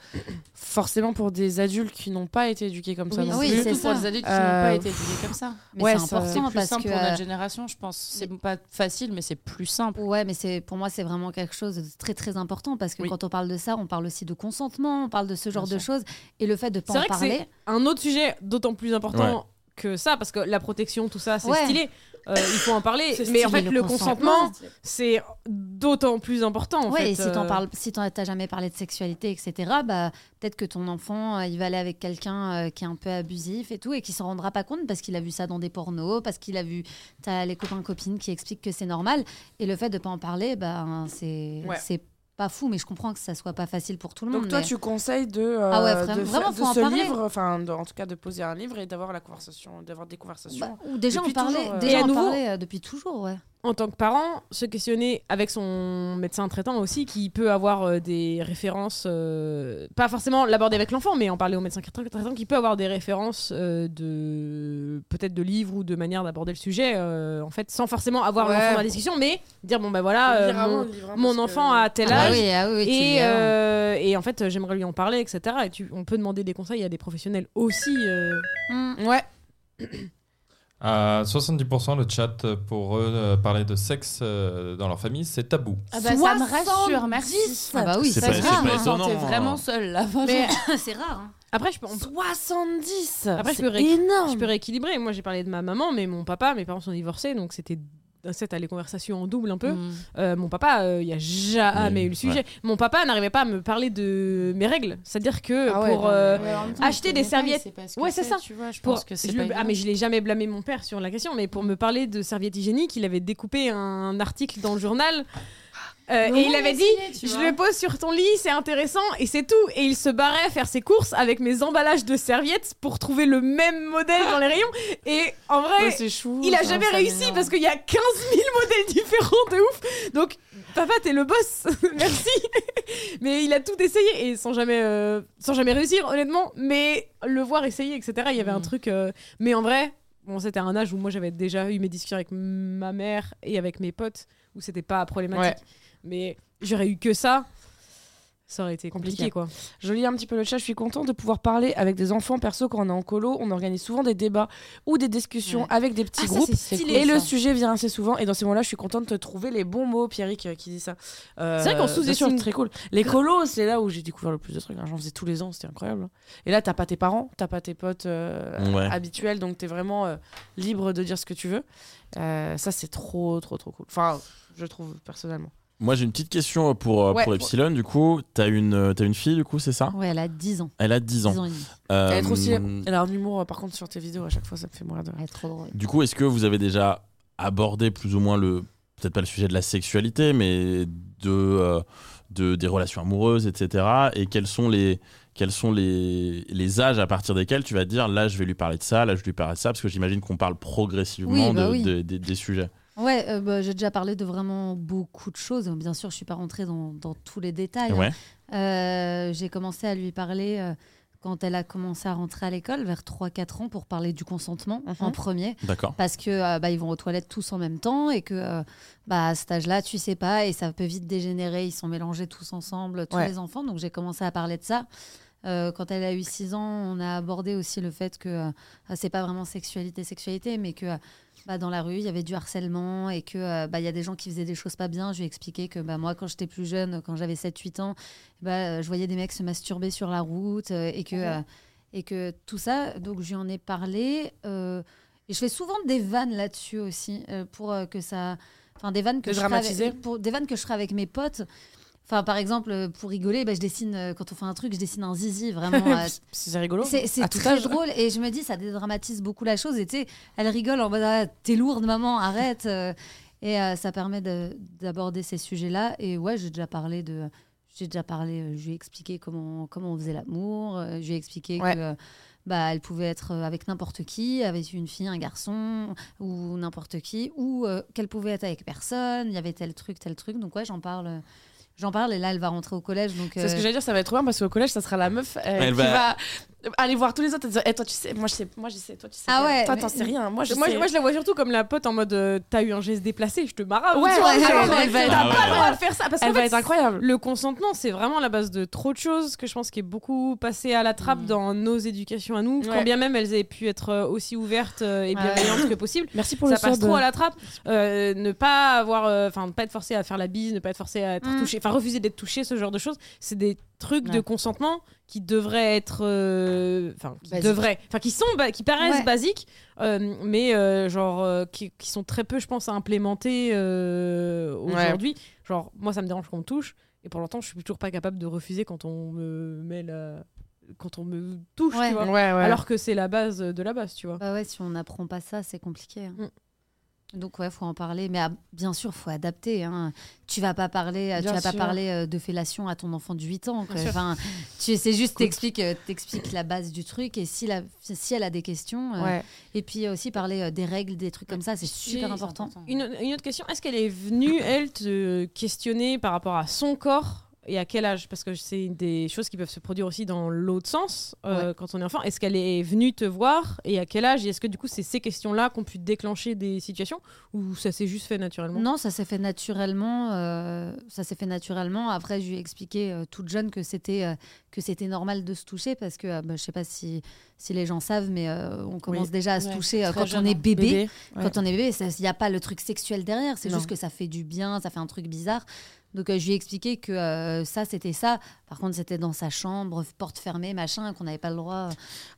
forcément pour des adultes qui n'ont pas été éduqués comme ça. Oui, non oui, plus. c'est Surtout ça. pour les adultes qui n'ont Euh, pas été éduqués comme ça. Mais Ouais, c'est ça- C'est important plus parce simple que. pour euh, notre génération, je pense. C'est pas facile, mais c'est plus simple. Ouais, mais c'est pour moi c'est vraiment quelque chose de très très important parce que Oui. quand on parle de ça, on parle aussi de consentement, on parle de ce genre Bien de choses et le fait de pas C'est en vrai que parler. c'est un autre sujet d'autant plus important que ça, parce que la protection, tout ça, c'est Ouais. stylé. Euh, il faut en parler. C'est mais en fait, stylé, le, le consentement, consentement, c'est d'autant plus important. En ouais, fait, et si euh, t'en parles, si t'en- t'as jamais parlé de sexualité, etc. Bah peut-être que ton enfant euh, il va aller avec quelqu'un euh, qui est un peu abusif et tout et qui s'en rendra pas compte parce qu'il a vu ça dans des pornos, parce qu'il a vu t'as les copains copines qui expliquent que c'est normal et le fait de pas en parler, bah c'est Ouais. c'est pas fou, mais je comprends que ça soit pas facile pour tout le Donc monde. toi, mais- tu conseilles de, euh, Ah ouais, de vraiment- faire- vraiment, de faut en ce parler. livre, enfin de- en tout cas de poser un livre et d'avoir la conversation, d'avoir des conversations. Bah, ou déjà en Depuis parler, toujours, euh, déjà Et à en nouveau- parler, euh, depuis toujours, ouais. en tant que parent, se questionner avec son médecin traitant aussi, qui peut avoir euh, des références, euh, pas forcément l'aborder avec l'enfant, mais en parler au médecin traitant, traitant, qui peut avoir des références euh, de peut-être de livres ou de manière d'aborder le sujet, euh, en fait, sans forcément avoir Ouais. l'enfant dans la discussion, mais dire bon bah voilà, Faut euh, lire avant mon, le livre, hein, mon parce que- enfant a tel Ah âge. bah oui, ah oui, tu Et, lis avant. euh, et en fait, euh, j'aimerais lui en parler, etc. Et tu, on peut demander des conseils à des professionnels aussi. euh. Mmh. Ouais. À 70% le chat pour eux euh, parler de sexe euh, dans leur famille, c'est tabou. Ah Bah, bah, ça me rassure, merci. Ah bah oui, C'est ça pas- c'est c'est rare. pas hein. étonnant. T'es hein. vraiment seul là. Mais C'est rare. hein. après, je peux, on peut- 70 Après, je C'est peux ré- énorme je peux rééquilibrer. Moi, j'ai parlé de ma maman, mais mon papa, mes parents sont divorcés, donc c'était cette les conversations en double un peu. Mm. Euh, mon papa, euh, il n'y a jamais Oui, Mm. eu le sujet. Mon papa n'arrivait pas à me parler de mes règles. C'est-à-dire que Ah ouais, pour... non, mais- euh, acheter Acheter des des serviettes. serviettes. Ouais, c'est ça. Tu vois, je pour- pense que c'est je le- pas ah mais évident. je l'ai jamais blâmé mon père sur la question, mais pour me parler de serviette hygiénique, il avait découpé un article dans le journal euh, Mais et au il moins, avait dit essayez, tu je vois. le pose sur ton lit, c'est intéressant et c'est tout. Et il se barrait faire ses courses avec mes emballages de serviettes pour trouver le même modèle dans les rayons. Et en vrai, Ouais, c'est chou. il a ça, jamais ça réussi m'énerve. parce qu'il y a 15 000 modèles différents de ouf. Donc, papa, t'es le boss. Merci. mais il a tout essayé et sans jamais, euh, sans jamais réussir, honnêtement. Mais le voir essayer, etc., il y avait un Mm. truc. euh, Mais en vrai, bon, c'était un âge où moi j'avais déjà eu mes discussions avec ma mère et avec mes potes où c'était pas problématique. Mais j'aurais eu que ça. Ça aurait été Compliqué. compliqué, quoi. Je lis un petit peu le chat, je suis contente de pouvoir parler avec des enfants perso quand on est en colo. On organise souvent des débats ou des discussions Ouais. avec des petits Ah, ça, groupes. c'est stylé, et ça. le sujet vient assez souvent. Et dans ces moments-là, je suis contente de trouver les bons mots, Pierrick euh, qui dit ça. Euh, C'est vrai qu'on bien sûr, sous-estime- Très cool. Les colos, c'est là où j'ai découvert le plus de trucs. hein. J'en faisais tous les ans, c'était incroyable. Et là, t'as pas tes parents, t'as pas tes potes euh, Ouais. habituels, donc t'es vraiment euh, libre de dire ce que tu veux. Euh, ça, c'est trop, trop, trop cool. Enfin, je trouve personnellement. Moi, j'ai une petite question pour, euh, Ouais. pour Epsilon. Du coup, t'as une, euh, t'as une fille, du coup, c'est ça Ouais, elle a 10 ans. Elle a 10 ans. 10 ans et demi. Euh, Elle est trop stylée. Elle a un humour, euh, par contre, sur tes vidéos, à chaque fois, ça me fait mourir de rire. Elle est trop drôle. Du coup, est-ce que vous avez déjà abordé plus ou moins le. Peut-être pas le sujet de la sexualité, mais de, euh, de, des relations amoureuses, etc. Et quels sont, les, quels sont les, les âges à partir desquels tu vas te dire là, je vais lui parler de ça, là, je lui parler de ça Parce que j'imagine qu'on parle progressivement Oui, bah de- oui. de- des- des sujets. Ouais, euh, bah, j'ai déjà parlé de vraiment beaucoup de choses. Bien sûr, je suis pas rentrée dans, dans tous les détails. hein. Ouais. Euh, j'ai commencé à lui parler euh, quand elle a commencé à rentrer à l'école, vers 3-4 ans, pour parler du consentement Mhm. en premier. D'accord. parce que euh, bah, ils vont aux toilettes tous en même temps et que euh, bah, à cet âge-là, tu sais pas et ça peut vite dégénérer. Ils sont mélangés tous ensemble, tous Ouais. les enfants. Donc j'ai commencé à parler de ça. Euh, quand elle a eu 6 ans, on a abordé aussi le fait que euh, ah, c'est pas vraiment sexualité, sexualité, mais que euh, bah, dans la rue, il y avait du harcèlement et que euh, bah, il y a des gens qui faisaient des choses pas bien. Je lui ai expliqué que bah, moi, quand j'étais plus jeune, quand j'avais 7-8 ans, bah, euh, je voyais des mecs se masturber sur la route euh, Ah et que, euh, et que tout ça, donc je lui en ai parlé. euh, et je fais souvent des vannes là-dessus aussi euh, pour euh, que ça. Enfin, des vannes que, De je ferai avec- dramatiser. pour, des vannes que je ferai avec mes potes. Enfin, par exemple, euh, pour rigoler, bah, je dessine, euh, quand on fait un truc, je dessine un zizi, vraiment. euh, C'est rigolo. Ah, c'est c'est À tout Ah, très âge. drôle et je me dis, ça dédramatise beaucoup la chose. Et tu sais, elle rigole en mode Ah, T'es lourde, maman, arrête. euh. et euh, ça permet de- d'aborder ces sujets-là. Et ouais, j'ai déjà parlé de. J'ai déjà parlé, euh, je lui ai expliqué comment, comment on faisait l'amour. euh, Je lui ai expliqué Ouais. que. euh, Bah, elle pouvait être euh, avec n'importe qui, avec une fille, un garçon, ou n'importe qui, ou euh, qu'elle pouvait être avec personne, il y avait tel truc, tel truc. Donc ouais, j'en parle, j'en parle, et là, elle va rentrer au collège. donc C'est ce que euh, j'allais dire, ça va être trop bien parce qu'au collège, ça sera la meuf euh, Elle qui va- va Aller voir tous les autres et dire, Eh, toi tu sais, moi je sais, moi je sais, toi tu sais. Ah pas. ouais, Toi mais- t'en sais rien, moi je Moi, sais. je- moi, je la vois surtout comme la pote en mode euh, t'as eu un geste déplacé, je te marave. Ouais, Tu vois, ouais, genre, ouais, euh, elle va t'as être pas le incroyable. droit de faire ça. Parce qu'en Elle va fait, être incroyable. Le consentement, c'est vraiment la base de trop de choses que je pense qui est beaucoup passé à la trappe Mm. dans nos éducations à nous, quand Ouais. bien même elles aient pu être euh, aussi ouvertes euh, et Ouais. bienveillantes que possible. Merci pour ça le passe sub. trop à la trappe. Euh, ne pas avoir, euh, enfin, ne pas être forcé à faire la bise, ne pas être forcé à être Mm. touché, enfin, refuser d'être touché, ce genre de choses, c'est des trucs de Ouais. consentement qui devraient être, euh, enfin, qui Basique. devraient, enfin, qui sont, ba- qui paraissent Ouais. basiques, euh, mais euh, genre euh, qui, qui sont très peu, je pense, à implémenter euh, aujourd'hui. Genre, moi, ça me dérange qu'on me touche, et pour l'instant, je suis toujours pas capable de refuser quand on me met la, quand on me touche, Ouais. tu vois. Ouais, ouais. Alors que c'est la base de la base, tu vois. Bah ouais, si on n'apprend pas ça, c'est compliqué. hein. Mm. Donc ouais, faut en parler, mais ah, bien sûr, faut adapter. Hein. Tu vas pas parler, euh, Bien tu vas pas sûr. parler euh, de fellation à ton enfant de 8 ans. quoi. Enfin, tu c'est juste t'expliques, euh, t'expliques la base du truc et si la, si elle a des questions. euh, Ouais. Et puis aussi parler euh, des règles, des trucs comme ça, c'est super Oui, important. c'est Une, une autre question, est-ce qu'elle est venue, elle, te questionner par rapport à son corps et à quel âge Parce que c'est une des choses qui peuvent se produire aussi dans l'autre sens euh, quand on est enfant. Est-ce qu'elle est venue te voir et à quel âge Et est-ce que du coup, c'est ces questions-là qu'on pu déclencher des situations ou ça s'est juste fait naturellement Non, ça s'est fait naturellement. euh, ça s'est fait naturellement. Après, je lui ai expliqué euh, toute jeune que c'était euh, que c'était normal de se toucher parce que euh, bah, je sais pas si si les gens savent, mais euh, on commence déjà à se Ouais, toucher euh, très quand jeune, on est hein. bébé. Ouais. Quand on est bébé, il n'y a pas le truc sexuel derrière. C'est Non. juste que ça fait du bien, ça fait un truc bizarre. Donc euh, je lui ai expliqué que euh, ça, c'était ça. Par contre, c'était dans sa chambre, porte fermée, machin, qu'on n'avait pas le droit.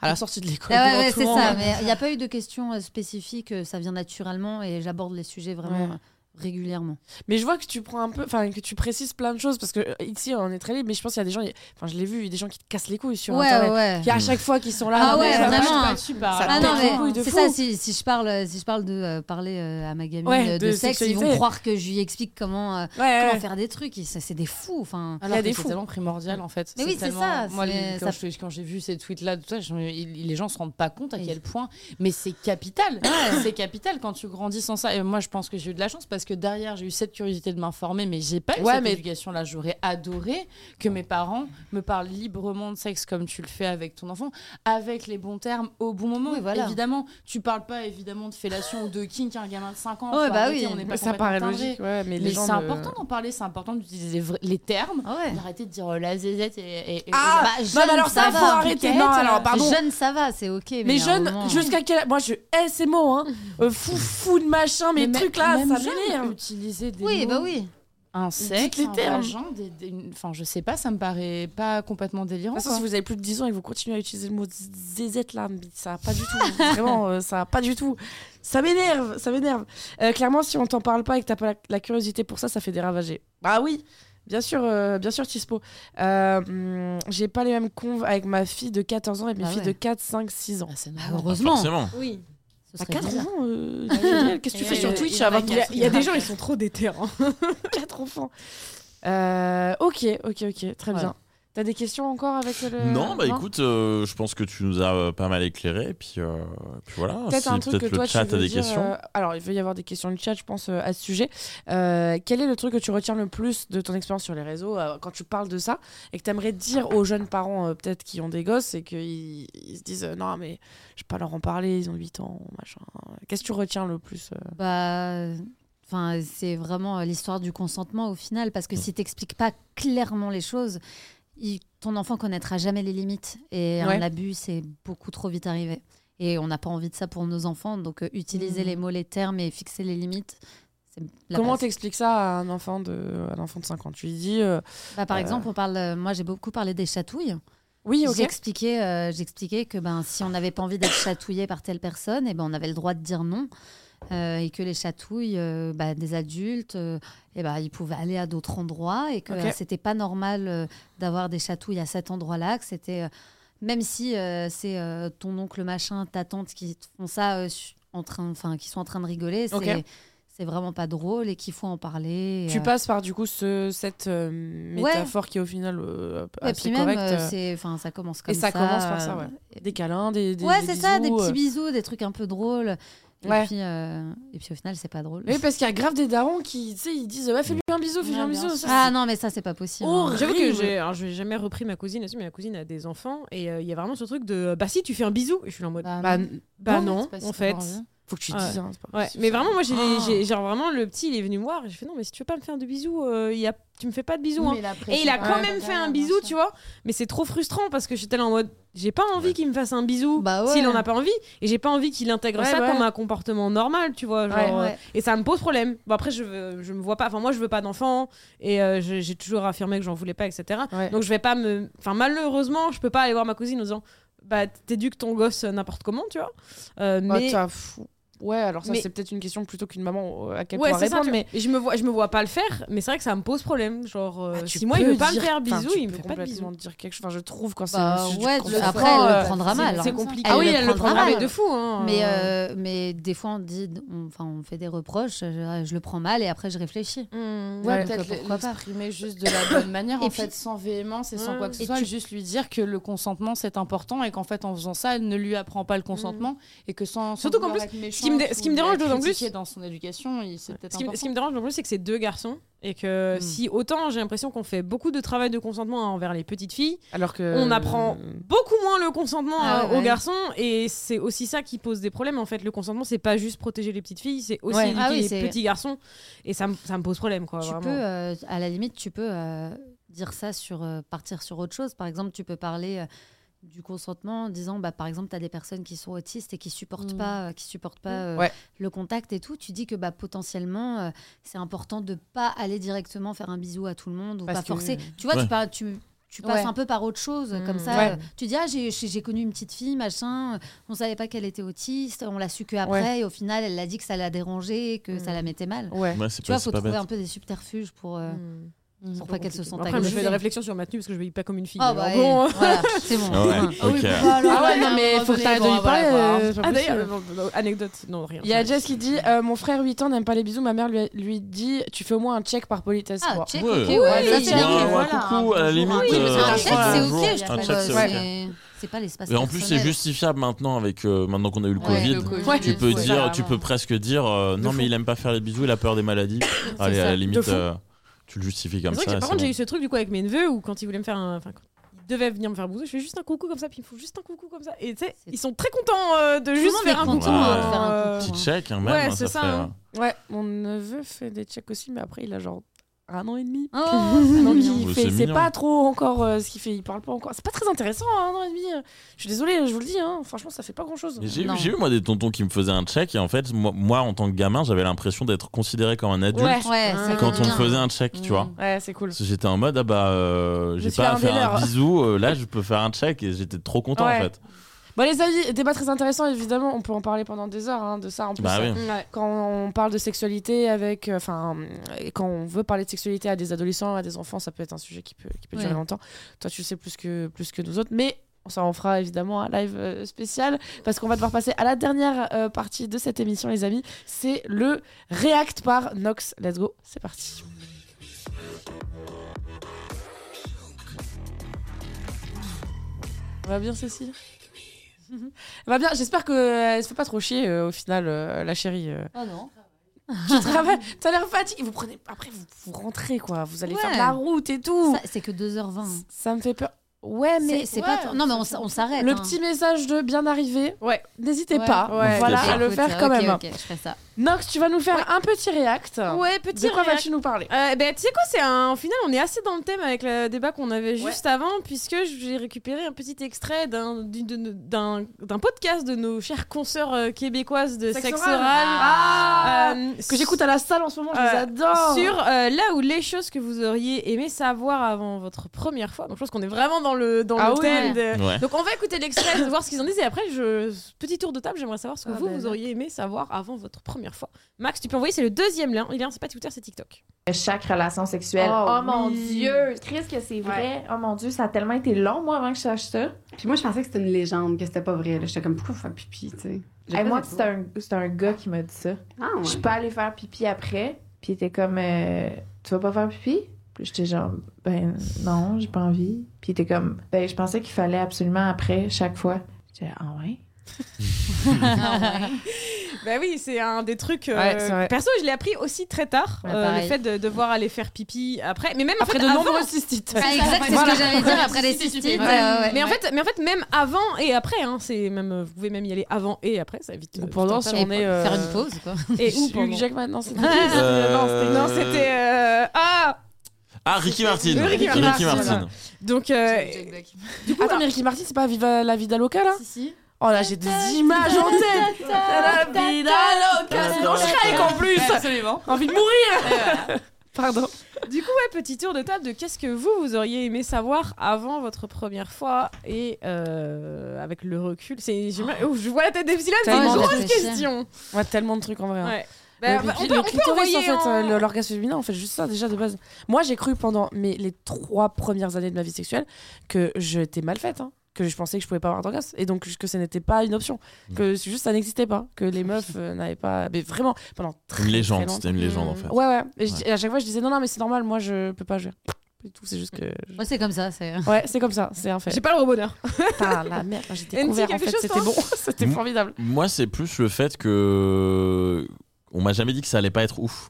À la sortie de l'école. Ah ouais, devant ouais, tout c'est le monde. ça. Mais il n'y a pas eu de questions euh, spécifiques. euh, Ça vient naturellement et j'aborde les sujets vraiment Ouais. euh, régulièrement. Mais je vois que tu prends un peu, enfin que tu précises plein de choses parce que euh, ici on est très libre, mais je pense qu'il y a des gens, il y a- enfin je l'ai vu, il y a des gens qui te cassent les couilles sur Ouais, internet, ouais. qui à chaque fois qui sont là. Ah non, mais ouais, ça va, vraiment. je- Ça Ah pète non, les mais couilles de c'est fou. ça, si, si je parle, si je parle de euh, parler euh, à ma gamine Ouais, euh, de, de sexe, ils sexualité. vont croire que je lui explique comment, euh, Ouais, ouais, comment ouais. faire des trucs. Et ça, c'est des fous. Enfin, Il y Alors a que des c'est fous. tellement primordial en fait. Mais oui, c'est tellement- ça, Moi, les- c'est- quand ça- je- quand j'ai vu ces tweets-là, tout ça, je me- il- les gens se rendent pas compte à quel point. Mais c'est capital. c'est capital quand tu grandis sans ça. Et moi, je pense que j'ai eu de la chance parce que derrière, j'ai eu cette curiosité de m'informer, mais j'ai pas eu Ouais, cette mais- éducation-là. J'aurais adoré que mes parents me parlent librement de sexe comme tu le fais avec ton enfant, avec les bons termes, au bon moment. Oui, voilà. Évidemment, tu parles pas évidemment de fellation ou de kink à un gamin de 5 ans. Ouais, faut bah arrêter, oui. on n'est pas Mais ça paraît complètement timbrés. logique, ouais, mais, les Mais gens c'est ne- important d'en parler, c'est important d'utiliser les vrais- les termes. ah ouais. D'arrêter de dire euh, la zézette et. et- et- Ah, Bah, jeune, non, mais alors ça, va. faut arrêter. Non, alors pardon. Jeune, ça va, c'est ok. Mais, mais à un jeune, moment- hein. jusqu'à quel Moi je hais ces mots, hein. Euh, fou, fou de machin, mais mais trucs là, même ça jeune, m'énerve. Utiliser des Oui, mots, bah oui. un Dites sexe, les un termes. vagin, des- des- une- enfin je sais pas, ça me paraît pas complètement De délirant. Bah, toute façon, si quoi. vous avez plus de 10 ans et que vous continuez à utiliser le mot zézette là, mais ça va pas du tout. Vraiment, euh, ça va pas du tout. Ça m'énerve, ça m'énerve. Euh, clairement, si on t'en parle pas et que t'as pas la, la curiosité pour ça, ça fait des ravagés. Bah oui, bien sûr, euh, bien sûr, Tispo. Euh, hum, J'ai pas les mêmes conves avec ma fille de 14 ans et mes Bah filles ouais. de 4, 5, 6 ans. Ah, c'est Bah, normal. heureusement. Forcément. Oui. Ce T'as serait 4 bizarre. ans euh, Gabriel, Qu'est-ce que tu Et fais sur il- Twitch il en à a 24 Il y a, il y a Parce que- des gens, ils sont trop déterrants. quatre enfants. Euh, ok, ok, ok, très bien. T'as des questions encore avec le. Non, bah écoute, euh, je pense que tu nous as euh, pas mal éclairé. Et puis, euh, puis voilà. Peut-être si un truc que peut-être le toi chat tu veux a des dire, questions. euh, alors, il va y avoir des questions du chat, je pense, euh, à ce sujet. Euh, quel est le truc que tu retiens le plus de ton expérience sur les réseaux euh, quand tu parles de ça et que t'aimerais dire aux jeunes parents, euh, peut-être, qui ont des gosses et qu'ils ils se disent euh, Non, mais je vais pas leur en parler, ils ont 8 ans, machin. Qu'est-ce que tu retiens le plus euh Bah, enfin, c'est vraiment euh, l'histoire du consentement au final, parce que si t'expliques pas clairement les choses, il- ton enfant connaîtra jamais les limites et Ouais. un abus c'est beaucoup trop vite arrivé. Et on n'a pas envie de ça pour nos enfants, donc euh, utiliser les mots, les termes et fixer les limites. c'est la Mmh. Comment base. t'expliques ça à un enfant de, à un enfant de 5 ans Tu lui dis euh, Bah, par Euh. exemple, on parle. euh, moi, j'ai beaucoup parlé des chatouilles. Oui, ok. J'expliquais, euh, j'expliquais que ben si on n'avait pas envie d'être chatouillé par telle personne, et ben on avait le droit de dire non. Euh, et que les chatouilles euh, bah, des adultes, euh, eh ben, ils pouvaient aller à d'autres endroits et que Ok. euh, c'était pas normal euh, d'avoir des chatouilles à cet endroit-là, que c'était euh, même si euh, c'est euh, ton oncle machin, ta tante qui te font ça, euh, su- en train, enfin qui sont en train de rigoler, c'est Ok. c'est vraiment pas drôle et qu'il faut en parler. Tu euh, passes par du coup ce, cette euh, métaphore qui est au final euh, Et assez puis même, correcte. euh, euh, c'est, enfin, ça commence comme et ça. ça, commence par ça, euh, ouais. Des câlins, des, des ouais, des c'est ça, des bisous, petits euh. bisous, des trucs un peu drôles. Ouais. Et, puis, euh, et puis au final, c'est pas drôle. Oui, parce qu'il y a grave des darons qui, tu sais, ils disent Mm. ouais, fais-lui un bisou, fais-lui Ouais, un bien bisou. sûr. ça, Ah non, mais ça, c'est pas possible. hein. Horrible. J'avoue que j'ai, alors, j'ai jamais repris ma cousine là-dessus, mais ma cousine a des enfants et euh, il y a vraiment ce truc de bah si tu fais un bisou et je suis là en mode bah, Bah, non, c'est pas si en t'as fait. pas envie. faut que tu Ouais. dises. hein, c'est pas Ouais, possible, mais ça. vraiment moi j'ai, Oh. j'ai- genre vraiment le petit il est venu me voir, et j'ai fait non mais si tu veux pas me faire de bisous, euh, il y a, tu me fais pas de bisous hein. Mais la Et il a pression- quand Ouais, même bah, fait un bien bisou, sûr. tu vois. Mais c'est trop frustrant parce que j'étais là en mode, j'ai pas envie qu'il me fasse un bisou Bah ouais. s'il en a pas envie. Et j'ai pas envie qu'il intègre Ouais, ça ouais. comme un comportement normal, tu vois. genre, Ouais, euh, ouais. Et ça me pose problème. Bon, après, je, veux- je me vois pas. Enfin, moi, je veux pas d'enfant. Et euh, j'ai j'ai toujours affirmé que j'en voulais pas, etc. Ouais. Donc, je vais pas me. Enfin, malheureusement, je peux pas aller voir ma cousine en disant, bah, t'éduques ton gosse euh, n'importe comment, tu vois. Euh, Bah, mais. t'as fou- Ouais, alors ça, Mais- c'est peut-être une question plutôt qu'une maman euh, à quelle Ouais, point c'est ça, répondre, tu vois. mais. Et je me vois, je me vois pas le faire, mais c'est vrai que ça me pose problème. Genre, euh, Ah, tu si moi il peux veut pas me dire- faire enfin, bisou, tu il me peux fait pas de bisou. complètement dire quelque chose. Enfin, je trouve quand c'est. Bah, je- je ouais, comprends le- pas, après, elle euh, le prendra c'est- mal. c'est hein. compliqué. Elle Ah oui, le elle le prendra prendra mal. mal. de fou, hein. Mais, euh, mais des fois, on dit, on, enfin, on fait des reproches, je, je le prends mal et après, je réfléchis. Hmm. Ouais, Ouais, peut-être donc, le- pourquoi pas. l'exprimer juste de la bonne manière, Et en puis- fait, sans véhémence et sans Ouais. quoi que ce Et soit, tu- juste lui dire que le consentement c'est important et qu'en fait, en faisant ça, elle ne lui apprend pas le consentement et que sans. sans Mm. Surtout qu'en vouloir plus, être ce qui me dé- méchante ce qui me ou la dérange d'autant plus- critiquer dans son éducation, il- c'est peut-être Ce qui, me- important. ce qui me dérange le plus, c'est que c'est deux garçons et que Mmh. Hmm. si autant j'ai l'impression qu'on fait beaucoup de travail de consentement envers les petites filles, Alors que. euh, on apprend beaucoup moins le consentement Ah euh, ouais, aux ouais. garçons et c'est aussi ça qui pose des problèmes en fait. Le consentement, c'est pas juste protéger les petites filles, c'est aussi Ouais. éduquer Ah oui, les c'est- petits garçons et ça, me- ça me pose problème quoi. tu vraiment. peux, euh, à la limite, tu peux euh, dire ça sur euh, partir sur autre chose. Par exemple, tu peux parler euh, du consentement en disant, bah, par exemple, tu as des personnes qui sont autistes et qui supportent Mm. pas, euh, qui supportent pas euh, Mmh. Ouais. le contact et tout. Tu dis que bah, potentiellement, euh, c'est important de pas aller directement faire un bisou à tout le monde ou Parce pas que- mmh. forcer. Tu vois, Ouais. tu, par- tu, tu passes Ouais. un peu par autre chose Mm. comme ça. Ouais. euh, tu dis, ah, j'ai- j'ai j'ai connu une petite fille, machin. euh, On savait pas qu'elle était autiste. On l'a su que après. Et au final, elle a dit que ça l'a dérangée, que ça Mmh. la mettait mal. Ouais. Ouais, c'est Tu vois, pas, faut c'est pas trouver bête. un peu des subterfuges pour, euh, Hmm. pour pas qu'elle se sente Après, je fais agressée. des réflexions sur ma tenue parce que je vais pas comme une fille. hein. Ah alors bah, bon, eh, voilà, c'est bon. Ouais. Hein. Ah oui, Ok. bah alors, Ah ouais, à non, un mais moment faut que donné, t'arrêtes de bon, lui on va la voir. parler. euh. Ah d'ailleurs, euh, anecdote, non rien. Il y a Jess qui dit euh, Mon frère 8 ans n'aime pas les bisous, ma mère lui, lui dit Tu fais au moins un check par politesse. Ah, Bon. check, Ouais. ok, ouais, Oui, ça oui, c'est oui, bien. oui, Ouais, vu. ouais, voilà, un coucou, à bonjour, la limite. un Oui, mais euh, un check, check, c'est bonjour. ok. y a je pas de- trouve, euh, Ouais. c'est- C'est pas l'espace Et en plus, c'est personnel. justifiable maintenant avec euh, maintenant qu'on a eu le Ouais, Covid. le Covid, Ouais. Tu peux ouais. dire, tu peux presque dire, euh, non mais il aime pas faire les bisous, il a peur des maladies. Allez, à ça. la De limite, fou. euh, tu le justifies comme C'est vrai ça. que j'ai- par c'est contre, bon. j'ai eu ce truc du coup avec mes neveux où quand ils voulaient me faire un. Enfin, quand ils devaient venir me faire bouser, je fais juste un coucou comme ça, puis ils me font juste un coucou comme ça. Et tu sais, ils sont très contents euh, de juste monde faire est un, content coucou, de euh, faire un coucou. Petit check, hein, même. Ouais, hein, c'est ça, fait, hein. euh, Ouais, mon neveu fait des checks aussi, mais après, il a genre un an et demi. Oh, c'est Donc mignon. Oui, Ah, il c'est fait, c'est mignon. pas trop encore euh, ce qu'il fait, il parle pas encore. C'est pas très intéressant, hein, un an et demi. Je suis désolée, je vous le dis, hein, franchement ça fait pas grand chose. Mais J'ai eu, Non. j'ai eu, moi des tontons qui me faisaient un check et en fait moi, moi, en tant que gamin j'avais l'impression d'être considéré comme un adulte Ouais, Ouais, c'est quand on me bien. faisait un check tu vois. ouais, c'est cool. Parce que j'étais en mode ah bah euh, j'ai suis pas un à faire des un leurs. bisou euh, là je peux faire un check et j'étais trop content Ouais. en fait. Bon, Bah, les avis, débat très intéressant, évidemment, on peut en parler pendant des heures hein, de ça en plus. Bah oui. Ouais. Quand on parle de sexualité avec. euh, Enfin, euh, quand on veut parler de sexualité à des adolescents, à des enfants, ça peut être un sujet qui peut, qui peut durer Ouais. longtemps. Toi, tu le sais plus que, plus que nous autres, mais. Ça en fera évidemment un live euh, spécial parce qu'on va devoir passer à la dernière euh, partie de cette émission, les amis. C'est le React par Nox. Let's go, c'est parti. On va bien, Cécile On va bien, j'espère qu'elle se fait pas trop chier euh, au final, euh, la chérie. euh. Ah non. Tu travailles, t'as l'air fatiguée. Vous prenez, après, vous, vous rentrez, quoi. Vous allez faire de la Ouais. route et tout. Ça, Ça, c'est que 2h20. me fait peur. Ouais, mais C'est c'est ouais, pas trop- Non, mais on s- on s'arrête. le hein. petit message de bien arrivé, Ouais. n'hésitez Ouais. pas Ouais. voilà, N'hésitez à le Écoute, faire quand ok, même. Ok, je ferai ça. Nox, tu vas nous faire un petit react. Ouais, petit de quoi réac- vas-tu nous parler Euh, ben, tu sais quoi, c'est un. Au final, on est assez dans le thème avec le débat qu'on avait juste avant, puisque j'ai récupéré un petit extrait d'un d'une- de nos- d'un d'un podcast de nos chères consoeurs euh, québécoises de sexe, oral. Ah Euh, Que j'écoute à la salle en ce moment, je les Euh, adore. sur euh, là où les choses que vous auriez aimé savoir avant votre première fois. Donc je pense qu'on est vraiment dans le dans Ah le oui. thème. de- Ouais. Donc on va écouter l'extrait, voir ce qu'ils en disent et après je petit tour de table. J'aimerais savoir ce que Ah vous ben vous là. auriez aimé savoir avant votre première fois. Max, tu peux envoyer c'est le deuxième lien. lien c'est pas Twitter, c'est TikTok. chaque relation sexuelle. Oh, Oh, mon oui. Dieu! Chris, que c'est vrai! Oh mon Dieu, ça a tellement été long, moi, avant que je sache ça. Puis moi, je pensais que c'était une légende, que c'était pas vrai. là. J'étais comme, pourquoi faire pipi, tu sais? Je Hey, moi, faisais c'était pas. un, c'était un gars qui m'a dit ça. Ah, ouais. Je peux aller faire pipi après. Puis il était comme, euh, tu vas pas faire pipi? Puis j'étais genre, ben non, j'ai pas envie. Puis il était comme, ben je pensais qu'il fallait absolument après, chaque fois. J'étais, ah ouais? Bah oui, c'est un des trucs. euh, Ouais, c'est vrai. perso, je l'ai appris aussi très tard. Ouais, euh, le pareil. fait de devoir aller faire pipi après. Mais même en Après fait, de avant- nombreuses cystites. Ah, exact, c'est Voilà. ce que j'allais dire après les Si, si, si, cystites. si, euh, ouais. ouais. Mais en, fait, mais en fait, même avant et après, hein, c'est même, euh, vous pouvez même y aller avant et après, ça évite. Ou euh, pendant, tout un si tas on de- Et est, euh, Faire une pause, quoi. Et ou Hugues pendant. Jackman, non, c'était. Euh, Non, c'était- Ah, Non, c'était. euh, Ah Ah, Ricky Martin. Le Ricky Ricky Martin, Martin. Donc, euh, Jack Black. Attends, mais Ricky Martin, c'est pas Viva la Vida Loca là Si, si. Oh là, j'ai des images en tête La Vida Loca, c'est dans Shrek en plus Ouais, Absolument. Envie de mourir Et voilà. Pardon. du coup, ouais, petit tour de table de qu'est-ce que vous, vous auriez aimé savoir avant votre première fois et euh, avec le recul. C'est, j'ai- oh, je vois la tête d'Epsilon, c'est une Tellement grosse réfléchir. question. On a tellement de trucs en vrai. hein. Ouais. Le- Bah, bah, puis on le peut, on peut clitoris, envoyer en fait, euh, en- le- l'orgasme féminin, en fait, juste ça déjà de base. Moi, j'ai cru pendant mes, les trois premières années de ma vie sexuelle que j'étais mal faite, hein, que je pensais que je pouvais pas avoir d'orgasme, et donc que ce n'était pas une option, Mmh. que c'est juste ça n'existait pas, que les meufs euh, n'avaient pas. Mais vraiment, pendant très Une très légende, longtemps. c'était une légende en fait. Ouais, ouais. Et, je- et à chaque fois, je disais non, non, mais c'est normal, moi, je peux pas, je pas du tout, c'est juste que. je- Moi, c'est comme ça. c'est- Ouais, c'est comme ça, c'est un fait. J'ai pas le rebonheur. Putain, la merde, j'étais Andy, couvert en quelque fait, chose, c'était toi bon, c'était Mm. formidable. Moi, c'est plus le fait que. On m'a jamais dit que ça allait pas être ouf.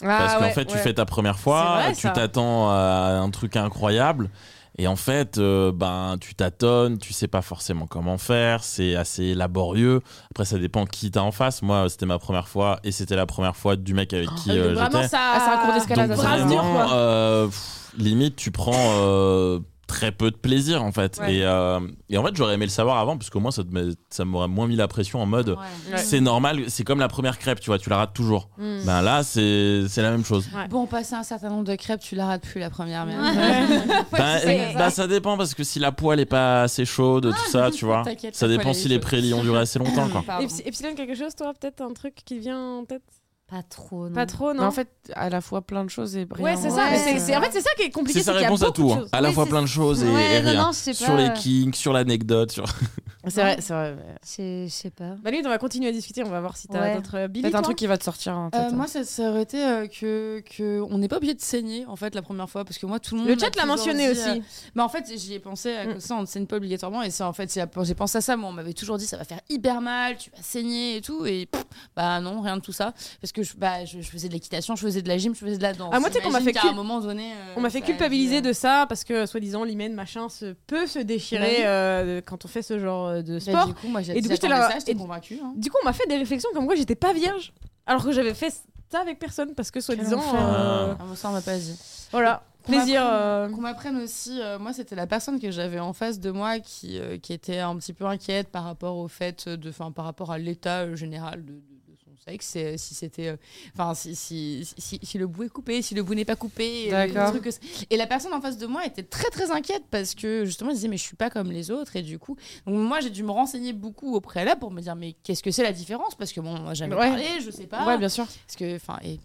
Parce qu'en fait, tu fais ta première fois, Ah C'est vrai, ça. tu t'attends à un truc incroyable. Et en fait, euh, ben, tu tâtonnes, tu sais pas forcément comment faire, c'est assez laborieux. Après, ça dépend qui t'as en face. Moi, c'était ma première fois et c'était la première fois du mec avec qui euh, Oh, Vraiment, j'étais. ça. Ah, c'est un cours Donc d'escalade. Brasse dure, vraiment, quoi. euh, pff, limite, tu prends euh, très peu de plaisir en fait. Ouais. Et, euh, et en fait, j'aurais aimé le savoir avant, parce qu'au moins, ça, te met- ça m'aurait moins mis la pression en mode Ouais. Ouais. c'est normal, c'est comme la première crêpe, tu vois, tu la rates toujours. Mm. Bah. Ben là, c'est c'est la même chose. Bon, passer un certain nombre de crêpes, tu la rates plus la première, mais. Ben, c'est ça. ben, ça dépend, parce que si la poêle est pas assez chaude, tout ça, tu vois, T'inquiète, ça la dépend poêle, si elle est les chaude. prélis ont duré assez longtemps, quoi. Pardon. Epsi- Epsilon, quelque chose, toi, peut-être un truc qui vient en tête Pas trop, non. Pas trop, non Mais Hmm. en fait, à la fois plein de choses et rien. Ouais, c'est ça. Ouais. mais c'est- c'est- en fait, c'est ça qui est compliqué. C'est sa qu'il y a réponse à beaucoup de tout, hein. choses. à la Oui, fois c'est- plein de choses et, Ouais, et non, rien. non, je sais sur pas, les euh. kinks, sur l'anecdote, sur. C'est vrai, c'est vrai. mais Je sais- je sais pas. Bah, lui, on va continuer à discuter. On va voir si t'as Ouais. d'autres. Billy, Peut-être un toi truc qui va te sortir en hein. tête. Euh, moi, ça, ça aurait été euh, que, que on n'est pas obligé de saigner en fait la première fois parce que moi tout le monde. Le m'a chat l'a toujours mentionné dit, aussi. euh, mais en fait, j'y ai pensé Mm. à que ça, on ne saigne pas obligatoirement. Et ça, en fait, c'est à- j'ai pensé à ça. Moi, on m'avait toujours dit, ça va faire hyper mal, tu vas saigner et tout. Et pff, bah non, rien de tout ça. Parce que je, bah, je, je faisais de l'équitation, je faisais de la gym, je faisais de la danse. Ah, moi, tu sais qu'on m'a Imagine fait qu'à un cul- moment donné. euh, On m'a fait ça culpabiliser dit, euh, de ça parce que, soi-disant, l'hymen, machin, se, peut se Bah déchirer Ouais. euh, quand on fait ce genre euh, de bah, sport. du coup, moi, j'ai Et du coup, j'étais j'attendais là- ça, j'étais et- convaincue. hein. Du coup, on m'a fait des réflexions comme quoi j'étais pas vierge, alors que j'avais fait ça avec personne parce que soi-disant, enfer. euh, Ah, moi, ça, on m'a pas dit. voilà, Qu'on m'apprenne- plaisir. euh, Qu'on m'apprenne aussi, euh, moi c'était la personne que j'avais en face de moi qui, euh, qui était un petit peu inquiète par rapport au fait de, enfin par rapport à l'état euh, général de, de- de son sexe, et, euh, si c'était, enfin si, si, si, si- si le bout est coupé, si le bout n'est pas coupé, et, le D'accord. truc que c'est- et la personne en face de moi était très très inquiète parce que justement elle disait mais je suis pas comme les autres et du coup donc moi j'ai dû me renseigner beaucoup au préalable pour me dire mais qu'est-ce que c'est la différence parce que bon on m'a jamais Ouais. parlé, je sais pas, Ouais, bien sûr. parce que, enfin, et-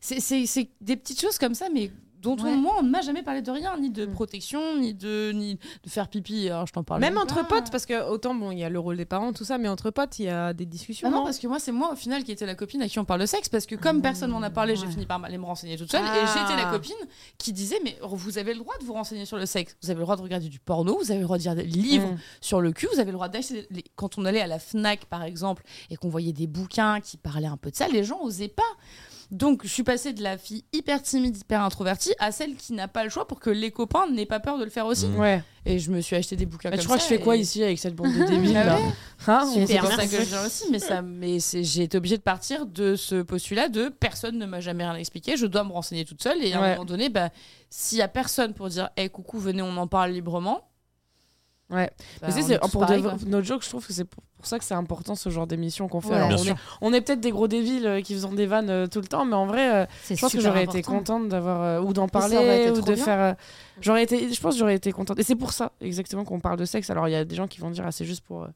c'est- c'est c'est des petites choses comme ça, mais dont Ouais. on, moi, on ne m'a jamais parlé de rien, ni Mm. de protection, ni de, ni de faire pipi. Alors, je t'en parle. Même pas. entre potes, parce que autant, bon, il y a le rôle des parents, tout ça, mais entre potes, il y a des discussions. hein. Ah non, non parce que moi, c'est moi au final qui était la copine à qui on parle de sexe, parce que comme personne m'en a parlé, j'ai fini par aller me renseigner toute seule, et Ah. j'étais la copine qui disait Mais oh, vous avez le droit de vous renseigner sur le sexe, vous avez le droit de regarder du porno, vous avez le droit de lire des livres Mm. sur le cul, vous avez le droit d'acheter. des- les- Quand on allait à la Fnac, par exemple, et qu'on voyait des bouquins qui parlaient un peu de ça, les gens osaient pas. Donc, je suis passée de la fille hyper timide, hyper introvertie, à celle qui n'a pas le choix pour que les copains n'aient pas peur de le faire aussi. Mm. Ouais. Et je me suis acheté des bouquins Mais comme tu crois que je ça, fais quoi et- ici avec cette bande de débiles là Hein on c'est sait pour pas. ça que je viens aussi, mais, ça, mais c'est- j'ai été obligée de partir de ce postulat de personne ne m'a jamais rien expliqué, je dois me renseigner toute seule. Et à Ouais. un moment donné, bah, s'il y a personne pour dire hey, coucou, venez, on en parle librement. Ouais. Mais bah, tu sais, on c'est est tous pour pareils, de- quoi. notre joke, je trouve que c'est pour pour ça que c'est important ce genre d'émission qu'on fait. Ouais. Alors, Bien on, est, sûr. on est peut-être des gros débiles euh, qui faisons des vannes euh, tout le temps, mais en vrai, euh, C'est je pense que super j'aurais été important. contente d'avoir euh, ou d'en aurait parler été ou trop de bien. faire. euh, j'aurais été, je pense, que j'aurais été contente. Et c'est pour ça exactement qu'on parle de sexe. Alors il y a des gens qui vont dire ah c'est juste pour euh,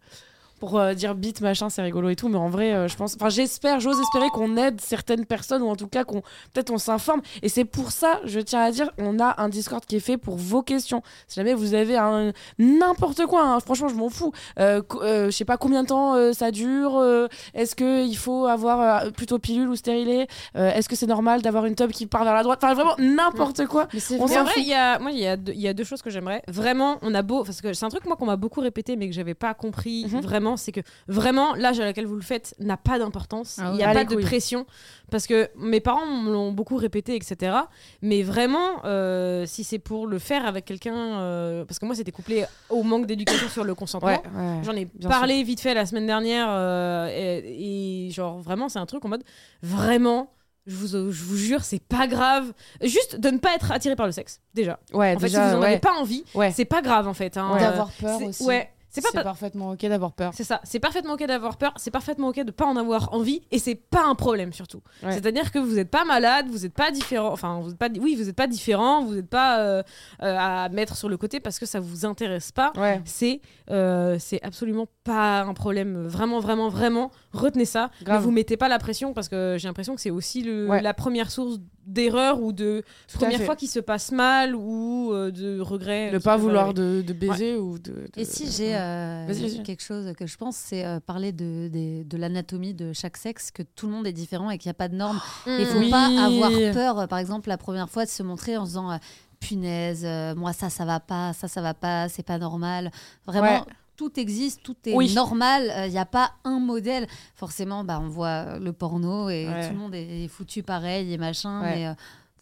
pour euh, dire bite machin c'est rigolo et tout, mais en vrai euh, je pense, enfin j'espère, j'ose espérer qu'on aide certaines personnes ou en tout cas qu'on peut-être on s'informe. Et c'est pour ça, je tiens à dire, on a un Discord qui est fait pour vos questions. Si jamais vous avez un n'importe quoi, hein, franchement je m'en fous. Euh, co- euh, je sais pas combien de temps euh, ça dure. euh, Est-ce que il faut avoir euh, plutôt pilule ou stérilet euh, Est-ce que c'est normal d'avoir une tub qui part vers la droite Enfin, vraiment n'importe quoi. Mais c'est On Mais s'en en vrai, fout. il y a, moi, il y, a deux- il y a deux choses que j'aimerais. Vraiment, on a beau. Parce que c'est un truc, moi, qu'on m'a beaucoup répété, mais que j'avais pas compris Mhm. vraiment vraiment, c'est que vraiment l'âge à laquelle vous le faites n'a pas d'importance. Ah ouais. Il n'y a Pas pas les de couilles. pression. Parce que mes parents me l'ont beaucoup répété, etc. Mais vraiment, euh, si c'est pour le faire avec quelqu'un. euh, parce que moi, c'était couplé au manque d'éducation sur le consentement. Ouais, ouais. J'en ai Bien parlé vite fait la semaine dernière euh, et, et genre vraiment c'est un truc en mode vraiment je vous, je vous jure c'est pas grave juste de ne pas être attiré par le sexe déjà. Ouais, En fait déjà, si vous en avez ouais. pas envie Ouais. c'est pas grave en fait. hein. Ouais. Euh, D'avoir peur c'est- aussi. Ouais c'est C'est pas, pas- parfaitement ok d'avoir peur. c'est ça c'est parfaitement ok d'avoir peur c'est parfaitement ok de pas en avoir envie et c'est pas un problème surtout. Ouais. C'est à dire que vous êtes pas malade vous êtes pas différent enfin vous êtes pas oui vous êtes pas différent vous êtes pas euh, euh, à mettre sur le côté parce que ça vous intéresse pas Ouais. c'est euh, c'est absolument pas un problème. Vraiment, vraiment, vraiment, retenez ça. Grave. Ne vous mettez pas la pression parce que j'ai l'impression que c'est aussi le, Ouais. la première source d'erreur ou de Tout à première fait. fois qui se passe mal ou euh, de regret. Ne qui pas peut vouloir arriver. de, de baiser ou de. de- Et si j'ai euh, Vas-y, vas-y. quelque chose que je pense, c'est euh, parler de, des- de l'anatomie de chaque sexe, que tout le monde est différent et qu'il n'y a pas de normes. Mmh. Et il ne faut Ah. Oui. pas avoir peur, euh, par exemple, la première fois de se montrer en se disant euh, punaise, euh, moi ça, ça va pas, ça, ça va pas, c'est pas normal. Vraiment. Ouais. Tout existe, tout est Oui. normal, euh, il n'y a pas un modèle. Forcément, bah, on voit euh, le porno et Ouais. tout le monde est foutu pareil et machin, Ouais. mais euh,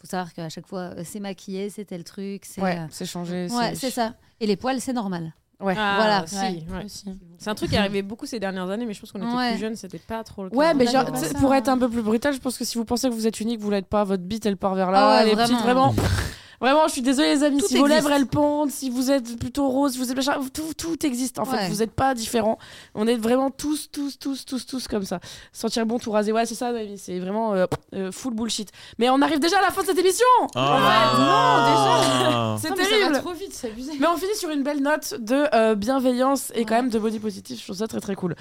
faut savoir qu'à chaque fois, euh, c'est maquillé, c'est tel truc, c'est... Ouais, euh, c'est changé. Ouais, c'est ça. Et les poils, c'est normal. Ouais. Ah, Voilà. si, Ouais, ouais. aussi. C'est un truc qui arrivait beaucoup ces dernières années, mais je pense qu'on était Ouais. plus jeunes, c'était pas trop le cas. Ouais, mais On genre, adore tu sais, ça, pour hein. être un peu plus brutal, je pense que si vous pensez que vous êtes unique, vous l'êtes pas, votre bite elle part vers Ah là, ouais, les vraiment. petites vraiment. Vraiment, je suis désolée les amis, Tout si vos existe. lèvres elles pendent, si vous êtes plutôt rose, vous êtes machin, tout, tout existe en Ouais. fait, vous n'êtes pas différents. On est vraiment tous, tous, tous, tous, tous comme ça. Sentir bon, tout raser, ouais c'est ça, Noémie, c'est vraiment euh, euh, full bullshit. Mais on arrive déjà à la fin de cette émission Ah. C'est Non, mais Ça va terrible trop vite, c'est abusé. mais on finit sur une belle note de euh, bienveillance et quand même de body positif. Je trouve ça très très cool.